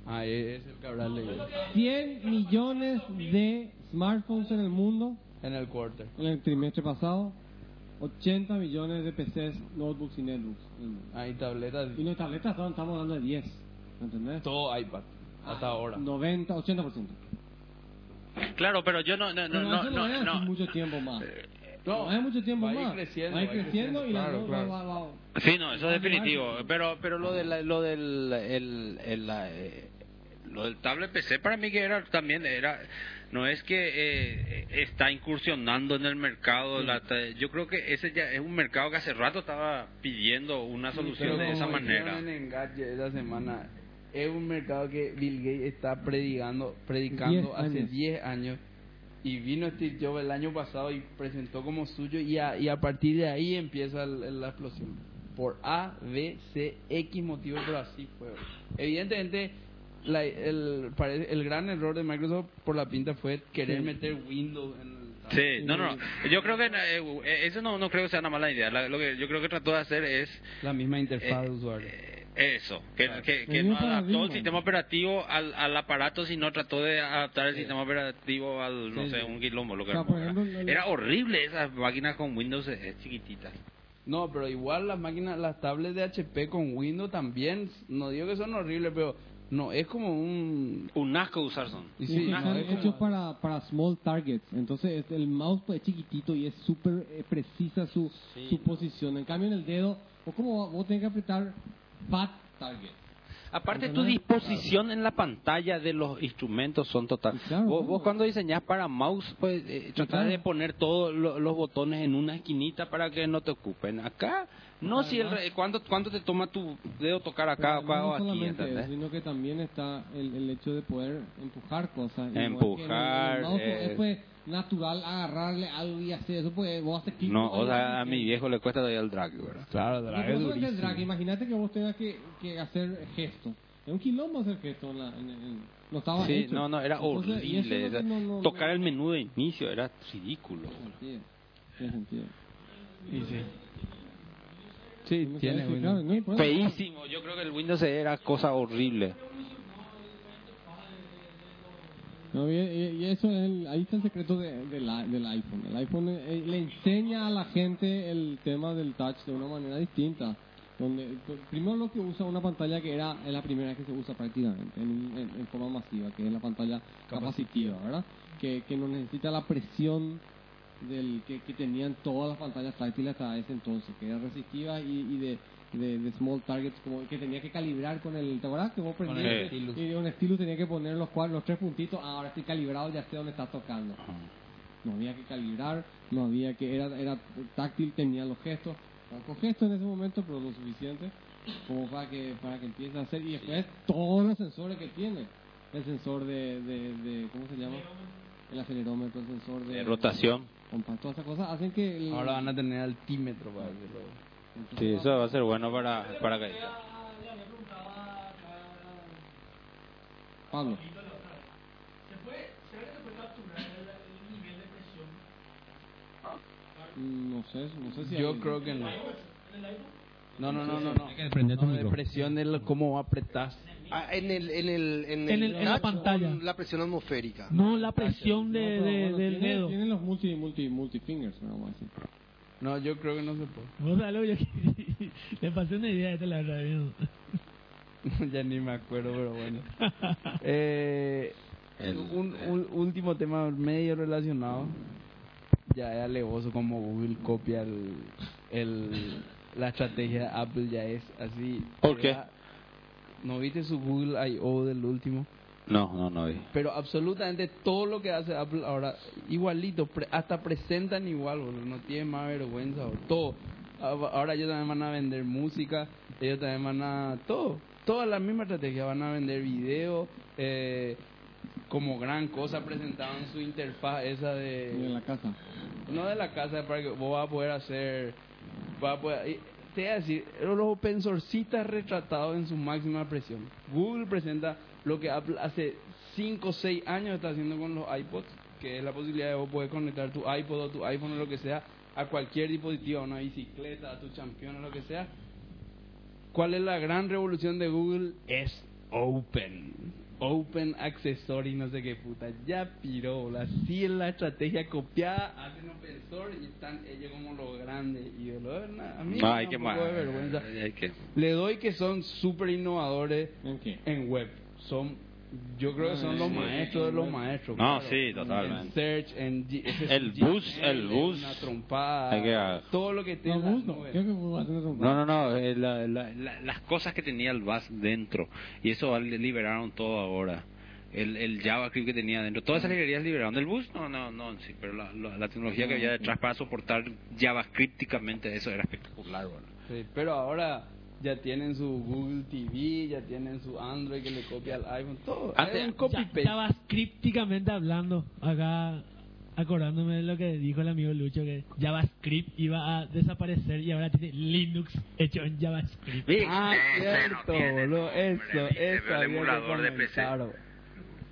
Ah, es el que habrá leído.
100 millones de smartphones en el mundo.
En el quarter.
En el trimestre pasado, 80 millones de PCs, notebooks y netbooks.
Ahí tabletas.
Y no tabletas, estamos estamos hablando de 10. ¿Entendés?
Todo iPad.
Ah,
Hasta ahora.
90, 80%.
Claro, pero yo no, no, no,
Pero
no,
eso no,
no,
es
no.
así mucho tiempo más. No, es mucho tiempo
va a ir
más.
creciendo,
Va a ir
va a ir
creciendo y la
creciendo,
no-
claro,
va- va- va-
Sí, no, eso es
Más
definitivo.
marketing.
Pero, pero lo del, lo del, el, el, la, eh, lo del tablet PC para mí que era también era, no es que eh, está incursionando en el mercado. la ta- yo creo que ese ya es un mercado que hace rato estaba pidiendo una solución
Pero
de esa
como dijeron
manera.
En Engadget esa semana es un mercado que Bill Gates está predicando, predicando
10
hace
años.
10 años. Y vino Steve Jobs el año pasado y presentó como suyo y a, y a partir de ahí empieza el- la explosión. Por A, B, C, X motivos, pero así fue. Evidentemente, la- el, pare- el gran error de Microsoft por la pinta fue querer
Sí.
meter Windows en el...
Sí, no, no, no. yo creo que eh, eso no, no creo que sea una mala idea. La- lo que yo creo que trató de hacer es
La misma interfaz
Eh,
de usuario.
Eso, que, que, que
El
no
mismo
adaptó el
paradigma.
sistema operativo al, al aparato, sino trató de adaptar el sistema operativo al, no
Sí,
sé,
sí.
un quilombo, lo que
O sea,
era.
por ejemplo, lo-
Era horrible esas máquinas con Windows eh, chiquititas.
No, pero igual las máquinas, las tablets de HP con Windows también, no digo que son horribles, pero no, es como un...
Un asco usar son.
Y sí,
que
no,
están
es como-
hechos para, para small targets. Entonces es- el mouse pues, es chiquitito y es súper eh, precisa su,
Sí,
su posición. En cambio en el dedo, vos como vos tenés que apretar fat target.
Aparte, tu
¿Entendés?
disposición en la pantalla de los instrumentos son total. vos, vos cuando diseñás para mouse, pues eh, tratás
claro.
de poner todos lo- los botones en una esquinita para que no te ocupen. Acá, no si el, re- ¿cuánto, cuánto te toma tu dedo tocar acá
Pero
o
no
aquí,
solamente
¿entendés?
eso, sino que también está el, el hecho de poder empujar cosas. Y no es que en
Empujar,
el- en el mouse
eh,
es pues, natural agarrarle algo y hacer eso, pues vos haces clic.
No,
con
o
el
sea, a
clic.
mi viejo le cuesta todavía el drag, ¿verdad? Claro,
Lo que pasa es que el drag, Imagínate que vos tengas que, que hacer gesto. Es un quilombo hacer gesto. en la- en- en- no estaba
Sí,
hecho.
no, no, era
Entonces, y eso
horrible.
no-
era-
no- no- no-
tocar el menú de inicio era ridículo.
Sí, tiene sentido.
Sí, tiene
sabes que,
Windows.
claro, no, por eso.
Feísimo. Yo creo que el Windows era cosa horrible.
No, y, y- y eso es el- ahí está el secreto de- de la- del iPhone. El iPhone eh, le enseña a la gente el tema del touch de una manera distinta. Donde, pues, primero lo que usa una pantalla que era es la primera que se usa prácticamente en, un- en- en forma masiva, que es la pantalla capacitiva, ¿verdad? Que, que no necesita la presión del que, que tenían todas las pantallas táctiles hasta ese entonces, que era resistiva y, y de, de, de small targets, como que tenía que calibrar con el, ¿te acuerdas? Que vos
Con el
prendías y-
stylus.
y un estilo tenía que poner los cuadros, los tres puntitos, ah, ahora estoy calibrado, ya sé dónde estás tocando. No había que calibrar, no había que, era, era táctil, tenía los gestos, pocos gestos en ese momento, pero lo suficiente como para que, para que empiece a hacer, y después todos los sensores que tiene, el sensor de, de, de ¿cómo se llama? El acelerómetro, el sensor de,
De rotación.
Compa, todas esas cosas hacen que... el-
Ahora van a tener altímetro para verlo.
Sí, eso va a ser bueno para, para que...
Pablo.
¿Se puede, ¿Será que se puede capturar el, el nivel
Mm,
de presión?
No sé, no sé si...
Yo
hay-
creo que no.
¿En el iPhone?
No, no, no, no. no.
Hay que prender tu
No, de
micrófono.
presión es lo- cómo apretás.
Ah, en el en el en,
En
el
el- en la
touch
pantalla.
con la presión atmosférica.
No, la presión de,
No, pero
de-
bueno,
del
tiene-
dedo.
Tienen los multi, multi, multi fingers, ¿no? vamos a decir.
No, yo creo que no se puede.
Vos sabés lo que yo- Le pasé una idea, esta la verdad. yo-
ya ni me acuerdo, pero bueno. Eh, un, un último tema medio relacionado. Ya es alevoso como Google copia el, el- la estrategia de Apple, ya es así.
¿Por qué?
Ya- ¿No viste su Google I.O. del último?
No, no, no. vi.
Pero absolutamente todo lo que hace Apple ahora, igualito, pre- hasta presentan igual, boludo, no tiene más vergüenza, boludo, todo. Ah, Ahora ellos también van a vender música, ellos también van a... Todo, toda la misma estrategia, van a vender video, eh, como gran cosa presentaban su interfaz esa de...
En la casa.
No de la casa, para que vos vas a poder hacer. Vas a poder, y te voy a decir, los open sourceistas retratados en su máxima presión. Google presenta lo que Apple hace 5 o 6 años está haciendo con los iPods, que es la posibilidad de vos poder conectar tu iPod o tu iPhone o lo que sea a cualquier dispositivo, a una bicicleta, a tu champion o lo que sea. ¿Cuál es la gran revolución de Google? Es Open. Open Accessory, no sé qué puta. Ya piró, boludo. Así es la estrategia copiada. Hacen open source y están ellos como los grandes. Y yo, lo- na- a mí
No,
me
hay
da
que
un
más.
poco de vergüenza.
Hay que.
Le doy que son súper innovadores
¿En qué?
en web. Son, yo creo que son los
Sí.
maestros de los maestros.
No,
claro.
sí,
En
totalmente.
search, en G-
El
Gmail,
bus, el bus.
Una trompada.
Hay que-
Todo lo que esté en la nube.
Creo que va a tener un-
No, no, no. eh,
la- la- la- las cosas que tenía el VAS dentro y eso li- liberaron todo ahora el, el JavaScript que tenía dentro todas esas librerías liberaron el bus no no no sí pero la, la- la tecnología que había detrás para soportar JavaScripticamente eso era espectacular boludo.
Sí, pero ahora ya tienen su Google TV, ya tienen su Android que le copia al iPhone, todo.
Antes-
es un copy
Ya
paste.
estabas crípticamente hablando acá, acordándome de lo que dijo el amigo Lucho, que JavaScript iba a desaparecer y ahora tiene Linux hecho en JavaScript.
Ah, cierto, boludo, eso, eso
el
había que
emulador de PC.
comentar.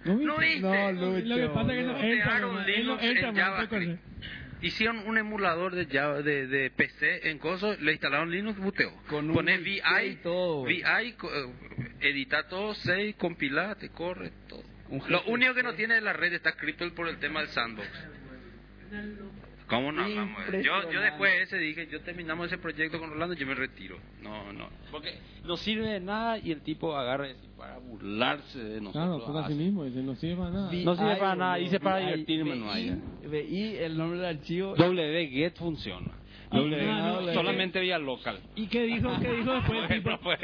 ¿No viste?
no viste
No,
Lo que
Lucho.
pasa es que no entra,
Botearon
nomás, él no
Linux
entra,
en
nomás, no
JavaScript.
corre.
Hicieron un emulador de, Java- de, de PC en coso, le instalaron Linux, buteó.
Con un
Pones
IC
VI,
y todo, güey.
VI, co- eh, edita todo, save, compila, te corre todo.
Un
Lo
jefe.
único que no tiene la red está Cryptel por el tema del sandbox. ¿Cómo no hablamos? de- Yo, yo después de ese dije, yo terminamos ese proyecto con Rolando, yo me retiro. No, no.
Porque no sirve de nada y el tipo agarra y dice, para burlarse de
Claro,
nosotros.
por así mismo, dice, no sirve para nada.
VI,
No sirve para nada,
boludo,
hice para
VI,
divertirme, no
VI,
hay. ¿eh?
VI, el nombre del archivo.
wget funciona.
Ah,
W,
no,
no,
solamente vía local.
¿Y qué dijo, qué dijo después el tipo?
Bueno, pues,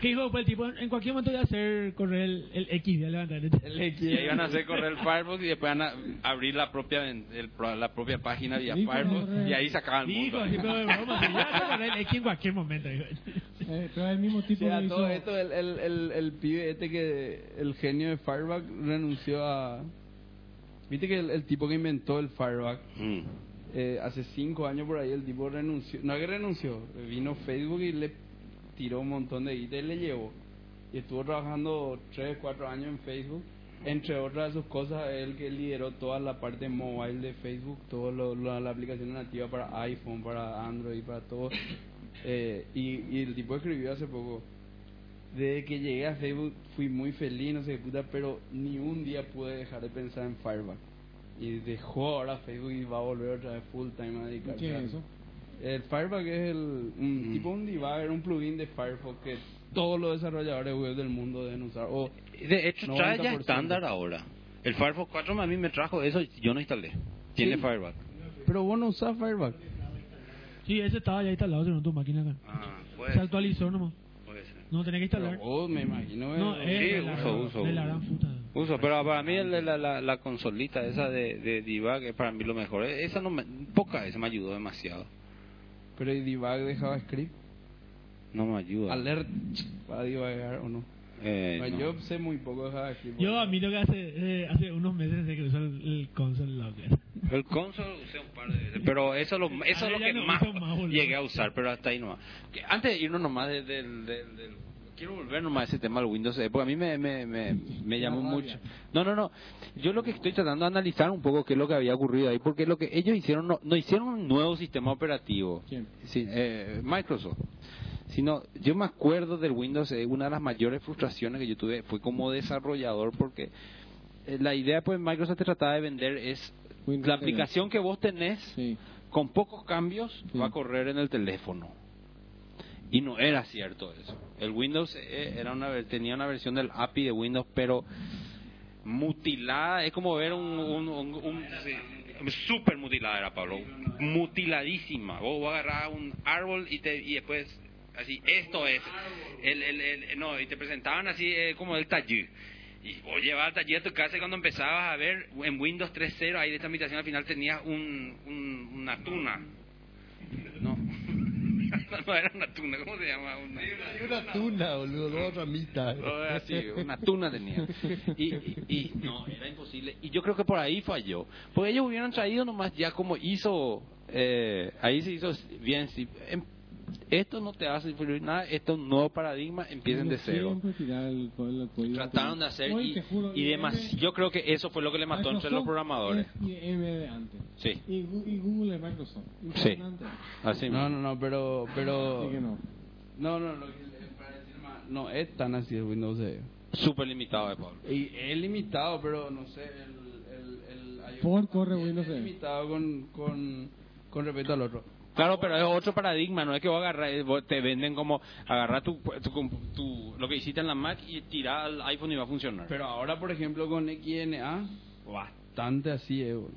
¿Qué dijo después el tipo? En cualquier momento voy a hacer correr el, el X, voy a levantar.
El X.
Y ahí van a hacer correr el Firefox y después van a abrir la propia ven- el pro- la propia página vía
Dijo,
Firefox
no, no.
y ahí se acaba el
Dijo,
mundo.
así todo de broma, pero ya hace correr el X en cualquier momento. dijo.
Eh, pero es el mismo
O
tipo
sea,
que hizo...
todo esto, el, el, el, el pibe este que, el genio de Fireback renunció a... Viste que el, el tipo que inventó el Fireback,
Mm.
eh, hace cinco años por ahí el tipo renunció, no es que renunció, vino Facebook y le tiró un montón de guita y le llevó. Y estuvo trabajando tres, cuatro años en Facebook. Entre otras de sus cosas, él que lideró toda la parte mobile de Facebook, toda la, la aplicación nativa para iPhone, para Android, para todo. Eh, y, y el tipo escribió hace poco. Desde que llegué a Facebook fui muy feliz, no sé qué puta, pero ni un día pude dejar de pensar en Fireback. Y dejó ahora Facebook y va a volver otra vez full time a dedicarse
¿Qué
a-
es eso?
El Fireback es el, un
Mm.
tipo un debugger, un plugin de Firefox que todos los desarrolladores web del mundo deben usar. O
De hecho, trae ya
90%.
estándar ahora. El Firefox 4 a mí me trajo eso y yo no instalé. Tiene
Sí.
Fireback.
Pero vos no usás Fireback.
Sí, ese estaba ya instalado en tu máquina acá.
Ah,
Se actualizó nomás.
Puede ser.
No, tenés que instalar.
Vos me imagino.
No,
eh,
es
Sí,
de la-
uso, uso,
de la
uso.
gran puta.
Uso, pero para mí la, la, la, la consolita esa de, de debug es para mí lo mejor. Esa no me, poca, esa me ayudó demasiado.
Pero el debug de JavaScript,
No me ayuda.
alert para debugar o no.
Eh,
Bueno,
no.
Yo sé muy poco de JavaScript.
Yo admito que hace, eh, hace unos meses desde que usó el, el console locker.
El console usé un par de veces, pero eso es lo, eso es lo
Ahora Ah,
que
ya no
más
uso más, boludo.
llegué a usar, pero hasta ahí nomás. Que Antes de irnos nomás del... del- del- del- quiero volver nomás a ese tema del Windows, eh, porque a mí me, me, me, me llamó mucho. No, no, no. Yo lo que estoy tratando de analizar un poco qué es lo que había ocurrido ahí, porque lo que ellos hicieron, no, no hicieron un nuevo sistema operativo. Sí, eh, Microsoft. Sino, yo me acuerdo del Windows, eh, una de las mayores frustraciones que yo tuve fue como desarrollador, porque eh, la idea pues Microsoft te trataba de vender es la aplicación que vos tenés con pocos cambios va a correr en el teléfono y no era cierto eso el Windows eh, era una ver- tenía una versión del API de Windows pero mutilada es como ver un, un, un- un- super mutilada era Pablo mutiladísima vos, vos agarrabas un árbol y te y después así esto es el, el, el- no y te presentaban así eh, como el taller y vos llevabas el taller a tu casa y cuando empezabas a ver en Windows 3.0 ahí de esta habitación al final tenías un, un- una tuna no no era una tuna ¿cómo se llama? Una-
Una tuna, boludo, dos ramitas.
no, era así, una tuna tenía. Y, y- y no, era imposible. Y yo creo que por ahí falló. Porque ellos hubieran traído nomás ya como hizo, eh, ahí se hizo bien. si- em- esto no te hace influir nada, esto es un nuevo paradigma, empiecen de cero.
Siempre tirar el código- el código.
Trataron de hacer
Hoy,
y,
te juro,
y
IBM
demás. Yo creo que eso fue lo que le mató entre Este los
Microsoft
programadores.
es IBM de antes.
Sí,
Y, Gu- y Google es Microsoft.
sí.
Impresionante.
Así
No,
mismo.
no, no, pero... pero
Así que no.
No, no, lo que le- para decir más, no es tan así el Windows eh. 10.
Súper limitado de Pablo.
Y es limitado, pero no sé, el... el, el
Ford corre
también
Windows
Es
10.
limitado con, con, con respecto al otro.
Claro, pero es otro paradigma, no es que vos agarrar, eh, vos te venden como agarrar tu, tu, tu- lo que hiciste en la Mac y tirar al iPhone y va a funcionar.
Pero ahora, por ejemplo, con XNA, bastante así es, boludo.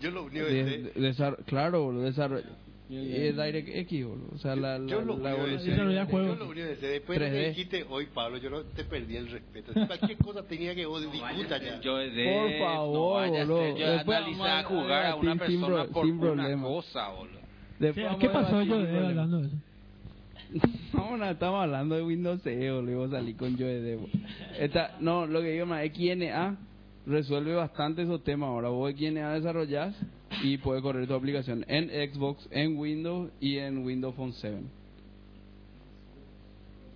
Yo lo único
De-
que sé-
de- desarro- claro, boludo, desarrollo.
Y el-
Es DirectX, boludo. O sea, la, la,
yo
la
lo único que sé-
evolución.
yo lo único que sé, después de que
3D.
dijiste hoy, Pablo, yo no te perdí el respeto. Si Cualquier cosa tenía que vos discuta ya.
Yo de,
Por favor,
no vaya a ser,
boludo.
yo
Después
analizar
vamos a
jugar a una
debatir sin
persona
pro-
por
sin
una
problema.
cosa, boludo.
Después
O sea,
vamos
¿Qué
a
pasó
debatir
yo
sin
de
problema.
hablando de eso?
No, no, estamos hablando de Windows 10, boludo, salí con yo de debo. Esta, no, lo que digo más, XNA resuelve bastante esos temas ahora. Vos XNA desarrollás y puedes correr tu aplicación en Xbox, en Windows y en Windows Phone 7.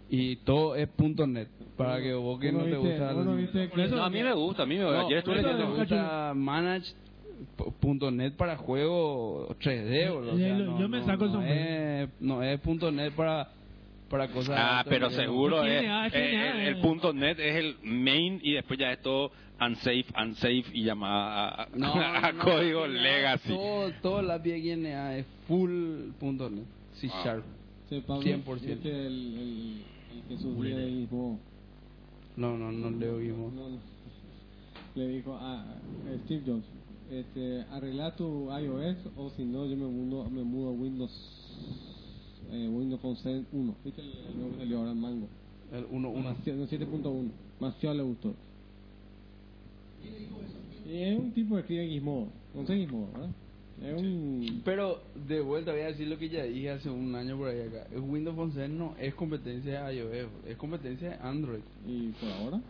Y todo es punto .net, para que vos que
Vos
no te
viste-
gusta...
vos no viste que-
No, a mí me gusta, a mí me gusta. Ayer estuve
no,
leyendo.
te gusta Manage p- punto net para juego 3D boludo, o
Ya,
sea,
lo-
no,
yo me
no-
saco el
no
sombrero.
es, no es punto net para para cosas
Ah,
altas,
pero
¿no?
seguro
Es
es,
genial, es
eh,
genial.
el, el punto net es el main y después ya es todo unsafe, unsafe y llamada a,
no, no,
a
no, no,
código legacy.
todo, todo la PXNA es full punto net C
Wow.
sharp
Sí, Pablo,
100%.
viste el, el, el que subió ahí, vos.
no no no le oímos
No, no. Le dijo a a Steve Jobs, este, arregla tu iOS o si no yo me mudo, me mudo a Windows eh, Windows Phone 7 1. ¿Viste el, el nuevo que salió ahora Mango?
el 1 1
Más- no, 7.1. Demasiado le gustó. Y es un tipo que escribe Gizmodo. No sé Gizmodo, ¿verdad? Es un...
pero de vuelta voy a decir lo que ya dije hace un año por ahí acá el Windows Phone 7 no es competencia de iOS es competencia de Android
¿Y por ahora?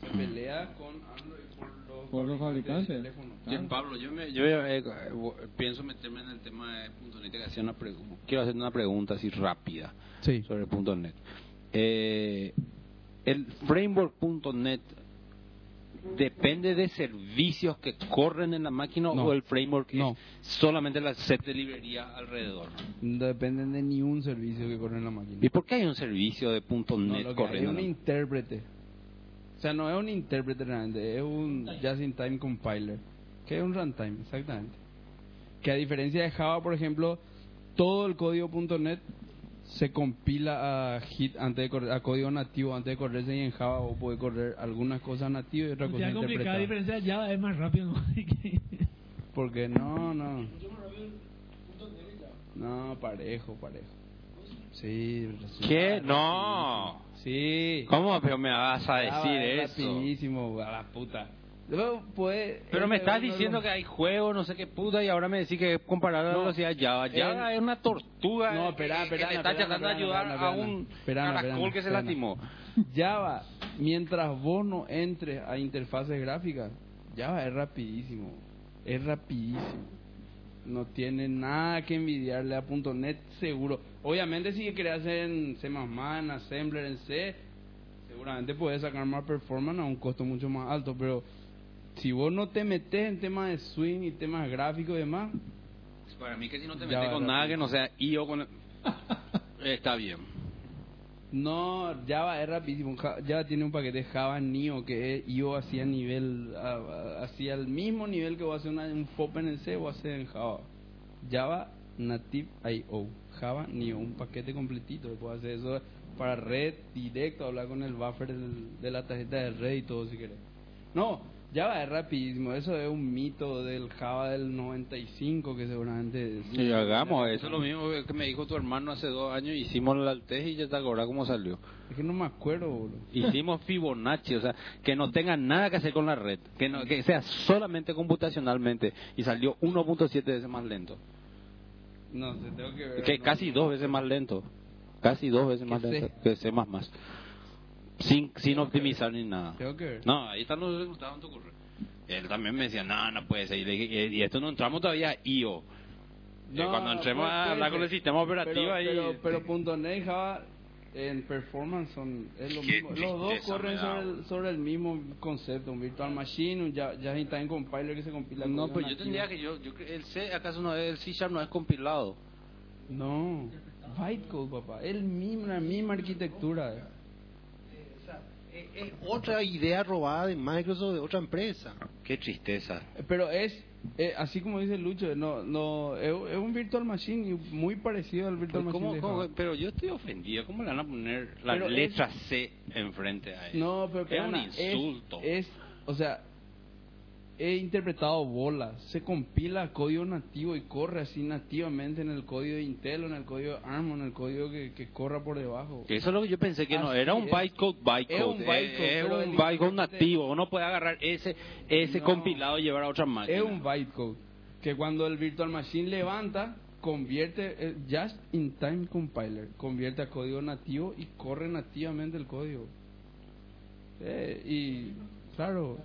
se pelea con Android por los,
Por los fabricantes.
de teléfonos.
Bien, Pablo, yo, me- yo eh, eh, pienso meterme en el tema de punto .NET. que hacía una pregu- Quiero hacer una pregunta así rápida
Sí.
sobre punto .NET. Eh, el framework punto .NET depende de servicios que corren en la máquina
No,
o el framework
no.
es solamente la set de librería alrededor.
No dependen de ni un servicio que corre en la máquina.
¿Y por qué hay un servicio de punto
No,
.NET
lo que hay es
corriendo?
un
en la-
intérprete. O sea, no es un intérprete realmente, es un just-in-time compiler, que es un runtime, exactamente. Que a diferencia de Java, por ejemplo, todo el código .NET se compila a hit antes de correr, a código nativo antes de correrse y en Java vos podés correr algunas cosas nativas y otras
Ya
cosas
es complicado,
interpretadas.
a diferencia de Java es más rápido. ¿no?
Porque no, no. No, parejo, parejo. Sí.
¿Qué? No.
Sí.
¿Cómo pero me vas a
Java
decir
es
eso?
rapidísimo, Este, a la puta. Luego pues, puede-
Pero me
es
estás
uno de los-
diciendo que hay juegos, no sé qué puta, y ahora me decís que comparar la
No.
velocidad Java.
Eh,
Java es una tortuga
No,
que-
espera,
eh, que
espera.
le está tratando de ayudar a un caracol que se lastimó.
Java, mientras vos no entres a interfaces gráficas, Java es rapidísimo. Es rapidísimo. No tiene nada que envidiarle a .NET seguro. Obviamente si creas en C++, en Assembler, en C, seguramente puedes sacar más performance a un costo mucho más alto, pero si vos no te metes en temas de swing y temas gráficos y demás,
Para mí que si no te
Ya
metes
va,
con nada
rápido.
que no sea IO con... Está bien.
No, Java es rapidísimo. Ja- Java tiene un paquete Java Neo que es IO hacia nivel, a- a- hacia el mismo nivel que va a hacer una- un FOP en el C o hacer en Java. Java Native IO, Java Neo, un paquete completito. que Puede hacer eso para red directo, hablar con el buffer del- de la tarjeta de red y todo si querés. No, Java es rapidísimo. Eso es un mito del Java del 95 que seguramente. es-
Y hagamos eso. es lo mismo que me dijo tu hermano hace dos años. Hicimos el test y ya te acordás cómo salió.
Es que no me acuerdo, boludo.
Hicimos Fibonacci, o sea, que no tenga nada que hacer con la red, que, no, que sea solamente computacionalmente. Y salió 1.7 veces más lento.
No, sé, tengo que ver.
Que
no.
casi dos veces más lento. Casi dos veces más
Que
lento que C++. Sin, sin optimizar ni nada.
Tengo que ver.
No, ahí están los resultados en tu correo. Él también me decía, no, no puede ser. Y, le dije, "Eh, "Y- y esto no entramos todavía a IO. Y
No,
cuando entremos
puede-
a
puede
hablar
ser.
con el sistema operativo
pero,
ahí...
Pero, pero punto .NET y Java en performance son es lo
Qué
mismo. Los dos
tristeza
corren
me da,
sobre el, sobre el mismo concepto, un virtual machine, un ja- just in time compiler que se compila.
no,
código
pero yo
nativo.
tendría que... yo, yo El C, ¿acaso no es, el C Sharp no es compilado?
No, bytecode, papá. Es mismo, la misma arquitectura.
Es Eh, otra idea robada de Microsoft, de otra empresa.
Qué tristeza.
Pero es, eh, así como dice Lucho, no, no, es, es un virtual machine y muy parecido al virtual
Pero,
machine.
Pues, ¿cómo-
de
cómo-
Java.
pero yo estoy ofendido. ¿Cómo le van a poner la
Pero es-
letra C enfrente a él?
No, pero
es un
Ana,
insulto.
Es, o sea, he interpretado bola. Se compila código nativo y corre así nativamente en el código de Intel, o en el código de ARM, o en el código que, que corra por debajo.
Que eso es lo que yo pensé que no,
Así
era un
es.
bytecode, bytecode.
Es un bytecode,
es
pero el
un bytecode
intérprete-
nativo. Uno puede agarrar ese ese
No.
compilado y llevar a otra máquina.
Es un bytecode que cuando el virtual machine levanta convierte eh, just in time compiler convierte a código nativo y corre nativamente el código Eh, y claro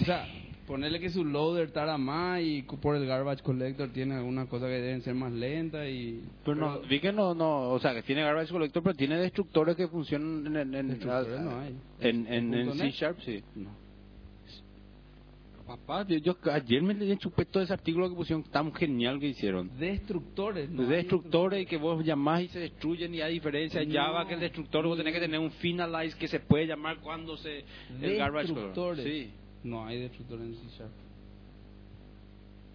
o sea ponerle que su loader tarda más y cu- por el garbage collector tiene alguna cosa que deben ser más lenta y
Pero no, vi que no, no, o sea, que tiene garbage collector, pero tiene destructores que funcionan en, en, en,
Destructores no hay.
en, en- en
¿Punto
C
net?
Sharp, sí. No. Papá, yo, yo ayer me le chupé todo ese artículo que pusieron tan genial que hicieron.
destructores no hay
destructores que vos llamás y se destruyen y a diferencia de
No.
Java que el destructor vos tenés que tener un finalize que se puede llamar cuando se el garbage color.
Destructores.
Sí.
No hay destructores en C Sharp.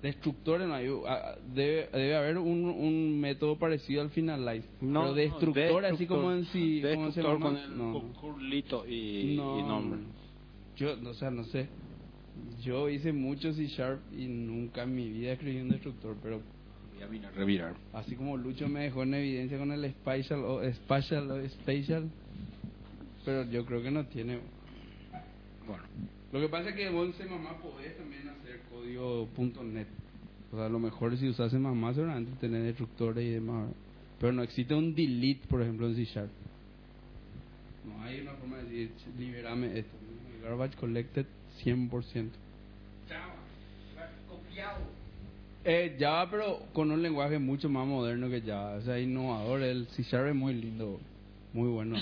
Destructores no hay. Ah, ah, Debe, debe haber un, un método parecido al finalize.
No,
Pero
no,
destructor, así como en C. como en C++,
destructor con el
no.
cu- curlito y,
No.
y nombre.
Yo, o sea, no sé. Yo hice mucho C Sharp y nunca en mi vida escribí un destructor, pero
Revirar.
así como Lucho me dejó en evidencia con el spatial o spatial o spatial, pero yo creo que no tiene.
Bueno.
Lo que pasa es que vos en C++ podés también hacer código .net. O sea, a lo mejor si usas C++ seguramente tenés destructores y demás. ¿verdad? Pero no existe un delete, por ejemplo, en C Sharp. No hay una forma de decir, "Ch- liberame esto. El Garbage collected 100%. Eh, Java, pero con un lenguaje mucho más moderno que Java. O sea, innovador. El C Sharp es muy lindo. Muy bueno.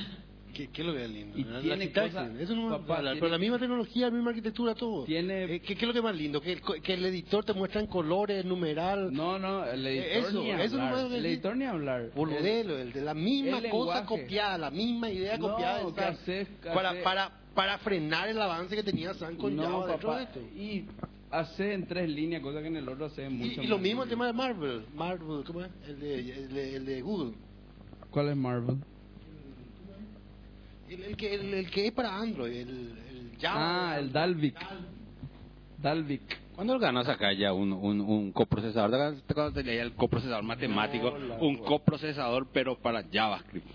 ¿Qué, qué es lo que es lindo?
Y
La- la
tiene
sintaxis,
cosas-
Eso no va a
papá,
hablar,
tiene-
pero la misma tecnología, la misma arquitectura, todo.
Tiene-
Eh, ¿qué, qué es lo que es más lindo? Que el, co- que el editor te muestra en colores, numeral.
No, no, el editor
Eh, eso,
ni
eso no
hablar,
va a
el editor ni hablar.
Boludelo, el de la misma
el
cosa
lenguaje.
copiada, la misma idea
No,
copiada. de
que
San,
haces- que
para,
haces-
para, para frenar el avance que tenía San con
No,
Java dentro
papá,
de esto.
Y hace en tres líneas, cosa que en el otro hace mucho
Y, y lo
más.
mismo el tema de Marvel. Marvel, ¿cómo es? El de, el de, el de Google.
¿Cuál es Marvel?
El, el que, el, el que es para Android, el, el Java.
Ah, el Dalvik. Dalvik.
¿Cuándo ganas acá ya un, un, un coprocesador? ¿Te acuerdas de leer el coprocesador matemático? un coprocesador, pero para JavaScript.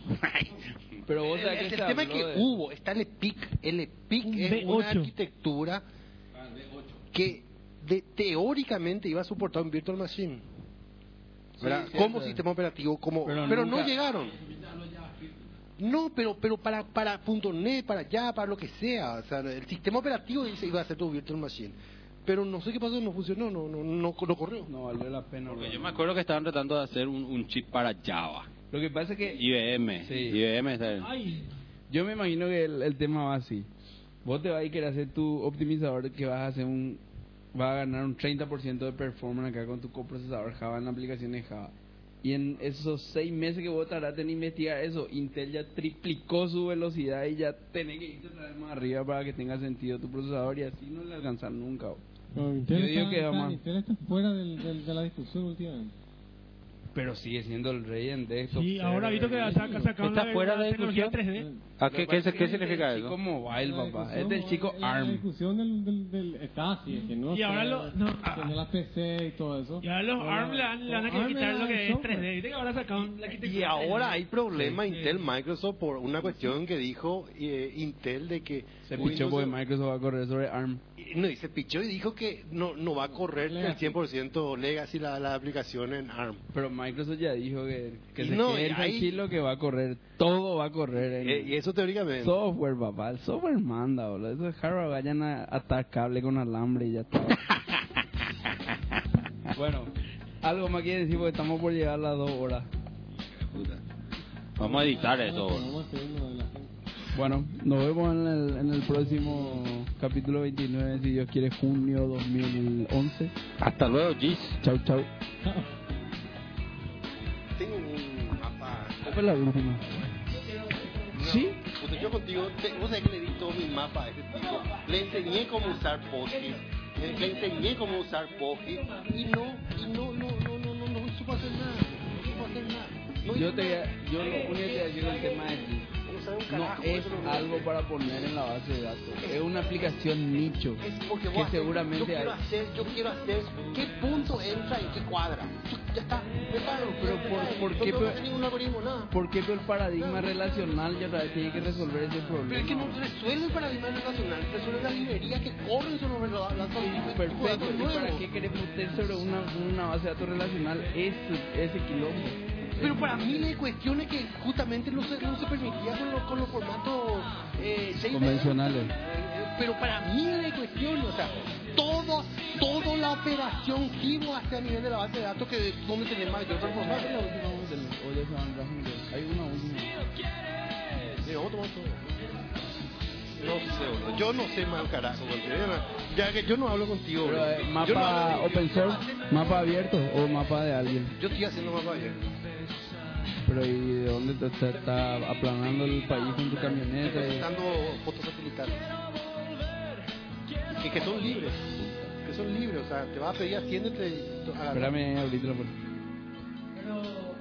Pero vos
El,
sabés
el
se
tema es
habló
que
de-
hubo, está el EPIC. El EPIC es una
V8.
arquitectura
Ah,
que de- teóricamente iba a soportar un virtual machine. ¿verdad?
sí,
como
sí.
sistema operativo, como pero, no
nunca-
llegaron. No, pero pero para para punto .net, para allá, para lo que sea, o sea, el sistema operativo dice iba a ser tu virtual machine. Pero no sé qué pasó, no funcionó, no no no, no corrió.
No valió la pena. bro.
Yo me acuerdo que estaban tratando de hacer un, un chip para Java.
Lo que pasa es que
IBM. IBM está el-
Yo me imagino que el, el tema va así. Vos te vas y querés hacer tu optimizador que vas a hacer un va a ganar un 30% de performance acá con tu coprocesador Java en aplicaciones Java. Y en esos seis meses que vos tardaste en investigar eso, Intel ya triplicó su velocidad y ya tenés que irte otra vez más arriba para que tenga sentido tu procesador y así no le alcanzar nunca. vos.
Pero
Yo
Intel
digo
está-
que va
está-
más.
Intel está fuera del- del- de la discusión últimamente.
Pero sigue siendo el rey en desktop.
Y ahora visto que saca- sacaron
Está
la-
fuera
la
de
tecnología
discusión.
3D.
Ah,
¿A Ah, qué, qué, qué
Es
significa
del chico
eso?
mobile, papá. Es del chico
La
ARM.
discusión del, del, del está así, es que no
Y ahora
está-
lo- no, ah.
que no la PC y todo eso.
Y ahora los
Pero-
ARM le han- le van a
pero ARM
quitar
era
lo que
el pues.
es
software.
3D. Viste que ahora sacaron la arquitectura
Y ahora
3D.
hay problema
eh, Sí, sí.
Intel Microsoft por una cuestión que dijo eh, Intel de que
Se
Windows-
pichó porque Microsoft va a correr sobre ARM.
No, y se pichó y dijo que no, no va a correr el 100% legacy la, la aplicación en ARM.
Pero Microsoft ya dijo que, que
Y
se
no,
quede
y ahí-
tranquilo que va a correr. Todo va a correr. en-
Eh, y eso teóricamente.
Software, papá. El software manda, boludo. Eso es hardware. Vayan a atar cable con alambre y ya está. bueno, algo más quiere decir porque estamos por llegar a las dos horas.
Vamos a editar eso. boludo.
Bueno, nos vemos en el, en el próximo capítulo 29, si Dios quiere, junio 2011.
Hasta luego, Gis.
Chau, chau.
Tengo un mapa.
Esta es la última. ¿Sí?
Puta, Pues, yo contigo, te- vos sabés que le di todo mi mapa a ese tipo. Le enseñé cómo usar Pogi. Le, le enseñé cómo usar Pogi. Y no, y no, no, no, no, no, no supo hacer nada. No supo hacer nada. No hizo
Yo, te,
nada.
yo lo único que te voy a decir del tema de Gis.
No sabe un
No
carajo.
es
eso lo-
algo para poner en la base de datos. Es una aplicación nicho
Es porque vos
que
haces, yo
seguramente hay.
quiero hacer, yo quiero hacer, ¿qué punto entra y qué cuadra? Ya está, me paro,
Pero
ya
por-
está,
¿por
no
qué
tengo
pe-
que hacer ningún algoritmo, nada.
Porque el paradigma relacional ya otra vez tiene que resolver ese
Pero es que
problema.
no resuelve el paradigma nacional, resuelve las librerías que corren sobre los los algoritmos y tipo de
Perfecto,
datos
¿y para
nuevos.
qué queremos meter sobre una, una base de datos relacional ese, ese quilombo?
Pero para miles de cuestiones que justamente no se, no se permitía con los, con los formatos eh, JPEG.
Convencionales.
pero para miles de cuestiones, o sea, todo, toda la operación que iba hacia a nivel de la base de datos que es donde tenés mayor
¿Cuál es la
transformación.
última voz del- o de San Rafael? Hay una última.
Sí, vamos a tomar todo. No sé, boludo. Yo no sé más carajo, boludo. Yo no- Ya que yo no hablo contigo,
Pero,
boludo.
eh,
Yo no hablo
mapa
contigo.
open source, mapa abierto o mapa de alguien.
Yo estoy haciendo mapa abierto.
Pero ¿y de dónde te te está aplanando el país con tu camioneta?
Estoy usando fotos satelitales. Que, que son libres. Que son libres. O sea, te vas a pedir, asciéndete. y-
Espérame, ahorita la puerta.
Pero